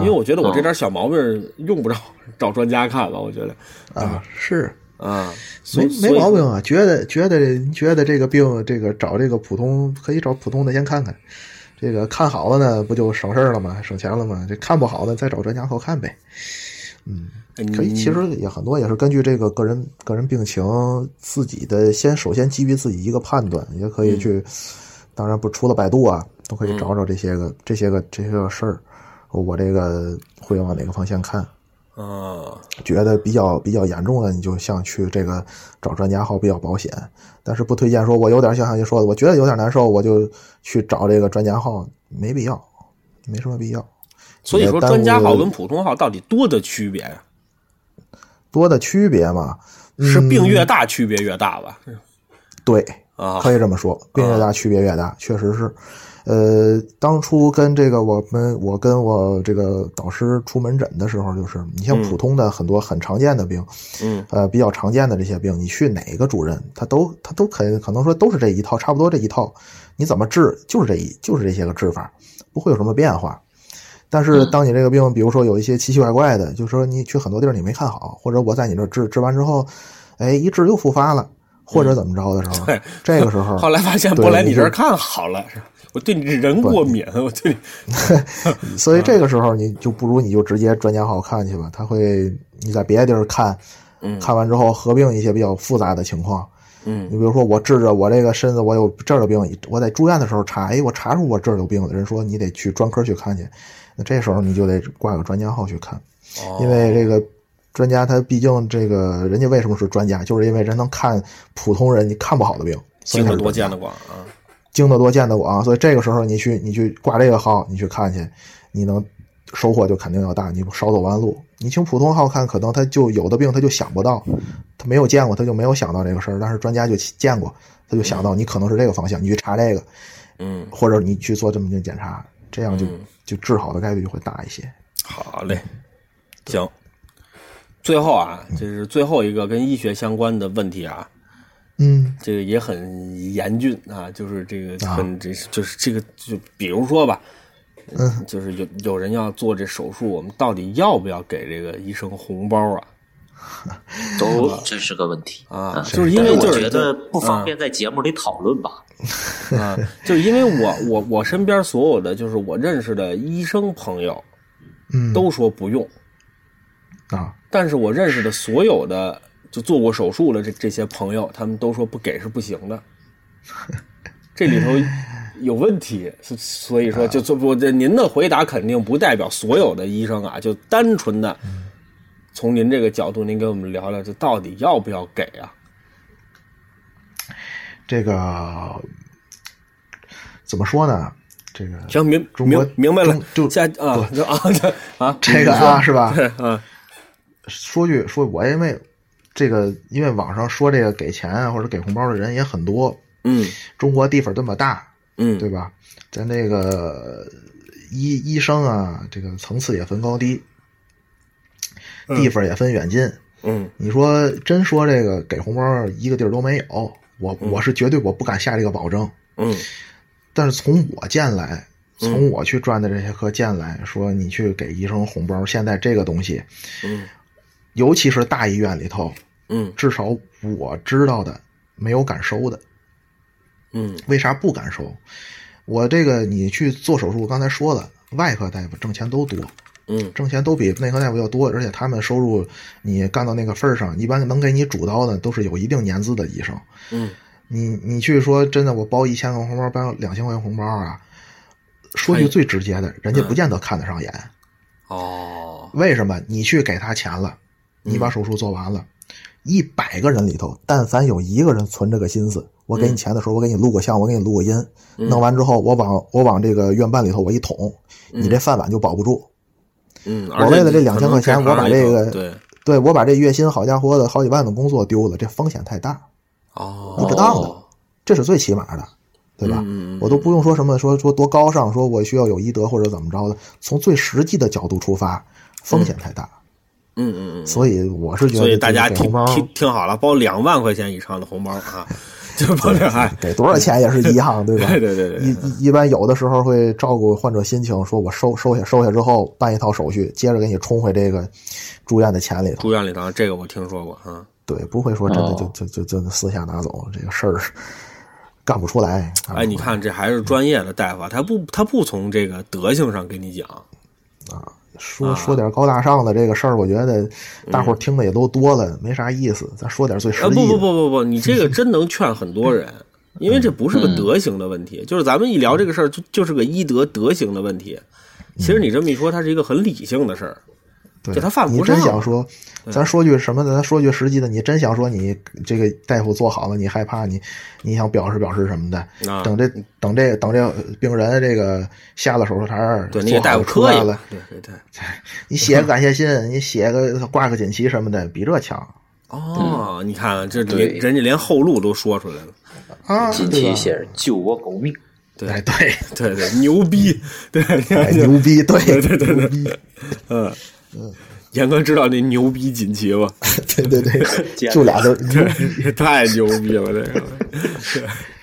[SPEAKER 2] 因为我觉得我这
[SPEAKER 3] 嗯
[SPEAKER 2] 点小毛病儿用不着 找专家看了，我觉得
[SPEAKER 5] 啊，是
[SPEAKER 2] 啊，所
[SPEAKER 5] 没
[SPEAKER 2] 以
[SPEAKER 5] 没毛病啊，觉得觉得觉得这个病，这个找这个普通可以找普通的先看看，这个看好了呢，不就省事儿了吗？省钱了吗？这看不好呢，再找专家后看呗。
[SPEAKER 2] 所以
[SPEAKER 5] 可以，
[SPEAKER 2] 嗯
[SPEAKER 5] 其实也很多也是根据这个个人个人病情自己的先首先基于自己一个判断，也可
[SPEAKER 2] 嗯
[SPEAKER 5] 以去，当然不除了百度啊，都可以找找这些个、这些个这些个事儿，我这个会往哪个方向看。
[SPEAKER 2] 啊，
[SPEAKER 5] 觉得比较比较严重的，你就像去这个找专家号比较保险，但是不推荐说我有点像上去说的，我觉得有点难受，我就去找这个专家号，没必要，没什么必要。
[SPEAKER 2] 所以说，
[SPEAKER 5] 也耽误嗯
[SPEAKER 2] 专家号跟普通号到底多的区别呀？
[SPEAKER 5] 多的区别嘛，
[SPEAKER 2] 是病越大区别越大吧？
[SPEAKER 5] 对，
[SPEAKER 2] 啊，
[SPEAKER 5] 可以这么说，病越大区别越大，确实是。呃，当初跟这个我们，我跟我这个导师出门诊的时候，就是你像普通的很多很常见的病，
[SPEAKER 2] 嗯，
[SPEAKER 5] 呃，比较常见的这些病，你去哪个主任，他都他都肯可能说都是这一套，差不多这一套，你怎么治就是这一就是这些个治法，不会有什么变化。但是
[SPEAKER 2] 嗯
[SPEAKER 5] 当你这个病，比如说有一些奇奇怪怪的，就是说你去很多地儿你没看好，或者我在你这儿治治完之后，哎，一治又复发了，或者怎么着的时
[SPEAKER 2] 嗯
[SPEAKER 5] 候，
[SPEAKER 2] 对
[SPEAKER 5] 这个时候，
[SPEAKER 2] 后来发现
[SPEAKER 5] 对
[SPEAKER 2] 不来你这儿
[SPEAKER 5] 就
[SPEAKER 2] 看好了，是吧我对你人过敏，我对你嗯
[SPEAKER 5] 所以这个时候你就不如你就直接专家号看去吧，他会你在别的地儿看，看完之后合并一些比较复杂的情况。
[SPEAKER 2] 嗯
[SPEAKER 5] 你比如说我治着我这个身子我有这儿的病，我在住院的时候查，哎，我查出我这儿有病了，人说你得去专科去看去，那这时候你就得挂个专家号去看，
[SPEAKER 2] 哦
[SPEAKER 5] 因为这个专家他毕竟这个人家为什么是专家，就是因为人能看普通人你看不好的病，所
[SPEAKER 2] 经
[SPEAKER 5] 以他
[SPEAKER 2] 得
[SPEAKER 5] 是
[SPEAKER 2] 多
[SPEAKER 5] 专家
[SPEAKER 2] 见得广啊。
[SPEAKER 5] 经得多见得广，所啊以这个时候你去你去挂这个号，你去看去，你能收获就肯定要大，你不少走弯路。你请普通号看，可能他就有的病他就想不到，他没有见过，他就没有想到这个事儿。但是专家就见过，他就想到你可能是这个方向，你去查这个，
[SPEAKER 2] 嗯，
[SPEAKER 5] 或者你去做这么一个检查，这样就
[SPEAKER 2] 嗯
[SPEAKER 5] 就治好的概率就会大一些。
[SPEAKER 2] 好嘞，行。最后啊，这是最后一个跟医学相关的问题啊，
[SPEAKER 5] 嗯
[SPEAKER 2] 这个也很严峻啊，就是这个
[SPEAKER 5] 啊
[SPEAKER 2] 很这是就是这个就比如说吧，
[SPEAKER 5] 嗯，
[SPEAKER 2] 就是有有人要做这手术，我们到底要不要给这个医生红包啊？
[SPEAKER 3] 都这是个问题
[SPEAKER 2] 啊
[SPEAKER 3] 嗯
[SPEAKER 2] 就是因为
[SPEAKER 3] 但我
[SPEAKER 2] 就是嗯
[SPEAKER 3] 觉得
[SPEAKER 2] 就
[SPEAKER 3] 不方便在节目里讨论吧。
[SPEAKER 2] 啊，就是因为我我我身边所有的就是我认识的医生朋友
[SPEAKER 5] 嗯，
[SPEAKER 2] 都说不用，
[SPEAKER 5] 啊，
[SPEAKER 2] 但是我认识的所有的就做过手术的这这些朋友，他们都说不给是不行的，这里头有问题，所所以说就做我这您的回答肯定不代表所有的医生啊，就单纯的从您这个角度，您给我们聊聊，这到底要不要给啊？
[SPEAKER 5] 这个怎么说呢？这个
[SPEAKER 2] 行，明
[SPEAKER 5] 中国
[SPEAKER 2] 明明白了
[SPEAKER 5] 中，就
[SPEAKER 2] 下啊就啊这啊
[SPEAKER 5] 这个啊，是吧？
[SPEAKER 2] 啊
[SPEAKER 5] 说句说，我因为这个，因为网上说这个给钱啊或者给红包的人也很多，
[SPEAKER 2] 嗯
[SPEAKER 5] 中国地方这么大，
[SPEAKER 2] 嗯
[SPEAKER 5] 对吧？咱这个医医生啊，这个层次也分高低，地方也分远近。
[SPEAKER 2] 嗯
[SPEAKER 5] 你说真说这个给红包，一个地儿都没有，我我是绝对我不敢下这个保证。
[SPEAKER 2] 嗯
[SPEAKER 5] 但是从我见来，从我去赚的这些课见来说，你去给医生红包，现在这个东西，
[SPEAKER 2] 嗯
[SPEAKER 5] 尤其是大医院里头，
[SPEAKER 2] 嗯
[SPEAKER 5] 至少我知道的没有敢收的。
[SPEAKER 2] 嗯
[SPEAKER 5] 为啥不敢收？我这个你去做手术，刚才说了，外科大夫挣钱都多，
[SPEAKER 2] 嗯
[SPEAKER 5] 挣钱都比内科大夫要多，而且他们收入你干到那个份儿上，一般能给你主刀的都是有一定年资的医生。
[SPEAKER 2] 嗯，
[SPEAKER 5] 你你去说真的，我包一千个红包，包两千块钱红包啊，说句最直接的，人家不见得看得上眼。
[SPEAKER 2] 哦，
[SPEAKER 5] 为什么？你去给他钱了，你把手术做完了，一百个人里头，但凡有一个人存这个心思，我给你钱的时候，我给你录个像，我给你录个音，弄完之后，我往我往这个院办里头我一捅，你这饭碗就保不住。
[SPEAKER 2] 嗯，
[SPEAKER 5] 我为了这两千块钱，我把这个
[SPEAKER 2] 对
[SPEAKER 5] 对我把这月薪好家伙的好几万的工作丢了，这风险太大，
[SPEAKER 2] 哦，嗯
[SPEAKER 5] 不值当的，这是最起码的。对吧？我都不用说什么说说多高尚，说我需要有医德或者怎么着的。从最实际的角度出发，风险太大。
[SPEAKER 2] 嗯嗯嗯。
[SPEAKER 5] 所以我是觉得，
[SPEAKER 2] 所以大家
[SPEAKER 5] 给
[SPEAKER 2] 听
[SPEAKER 5] 红包
[SPEAKER 2] 听听好了，包两万块钱以上的红包啊， 就包两万。
[SPEAKER 5] 给多少钱也是一 样，对吧？
[SPEAKER 2] 对对对对
[SPEAKER 5] 一一一般有的时候会照顾患者心情，说我收收下收下之后办一套手续，接着给你充回这个住院的钱里头。
[SPEAKER 2] 住院礼堂这个我听说过啊，
[SPEAKER 5] 对，不会说真的
[SPEAKER 3] 哦
[SPEAKER 5] 就就就就私下拿走这个事儿，干不出来。啊干不出来
[SPEAKER 2] 哎，你看这还是专业的大夫，他不他不从这个德性上跟你讲，啊
[SPEAKER 5] 说说点高大上的这个事儿，我觉
[SPEAKER 2] 嗯
[SPEAKER 5] 得大伙儿听的也都多了，没啥意思。咱说点最实
[SPEAKER 2] 啊，
[SPEAKER 5] 际的。
[SPEAKER 2] 不不不不不，你这
[SPEAKER 5] 嗯
[SPEAKER 2] 个真能劝很多人，因为这不是个德行的问题，就是咱们一聊这个事儿，就就是个医德德行的问题。
[SPEAKER 5] 嗯
[SPEAKER 2] 其实你这么一说，它是一个很理性的事儿。
[SPEAKER 5] 对，
[SPEAKER 2] 就他犯不
[SPEAKER 5] 你真
[SPEAKER 2] 上嗯
[SPEAKER 5] 想说，咱说句什么的？咱说句实际的，你真想说你这个大夫做好了，你害怕你，你想表示表示什么的？
[SPEAKER 2] 啊
[SPEAKER 5] 等这等这等这病人这个下了手术台儿，
[SPEAKER 2] 对，那个
[SPEAKER 5] 做
[SPEAKER 2] 大
[SPEAKER 5] 好
[SPEAKER 2] 夫
[SPEAKER 5] 了出
[SPEAKER 2] 磕
[SPEAKER 5] 来
[SPEAKER 2] 一
[SPEAKER 5] 了
[SPEAKER 2] 个，，对对对，
[SPEAKER 5] 你写个感谢信，你写个挂个锦旗什么的，比这强
[SPEAKER 2] 哦，你看看这
[SPEAKER 3] 对
[SPEAKER 2] 连人家连后路都说出来了，嗯
[SPEAKER 5] 啊，
[SPEAKER 3] 近
[SPEAKER 5] 对
[SPEAKER 3] 期
[SPEAKER 5] 吧？
[SPEAKER 3] 写着救我狗命，
[SPEAKER 2] 对
[SPEAKER 5] 哎，对，
[SPEAKER 2] 对对，牛逼，对，
[SPEAKER 5] 哎牛逼，对
[SPEAKER 2] 对对对对
[SPEAKER 5] 牛逼，
[SPEAKER 2] 嗯，严哥知道那牛逼锦旗吧？
[SPEAKER 5] 对对对，就俩字儿，牛 逼
[SPEAKER 2] 这太牛逼了，这个，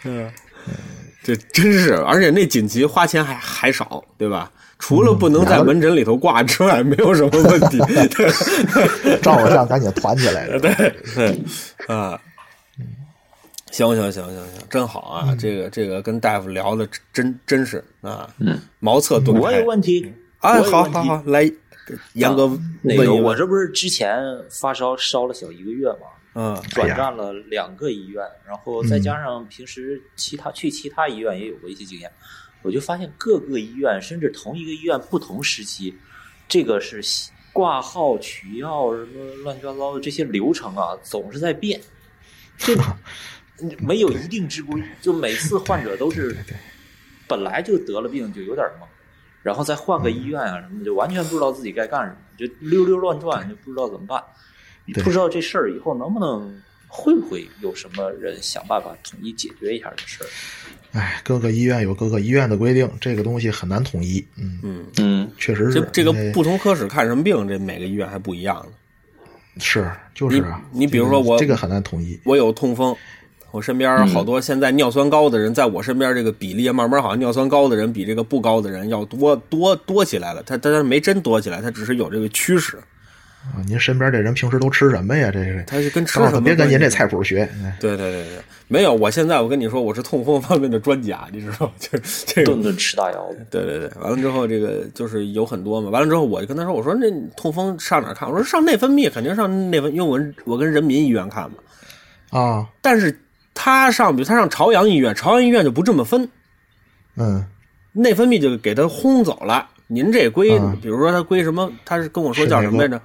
[SPEAKER 2] 对嗯，这真是，而且那锦旗花钱还还少，对吧？除了不能在门诊里头挂之外，没有什么问题。
[SPEAKER 3] 嗯
[SPEAKER 2] 对
[SPEAKER 5] 照我相赶紧团起来了。
[SPEAKER 2] 对对啊，行行行行行，真好
[SPEAKER 3] 嗯
[SPEAKER 2] 啊！这个这个跟大夫聊的真真是啊，
[SPEAKER 3] 嗯
[SPEAKER 2] 茅厕顿
[SPEAKER 3] 我
[SPEAKER 2] 开
[SPEAKER 3] 有。问题。
[SPEAKER 2] 哎，
[SPEAKER 3] 我有
[SPEAKER 2] 好
[SPEAKER 3] 问题
[SPEAKER 2] 好好，来，杨哥
[SPEAKER 3] 啊那
[SPEAKER 2] 问
[SPEAKER 3] 个
[SPEAKER 2] 一
[SPEAKER 3] 我
[SPEAKER 2] 问，
[SPEAKER 3] 这不是之前发烧烧了小一个月吗？
[SPEAKER 2] 嗯
[SPEAKER 3] 转战了两个医院，然后再加上平时其他去其他医院也有过一些经验，我就发现各个医院，甚至同一个医院不同时期，这个是挂号、取药什么乱七八糟的这些流程啊，总是在变，这没有一定之规，就每次患者都是本来就得了病就有点懵，然后再换个医院啊什么的，就完全不知道自己该干什么，就溜溜乱转，就不知道怎么办，
[SPEAKER 5] 对
[SPEAKER 3] 不知道这事儿以后能不能。会不会有什么人想办法统一解决一下这事儿？
[SPEAKER 5] 哎，各个医院有各个医院的规定，这个东西很难统一。嗯，
[SPEAKER 2] 嗯，
[SPEAKER 3] 嗯，
[SPEAKER 5] 确实
[SPEAKER 2] 这
[SPEAKER 5] 是
[SPEAKER 2] 这个
[SPEAKER 5] 因为
[SPEAKER 2] 不同科室看什么病，这每个医院还不一样呢。
[SPEAKER 5] 是就是啊。
[SPEAKER 2] 你你比如说
[SPEAKER 5] 这个
[SPEAKER 2] 我
[SPEAKER 5] 这个很难统一。
[SPEAKER 2] 我有痛风，我身边好多现在尿酸高的人，在我身边这个比例慢慢好像尿酸高的人比这个不高的人要多多多起来了。他他他没真多起来，他只是有这个趋势，
[SPEAKER 5] 啊，您身边这人平时都吃什么呀？这是
[SPEAKER 2] 他是跟吃
[SPEAKER 5] 告诉
[SPEAKER 2] 什么
[SPEAKER 5] 别跟您这
[SPEAKER 2] 关系
[SPEAKER 5] 菜谱学。哎
[SPEAKER 2] 对对对对，没有，我现在我跟你说，我是痛风方面的专家，你知道吗？就是这个
[SPEAKER 3] 顿。顿吃大腰子。
[SPEAKER 2] 对对对，完了之后这个就是有很多嘛，完了之后我就跟他说，我说那痛风上哪儿看？我说上内分泌，肯定上内分，因为我跟我跟人民医院看嘛。
[SPEAKER 5] 啊，
[SPEAKER 2] 但是他上，比如他上朝阳医院，朝阳医院就不这么分，
[SPEAKER 5] 嗯，
[SPEAKER 2] 内分泌就给他轰走了。您这归，
[SPEAKER 5] 嗯
[SPEAKER 2] 比如说他归什么？他是跟我说叫什么来着？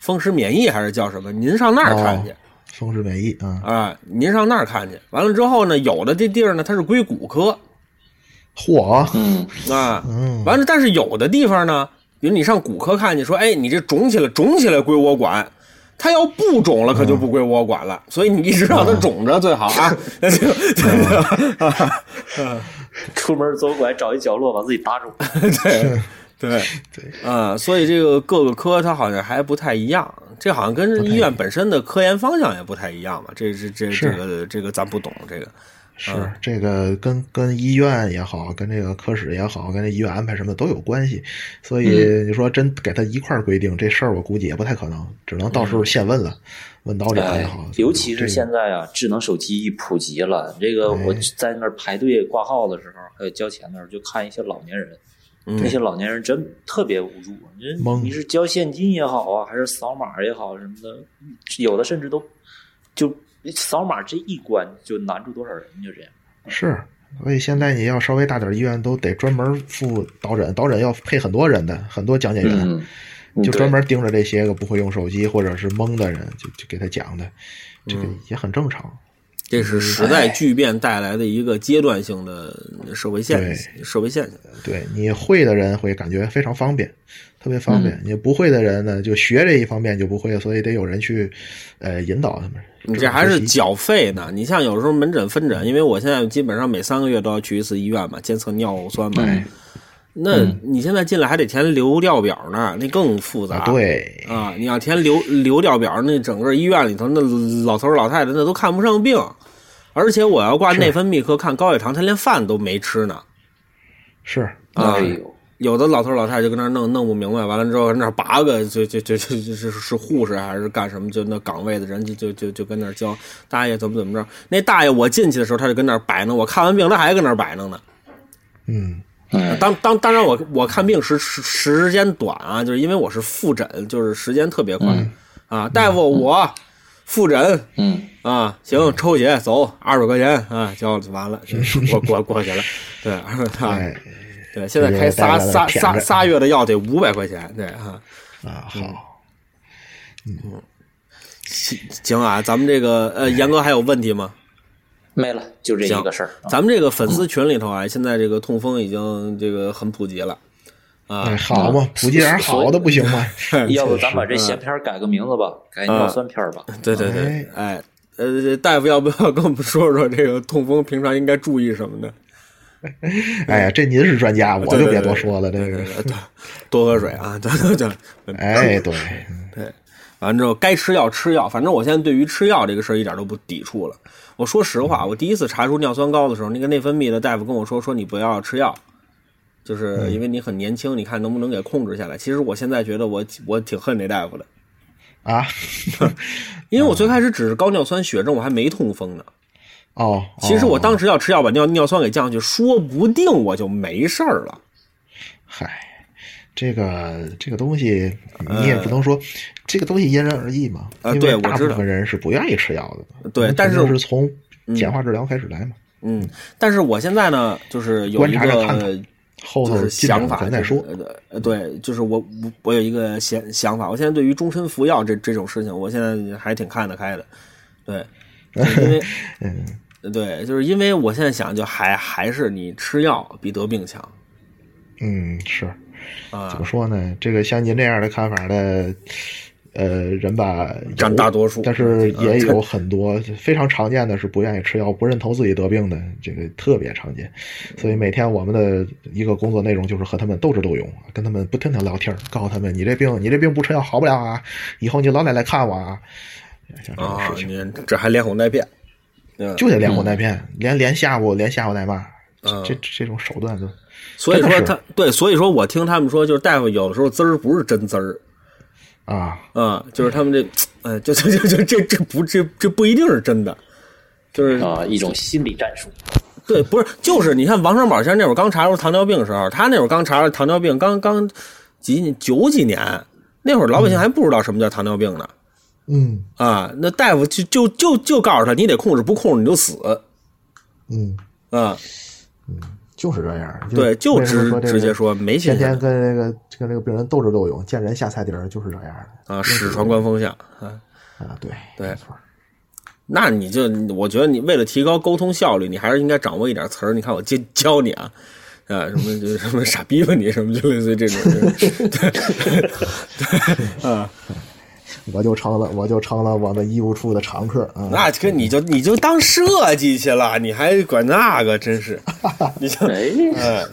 [SPEAKER 2] 风湿免疫还是叫什么？您上那儿看去。
[SPEAKER 5] 哦风湿免疫啊，
[SPEAKER 2] 啊，您上那儿看去。完了之后呢，有的这地儿呢，它是归骨科
[SPEAKER 5] 嚯，
[SPEAKER 3] 嗯，
[SPEAKER 2] 啊。
[SPEAKER 5] 嗯
[SPEAKER 2] 完了，但是有的地方呢，比如你上骨科看去，说，哎，你这肿起来，肿起来归我管。它要不肿了，可
[SPEAKER 5] 嗯
[SPEAKER 2] 就不归我管了。所以你一直让它
[SPEAKER 5] 哦
[SPEAKER 2] 肿着最好 啊。 那就
[SPEAKER 3] 出门左拐找一角落把自己打肿。
[SPEAKER 2] 对对
[SPEAKER 5] 对，
[SPEAKER 2] 啊，所以这个各个科它好像还不太一样，这好像跟医院本身的科研方向也不太一样嘛。这这这这
[SPEAKER 5] 是
[SPEAKER 2] 个这个咱不懂这个。
[SPEAKER 5] 是啊这个跟跟医院也好，跟这个科室也好，跟这医院安排什么的都有关系，所
[SPEAKER 3] 嗯
[SPEAKER 5] 以你说真给他一块儿规定这事儿，我估计也不太可能，只能到时候现问了，问导长也好，
[SPEAKER 3] 嗯哎呃尤其是现
[SPEAKER 5] 在
[SPEAKER 3] 在啊，智能手机一普及了，这个
[SPEAKER 5] 哎
[SPEAKER 3] 我在那儿排队挂号的时候，还有交钱那儿，就看一些老年人，那些老年人真特别无助。人
[SPEAKER 5] 嗯懵
[SPEAKER 3] 你是交现金也好啊，还是扫码也好什么的，有的甚至都就扫码这一关就难住多少人，就这样。
[SPEAKER 5] 是。所以现在你要稍微大点儿医院都得专门付导诊，导诊要配很多人的，很多讲解员，
[SPEAKER 3] 嗯
[SPEAKER 5] 就专门盯着这些个不会用手机或者是懵的人，就就给他讲的，这
[SPEAKER 3] 嗯
[SPEAKER 5] 个也很正常。
[SPEAKER 2] 这是时代巨变带来的一个阶段性的社会现社会现象。
[SPEAKER 5] 对你会的人会感觉非常方便，特别方
[SPEAKER 2] 嗯
[SPEAKER 5] 便。你不会的人呢，就学这一方面就不会，所以得有人去，呃，引导他们。
[SPEAKER 2] 你这还是
[SPEAKER 5] 这种学习
[SPEAKER 2] 缴费呢？你像有时候门诊分诊，因为我现在基本上每三个月都要去一次医院嘛，监测尿酸嘛。那
[SPEAKER 5] 嗯
[SPEAKER 2] 你现在进来还得填流调表呢，那更复杂。
[SPEAKER 5] 啊，对，
[SPEAKER 2] 啊，你要填流流调表，那整个医院里头那老头儿老太太那都看不上病，而且我要挂内分泌科看高血糖，他连饭都没吃呢。
[SPEAKER 5] 是
[SPEAKER 2] 啊
[SPEAKER 3] 哎呦，
[SPEAKER 2] 有的老头儿老太太就跟那儿弄弄不明白，完了之后跟那儿拔个，就就就就就是是护士还是干什么，就那岗位的人就就就就跟那儿教大爷怎么怎么着。那大爷我进去的时候他就跟那儿摆弄，我看完病他还跟那儿摆弄呢。
[SPEAKER 5] 嗯，
[SPEAKER 2] 当当当然我我看病时时时间短啊，就是因为我是复诊，就是时间特别快、啊。大夫我复诊，
[SPEAKER 3] 嗯
[SPEAKER 2] 啊，行，抽血走，二百块钱啊，交了就完了，过过过去了。对，二百、啊、
[SPEAKER 5] 哎
[SPEAKER 2] 对，现在开仨仨仨仨月的药得五百块钱，对啊，
[SPEAKER 5] 啊，好，
[SPEAKER 2] 嗯行行啊，咱们这个呃，严哥还有问题吗？
[SPEAKER 3] 没了，就这一个事儿。啊
[SPEAKER 2] 咱们这个粉丝群里头啊，现在这个痛风已经这个很普及了啊
[SPEAKER 5] 哎，，好嘛，普及点好的不行吗？
[SPEAKER 3] 要不咱把这
[SPEAKER 5] 嗯
[SPEAKER 3] 闲篇儿改个名字吧，改尿酸片儿吧。
[SPEAKER 2] 对对对，哎，呃，大夫要不要跟我们说说这个痛风平常应该注意什么呢？
[SPEAKER 5] 哎呀，这您是专家，我就别多说了。这
[SPEAKER 2] 对
[SPEAKER 5] 个
[SPEAKER 2] 对，，呃对多喝水啊， 对对对，
[SPEAKER 5] 哎，对，
[SPEAKER 2] 完之后该吃药吃药，反正我现在对于吃药这个事儿一点都不抵触了。我说实话，我第一次查出尿酸高的时候，那个内分泌的大夫跟我说，说你不要吃药，就是因为你很年轻，你看能不能给控制下来。其实我现在觉得我我挺恨这大夫的，
[SPEAKER 5] 啊，
[SPEAKER 2] 因为我最开始只是高尿酸血症，我还没痛风呢。
[SPEAKER 5] 哦，
[SPEAKER 2] 其实我
[SPEAKER 5] 哦
[SPEAKER 2] 当时要吃药把尿尿酸给降下去，说不定我就没事儿了。
[SPEAKER 5] 嗨，这个这个东西你也不能说，这个东西因人而异嘛。
[SPEAKER 2] 呃
[SPEAKER 5] 因
[SPEAKER 2] 对
[SPEAKER 5] 为
[SPEAKER 2] 我
[SPEAKER 5] 大
[SPEAKER 2] 知
[SPEAKER 5] 部
[SPEAKER 2] 道
[SPEAKER 6] 嗯
[SPEAKER 5] 分人是不愿意吃药的。
[SPEAKER 2] 对
[SPEAKER 5] 那
[SPEAKER 2] 但
[SPEAKER 5] 肯定
[SPEAKER 2] 是
[SPEAKER 5] 是从简化治疗开始来嘛。
[SPEAKER 2] 嗯，但是我现在呢，就是有
[SPEAKER 6] 观
[SPEAKER 2] 一
[SPEAKER 6] 察着看
[SPEAKER 2] 个
[SPEAKER 6] 看后
[SPEAKER 2] 就
[SPEAKER 6] 头
[SPEAKER 2] 是
[SPEAKER 6] 进展了
[SPEAKER 2] 想法，
[SPEAKER 6] 咱再
[SPEAKER 2] 就是
[SPEAKER 6] 说。
[SPEAKER 2] 呃呃，对，就是我我我有一个想想法，我现在对于终身服药这这种事情，我现在还挺看得开的， 对，就是因为呃
[SPEAKER 6] 嗯，
[SPEAKER 2] 对，就是因为我现在想，就还还是你吃药比得病强
[SPEAKER 6] 嗯，是怎
[SPEAKER 2] 啊
[SPEAKER 6] 么，说呢？这个像您这样的看法的，呃，人吧，有
[SPEAKER 2] 占大多数
[SPEAKER 6] 但是也
[SPEAKER 2] 嗯
[SPEAKER 6] 有很多非常常见的是不愿意吃药、不认同自己得病的，这个特别常见。所以每天我们的一个工作内容就是和他们斗智斗勇，跟他们不停停聊天儿，告诉他们你这病你这病不吃药好不了啊，以后你老得来看我啊，像这种
[SPEAKER 2] 啊
[SPEAKER 6] 事，情。
[SPEAKER 2] 你这还连哄带骗，嗯，
[SPEAKER 6] 就得连哄带骗，连连吓唬，连吓唬带骂，
[SPEAKER 2] 嗯
[SPEAKER 6] 这这种手段就
[SPEAKER 2] 所以
[SPEAKER 6] 真的
[SPEAKER 2] 说
[SPEAKER 6] 是
[SPEAKER 2] 他对，所以说我听他们说，就是大夫有的时候滋儿不是真滋儿，
[SPEAKER 6] 啊，
[SPEAKER 2] 啊、就是他们这，呃，就就就就这这不这这不一定是真的，
[SPEAKER 6] 哦
[SPEAKER 2] 就是
[SPEAKER 3] 啊，一种心理战术。
[SPEAKER 2] 对，不是就是你看王生宝先生那会儿刚查出糖尿病的时候，他那会儿刚查出糖尿病，刚刚几九几年那会儿老百姓还不知道什么叫糖尿病呢，
[SPEAKER 5] 嗯
[SPEAKER 2] 啊，那大夫就就就就告诉他，你得控制，不控制你就死，
[SPEAKER 5] 嗯，
[SPEAKER 2] 啊，
[SPEAKER 6] 就是这样。
[SPEAKER 2] 对，就
[SPEAKER 6] 为什么
[SPEAKER 2] 直
[SPEAKER 6] 说这个
[SPEAKER 2] 直接说没信
[SPEAKER 6] 天天
[SPEAKER 2] 心
[SPEAKER 6] 跟这个跟这个病人斗智斗勇，见人下菜碟儿，就是这样
[SPEAKER 2] 啊，史传观风向啊，
[SPEAKER 6] 的啊。对，
[SPEAKER 2] 对
[SPEAKER 6] 没错儿。
[SPEAKER 2] 那你就，我觉得你为了提高沟通效率，你还是应该掌握一点词儿。你看我教教你啊，啊，什么就是什么傻逼吧你，什么就类似于这种， 就是对对啊，
[SPEAKER 5] 我就成了我就成了我们医务处的常客啊。
[SPEAKER 2] 那这你就你就当设计去了，你还管那个，真是，你就
[SPEAKER 3] 哎，
[SPEAKER 2] 哎，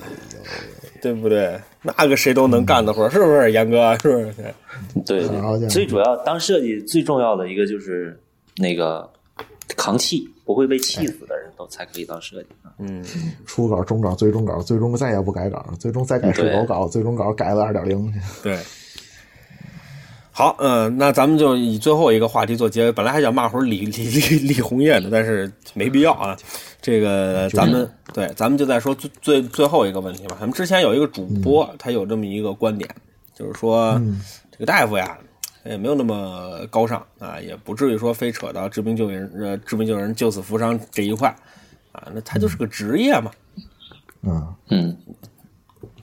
[SPEAKER 2] 对不对？那个谁都能干的活儿，是不是？严哥，是不是？
[SPEAKER 3] 对
[SPEAKER 5] 然后这
[SPEAKER 3] 对，
[SPEAKER 5] 样
[SPEAKER 3] 最主要当设计最重要的一个就是那个扛气，不会被气死的人都才可以当设计。啊
[SPEAKER 2] 嗯，
[SPEAKER 5] 初稿、中稿、最终稿，最终再也不改稿，最终再改是
[SPEAKER 3] 对
[SPEAKER 5] 狗稿，最终稿改了二点零。
[SPEAKER 2] 对。好，嗯、那咱们就以最后一个话题做结尾。本来还想骂会儿李李李李红叶呢，但是没必要啊。这个咱们对，咱们就再说最最最后一个问题吧。咱们之前有一个主播，他有这么一个观点，就是说、这个大夫呀，也没有那么高尚啊，也不至于说非扯到治病救人、呃治病救人、救死扶伤这一块啊。那他就是个职业嘛，
[SPEAKER 5] 嗯，
[SPEAKER 3] 嗯，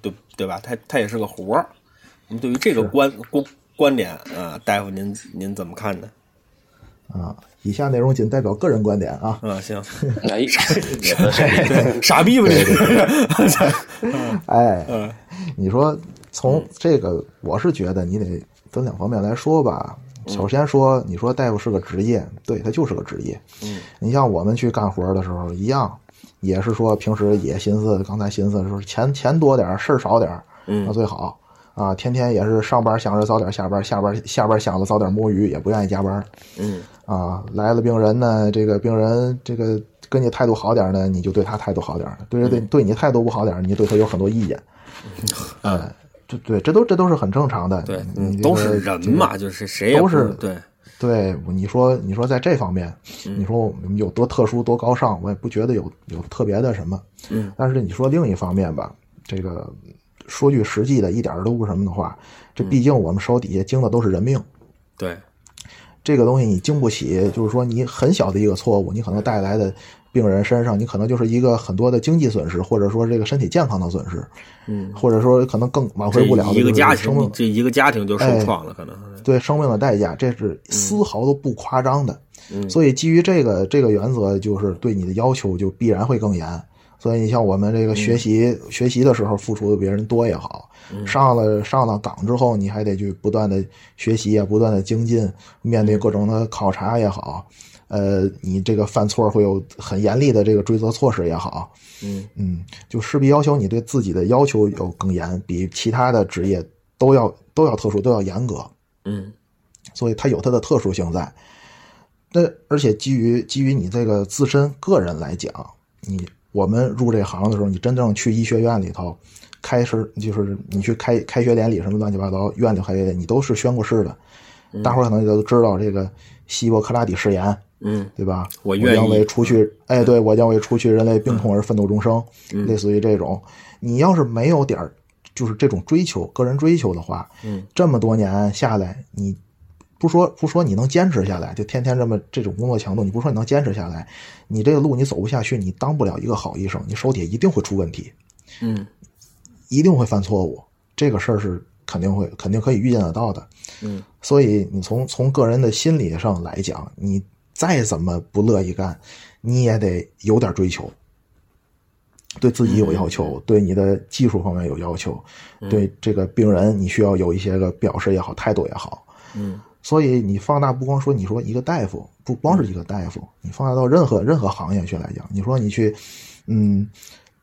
[SPEAKER 2] 对对吧？他他也是个活儿。那么对于这个观观观点啊，大夫您您怎么看呢？
[SPEAKER 5] 啊，以下内容仅代表个人观点啊。
[SPEAKER 2] 啊， 行，
[SPEAKER 3] 哎，
[SPEAKER 2] 对傻逼吧 你？
[SPEAKER 5] 哎，
[SPEAKER 2] 嗯
[SPEAKER 5] 你说从这个，我是觉得你得分两方面来说吧。
[SPEAKER 2] 嗯
[SPEAKER 5] 首先说，你说大夫是个职业，对他就是个职业。
[SPEAKER 2] 嗯，
[SPEAKER 5] 你像我们去干活的时候一样，也是说平时也寻思，刚才寻思说钱钱多点儿事儿少点儿，
[SPEAKER 2] 嗯
[SPEAKER 5] 那最好啊。天天也是上班想着早点下班，下班下班想着早点摸鱼，也不愿意加班。
[SPEAKER 2] 嗯
[SPEAKER 5] 啊，来了病人呢，这个病人这个跟你态度好点儿呢，你就对他态度好点儿；对
[SPEAKER 2] 嗯
[SPEAKER 5] 对对，对你态度不好点儿，你就对他有很多意见。哎
[SPEAKER 2] 啊，
[SPEAKER 5] 这对，这都这都是很正常的。
[SPEAKER 2] 对，
[SPEAKER 5] 你
[SPEAKER 2] 嗯
[SPEAKER 5] 这
[SPEAKER 2] 都
[SPEAKER 5] 个
[SPEAKER 2] 是人嘛，就是谁也
[SPEAKER 5] 都
[SPEAKER 2] 不
[SPEAKER 5] 是
[SPEAKER 2] 对，
[SPEAKER 5] 对，你说你说在这方面，
[SPEAKER 2] 嗯
[SPEAKER 5] 你说我们有多特殊多高尚，我也不觉得有有特别的什么。
[SPEAKER 2] 嗯，
[SPEAKER 5] 但是你说另一方面吧，这个说句实际的，一点儿都不什么的话，这
[SPEAKER 2] 嗯
[SPEAKER 5] 毕竟我们手底下经的都是人命。
[SPEAKER 2] 对，
[SPEAKER 5] 这个东西你经不起，就是说你很小的一个错误，你可能带来的病人身上，你可能就是一个很多的经济损失，或者说这个身体健康的损失，
[SPEAKER 2] 嗯，
[SPEAKER 5] 或者说可能更挽
[SPEAKER 2] 这
[SPEAKER 5] 回不了的哎
[SPEAKER 2] 一
[SPEAKER 5] 就
[SPEAKER 2] 个
[SPEAKER 5] 是
[SPEAKER 2] 家
[SPEAKER 5] 生命
[SPEAKER 2] 庭，这一个家庭就受创了，可能，
[SPEAKER 5] 对生命的代价，这是丝毫都不夸张的。
[SPEAKER 2] 嗯
[SPEAKER 5] 所以基于这个这个原则，就是对你的要求就必然会更严。所以你像我们
[SPEAKER 2] 嗯
[SPEAKER 5] 这个学习、学习的时候付出的比人多也好，
[SPEAKER 2] 嗯
[SPEAKER 5] 上了上了岗之后，你还得去不断的学习啊，不断的精进，面
[SPEAKER 2] 嗯
[SPEAKER 5] 对各种的考察也好，呃，你这个犯错会有很严厉的这个追责措施也好，
[SPEAKER 2] 嗯
[SPEAKER 5] 嗯，就势必要求你对自己的要求有更严，比其他的职业都要都要特殊，都要严格。
[SPEAKER 2] 嗯
[SPEAKER 5] 所以它有它的特殊性在。那而且基于基于你这个自身个人来讲，你我们入这行的时候，你真正去医学院里头，开始就是你去开开学典礼什么乱七八糟，院里开学典礼你都是宣过誓的。大伙儿可能也都知道这个希波克拉底誓言，
[SPEAKER 2] 嗯
[SPEAKER 5] 对吧？
[SPEAKER 2] 我愿意嗯
[SPEAKER 5] 将为除去，哎，对我将为除去人类病痛而奋斗终生，类似于这种。你要是没有点儿，就是这种追求，个人追求的话，
[SPEAKER 2] 嗯，
[SPEAKER 5] 这么多年下来，你不说不说你能坚持下来，就天天这么这种工作强度，你不说你能坚持下来，你这个路你走不下去，你当不了一个好医生，你手底下一定会出问题，
[SPEAKER 2] 嗯，
[SPEAKER 5] 一定会犯错误，这个事儿是肯定会肯定可以预见得到的，
[SPEAKER 2] 嗯，
[SPEAKER 5] 所以你从从个人的心理上来讲，你再怎么不乐意干，你也得有点追求，对自己有要
[SPEAKER 2] 嗯
[SPEAKER 5] 求，对你的技术方面有要求，对这个病人你需要有一些个表示也好，态度也好。
[SPEAKER 2] 嗯，
[SPEAKER 5] 所以你放大不光说你说一个大夫，不光是一个大夫，你放大到任何任何行业去来讲，你说你去，嗯，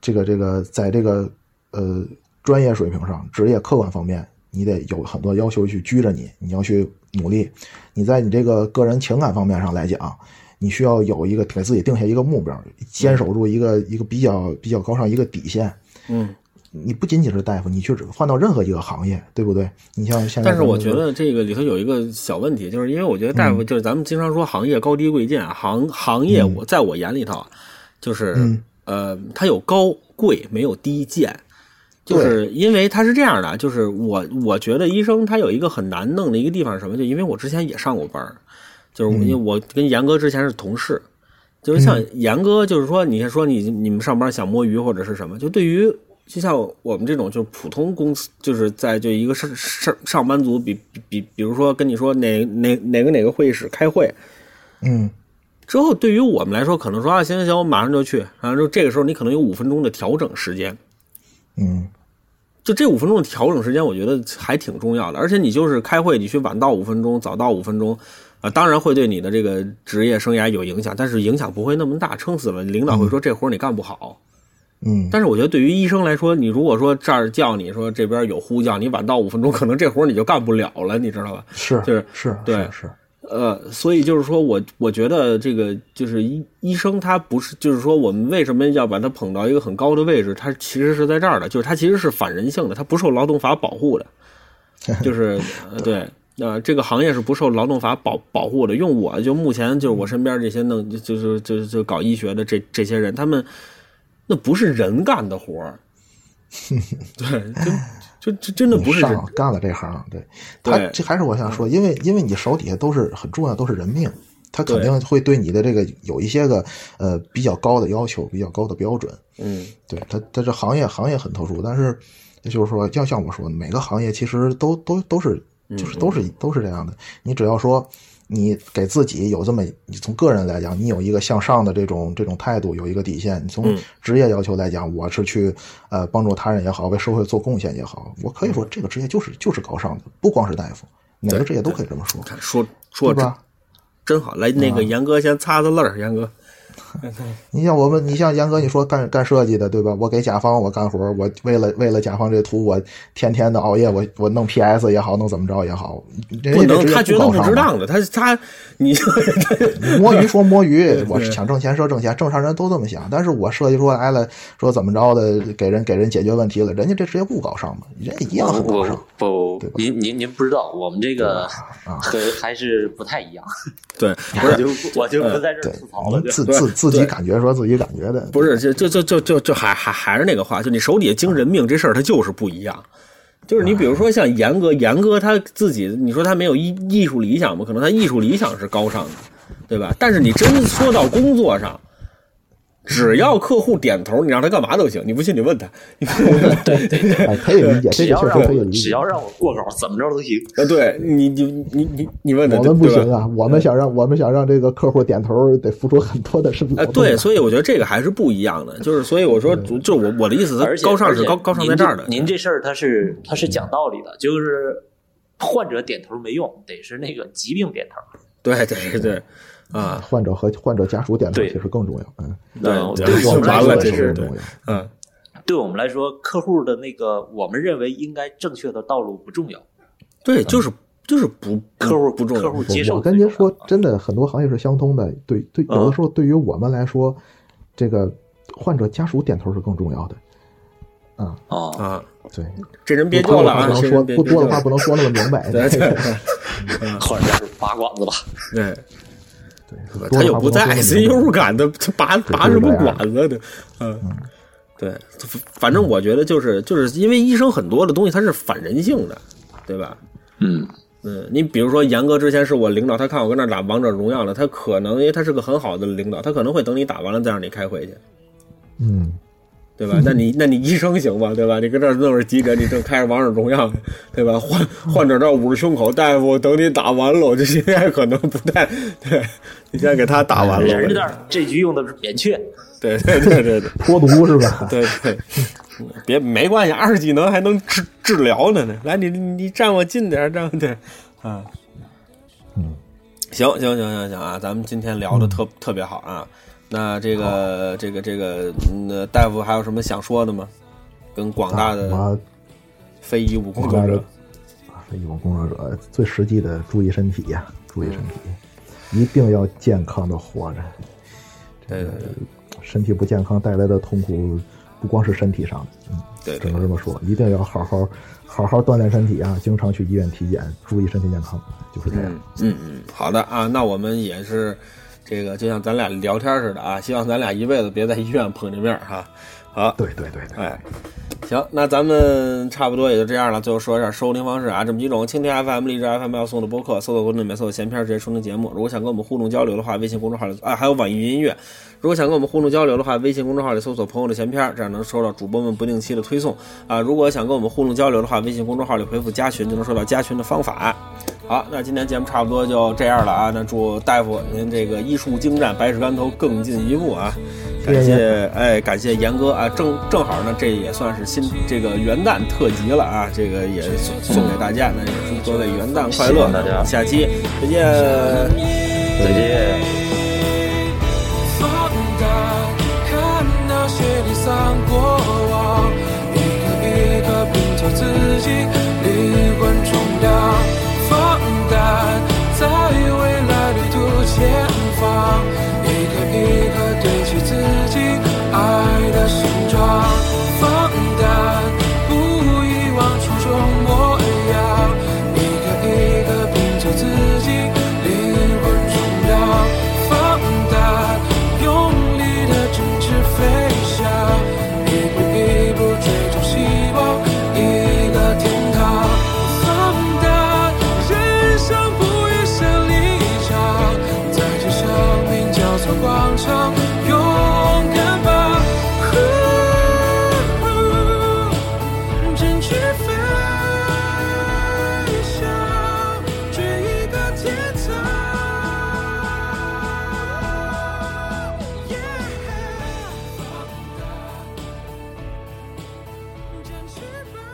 [SPEAKER 5] 这个这个在这个呃专业水平上、职业客观方面，你得有很多要求去拘着你，你要去努力。你在你这个个人情感方面上来讲，你需要有一个给自己定下一个目标，坚守住一个一个比较比较高尚一个底线。
[SPEAKER 2] 嗯，
[SPEAKER 5] 你不仅仅是大夫，你去换到任何一个行业，对不对？你像现在，
[SPEAKER 2] 但是我觉，得这个里头有一个小问题，就是因为我觉得大夫
[SPEAKER 5] 嗯
[SPEAKER 2] 就是咱们经常说行业高低贵贱，啊行行业我在我眼里头啊，就是、
[SPEAKER 5] 嗯
[SPEAKER 2] 呃，它有高贵没有低贱，就
[SPEAKER 5] 对
[SPEAKER 2] 是因为它是这样的，啊就是我我觉得医生他有一个很难弄的一个地方是什么，就因为我之前也上过班儿，就是我
[SPEAKER 5] 嗯
[SPEAKER 2] 因为我跟严哥之前是同事，就是像严哥，就是说，你说你你们上班想摸鱼或者是什么，就对于就像我们这种就是普通公司，就是在就一个上上上班族，比比比，比如说跟你说哪哪哪个哪个会议室开会
[SPEAKER 5] 嗯，
[SPEAKER 2] 之后，对于我们来说，可能说啊行行行，我马上就去，然后就这个时候你可能有五分钟的调整时间，
[SPEAKER 5] 嗯，
[SPEAKER 2] 就这五分钟的调整时间，我觉得还挺重要的。而且你就是开会，你去晚到五分钟，早到五分钟，啊、当然会对你的这个职业生涯有影响，但是影响不会那么大，撑死了领导会说这活儿你干不好。
[SPEAKER 5] 嗯，
[SPEAKER 2] 但是我觉得对于医生来说，你如果说这儿叫你说这边有呼叫，你晚到五分钟，可能这活儿你就干不了了，你知道吧？
[SPEAKER 5] 是
[SPEAKER 2] 就是
[SPEAKER 5] 是
[SPEAKER 2] 对
[SPEAKER 5] 是是，
[SPEAKER 2] 呃，所以就是说我我觉得这个就是医医生他不是，就是说我们为什么要把他捧到一个很高的位置，他其实是在这儿的，就是他其实是反人性的，他不受劳动法保护 的，就是呃对。呃，这个行业是不受劳动法保保护的。用我就目前就是我身边这些弄就就是就就搞医学的这这些人，他们那不是人干的活 儿，对，就就就真的不是人
[SPEAKER 5] 上干了这行，对他
[SPEAKER 2] 对
[SPEAKER 5] 这还是我想说，因为因为你手底下都是很重要，都是人命，他肯定会对你的这个有一些个呃比较高的要求，比较高的标准。
[SPEAKER 2] 嗯
[SPEAKER 5] 对他，他这行业行业很特殊，但是就是说，要像我说，的，每个行业其实都都都是就是都是都是这样的。你只要说你给自己有这么，你从个人来讲，你有一个向上的这种这种态度，有一个底线。你从职业要求来讲，我是去呃帮助他人也好，为社会做贡献也好，我可以说这个职业就是就是高尚的，不光是大夫，哪个职业都可以这么说，
[SPEAKER 2] 看说
[SPEAKER 5] 对
[SPEAKER 2] 说真
[SPEAKER 5] 吧？
[SPEAKER 2] 真好，来
[SPEAKER 5] 啊
[SPEAKER 2] 那个严哥先擦擦泪儿，严哥，
[SPEAKER 5] 你像我们，你像严哥，你说干干设计的，对吧？我给甲方我干活，我为了为了甲方这图，我天天的熬夜，我我弄 PS 也好，弄怎么着也好，人
[SPEAKER 2] 不
[SPEAKER 5] 家这
[SPEAKER 2] 能
[SPEAKER 5] 职业
[SPEAKER 2] 他觉得
[SPEAKER 5] 高
[SPEAKER 2] 不
[SPEAKER 5] 尚
[SPEAKER 2] 值
[SPEAKER 5] 吗
[SPEAKER 2] 当的，他他你就
[SPEAKER 5] 摸鱼说摸鱼，我是想挣钱说挣钱，正常人都这么想。但是我设计出来了，说怎么着的，给人给人解决问题了，人家这职业不高尚吗？人家一 样
[SPEAKER 3] 我
[SPEAKER 5] 很高尚。
[SPEAKER 3] 不
[SPEAKER 5] 对吧，
[SPEAKER 3] 您您您不知道，我们这个
[SPEAKER 5] 啊
[SPEAKER 3] 和还是不太一 样。
[SPEAKER 2] 对，不
[SPEAKER 3] 我
[SPEAKER 2] 是
[SPEAKER 3] 就我就不在这
[SPEAKER 5] 嗯对
[SPEAKER 3] 儿吐，槽
[SPEAKER 5] 我
[SPEAKER 3] 了
[SPEAKER 5] 们。自自自己感觉说自己感觉的，
[SPEAKER 2] 不是，就就就就就就还还还是那个话，就你手底下经人命这事儿，它就是不一样。就是你比如说像严哥，严哥他自己，你说他没有艺艺术理想吗？可能他艺术理想是高尚的，对吧？但是你真说到工作上。只要客户点头，你让他干嘛都行。你不信，你问他。
[SPEAKER 3] 对对对，
[SPEAKER 5] 哎，可以理解，
[SPEAKER 3] 只
[SPEAKER 5] 这个
[SPEAKER 3] 要
[SPEAKER 5] 确
[SPEAKER 3] 让
[SPEAKER 5] 实可以
[SPEAKER 3] 我
[SPEAKER 5] 理
[SPEAKER 3] 只
[SPEAKER 5] 解。
[SPEAKER 3] 要让我过稿，怎么着都行。
[SPEAKER 2] 呃，对你，你，你，你，你问他，
[SPEAKER 5] 我
[SPEAKER 2] 对
[SPEAKER 5] 们不
[SPEAKER 2] 吧
[SPEAKER 5] 行啊，我们想让我们想让这个客户点头，得付出很多的是不？
[SPEAKER 2] 哎，对，所以我觉得这个还是不一样的，就是所以我说，就就我我的意思，它
[SPEAKER 3] 嗯而且
[SPEAKER 2] 高尚是
[SPEAKER 3] 而且
[SPEAKER 2] 高高尚
[SPEAKER 3] 您
[SPEAKER 2] 在这儿的。嗯
[SPEAKER 3] 您这事儿他是他是讲道理的，就是患者点头没用，得是那个疾病点头。
[SPEAKER 2] 对对对，
[SPEAKER 3] 嗯
[SPEAKER 2] 啊，
[SPEAKER 5] 患者和患者家属点头
[SPEAKER 3] 对
[SPEAKER 5] 其实更重要。嗯，
[SPEAKER 2] 对
[SPEAKER 3] 嗯
[SPEAKER 2] 对
[SPEAKER 3] 对
[SPEAKER 2] 就
[SPEAKER 3] 我们来
[SPEAKER 2] 完
[SPEAKER 3] 说
[SPEAKER 2] 了这
[SPEAKER 5] 是
[SPEAKER 2] 是
[SPEAKER 5] 更重要。
[SPEAKER 2] 嗯，
[SPEAKER 3] 对我们来说，客户的那个我们认为应该正确的道路不重要，
[SPEAKER 2] 对，就是就是不
[SPEAKER 3] 客户
[SPEAKER 2] 嗯不重
[SPEAKER 3] 客
[SPEAKER 2] 要，
[SPEAKER 3] 户接受
[SPEAKER 5] 我
[SPEAKER 3] 最
[SPEAKER 5] 跟
[SPEAKER 3] 重要。
[SPEAKER 5] 您说，真的，很多行业是相通的。对对，
[SPEAKER 3] 嗯
[SPEAKER 5] 有的时候对于我们来说，这个患者家属点头是更重要的。
[SPEAKER 3] 哦，
[SPEAKER 2] 啊，
[SPEAKER 5] 对，
[SPEAKER 2] 这人别
[SPEAKER 5] 不多
[SPEAKER 2] 救
[SPEAKER 5] 的
[SPEAKER 2] 了
[SPEAKER 5] 话
[SPEAKER 2] 啊，
[SPEAKER 5] 不能
[SPEAKER 2] 这
[SPEAKER 5] 说，
[SPEAKER 2] 人别
[SPEAKER 5] 不
[SPEAKER 2] 救
[SPEAKER 5] 多的话
[SPEAKER 2] 了
[SPEAKER 5] 不能说那么明白。
[SPEAKER 2] 对 对嗯
[SPEAKER 3] 或者是拔管子吧。
[SPEAKER 2] 对，
[SPEAKER 5] 对，
[SPEAKER 2] 他又不在 ICU
[SPEAKER 5] 感。
[SPEAKER 2] 干的，他拔拔什么管子的？嗯，对，反反正我觉得就是就是因为医生很多的东西它是反人性的，对吧？
[SPEAKER 3] 嗯，
[SPEAKER 2] 嗯，你比如说严哥之前是我领导，他看我跟那儿打王者荣耀呢，他可能因为他是个很好的领导，他可能会等你打完了再让你开会去，
[SPEAKER 6] 嗯，
[SPEAKER 2] 对吧？那你那你医生行吗？对吧？你跟这儿弄着急诊，你正开着王者荣耀呢，对吧？患患者这儿捂着胸口，大夫等你打完了，我就现在可能不太对，你现在给他打完了，
[SPEAKER 3] 人家那儿哎这局用的是扁鹊，
[SPEAKER 2] 对对对对对
[SPEAKER 6] 脱毒是 吧？
[SPEAKER 2] 对对，嗯别没关系，二技能还能治治疗呢呢。来，你你站我近点儿，站我对，啊，嗯，行行行行行啊，咱们今天聊的特、特别好啊。那这个这个这个，嗯那大夫还有什么想说的吗？跟广大
[SPEAKER 5] 啊
[SPEAKER 2] 的
[SPEAKER 6] 我
[SPEAKER 2] 非遗务工作者，
[SPEAKER 6] 非遗工作者最实际的注意身体呀、注意身体，
[SPEAKER 2] 嗯
[SPEAKER 6] 一定要健康的活着。
[SPEAKER 2] 对对对
[SPEAKER 6] 身体不健康带来的痛苦，不光是身体上的，嗯，
[SPEAKER 2] 对
[SPEAKER 6] 只
[SPEAKER 2] 对
[SPEAKER 6] 能这么说，一定要好好好好锻炼身体啊，经常去医院体检，注意身体健康，就是这样。
[SPEAKER 2] 嗯，嗯，好的啊，那我们也是这个，就像咱俩聊天似的啊，希望咱俩一辈子别在医院碰着面儿哈、好，
[SPEAKER 6] 对对对对，
[SPEAKER 2] 哎，行，那咱们差不多也就这样了。最后说一下收听方式啊，这么几种：蜻蜓 FM、荔枝 FM 要送的播客，搜索公众里面搜索“闲篇”，直接收听节目。如果想跟我们互动交流的话，微信公众号里啊，还有网易云音乐。如果想跟我们互动交流的话，微信公众号里搜索“朋友的闲篇”，这样能收到主播们不定期的推送啊。如果想跟我们互动交流的话，微信公众号里回复“加群”就能收到加群的方法。好，那今天节目差不多就这样了啊。那祝大夫您这个医术精湛，百尺竿头更进一步啊！感
[SPEAKER 6] 谢
[SPEAKER 2] 谢哎，感谢严哥啊，正正好呢，这也算是新这个元旦特辑了啊，这个也送送给大家，那也祝各位元旦快乐，
[SPEAKER 3] 谢谢大家
[SPEAKER 2] 下期再见。
[SPEAKER 3] 再见。
[SPEAKER 7] 放大看那些离散过往，一个一个拼凑自己，灵魂冲荡。放大在未来旅途前方，一个一个堆砌自己爱的形状。放大不遗忘初衷模样，一个一个拼凑自己灵魂冲荡。放大，用力的展翅飞翔，一步一步追逐希望，一个天堂。放大，人生不一是立场，在这生命叫做广场，勇敢吧，呼展翅飞翔，追一个天堂。Yeah，放大，展翅吧。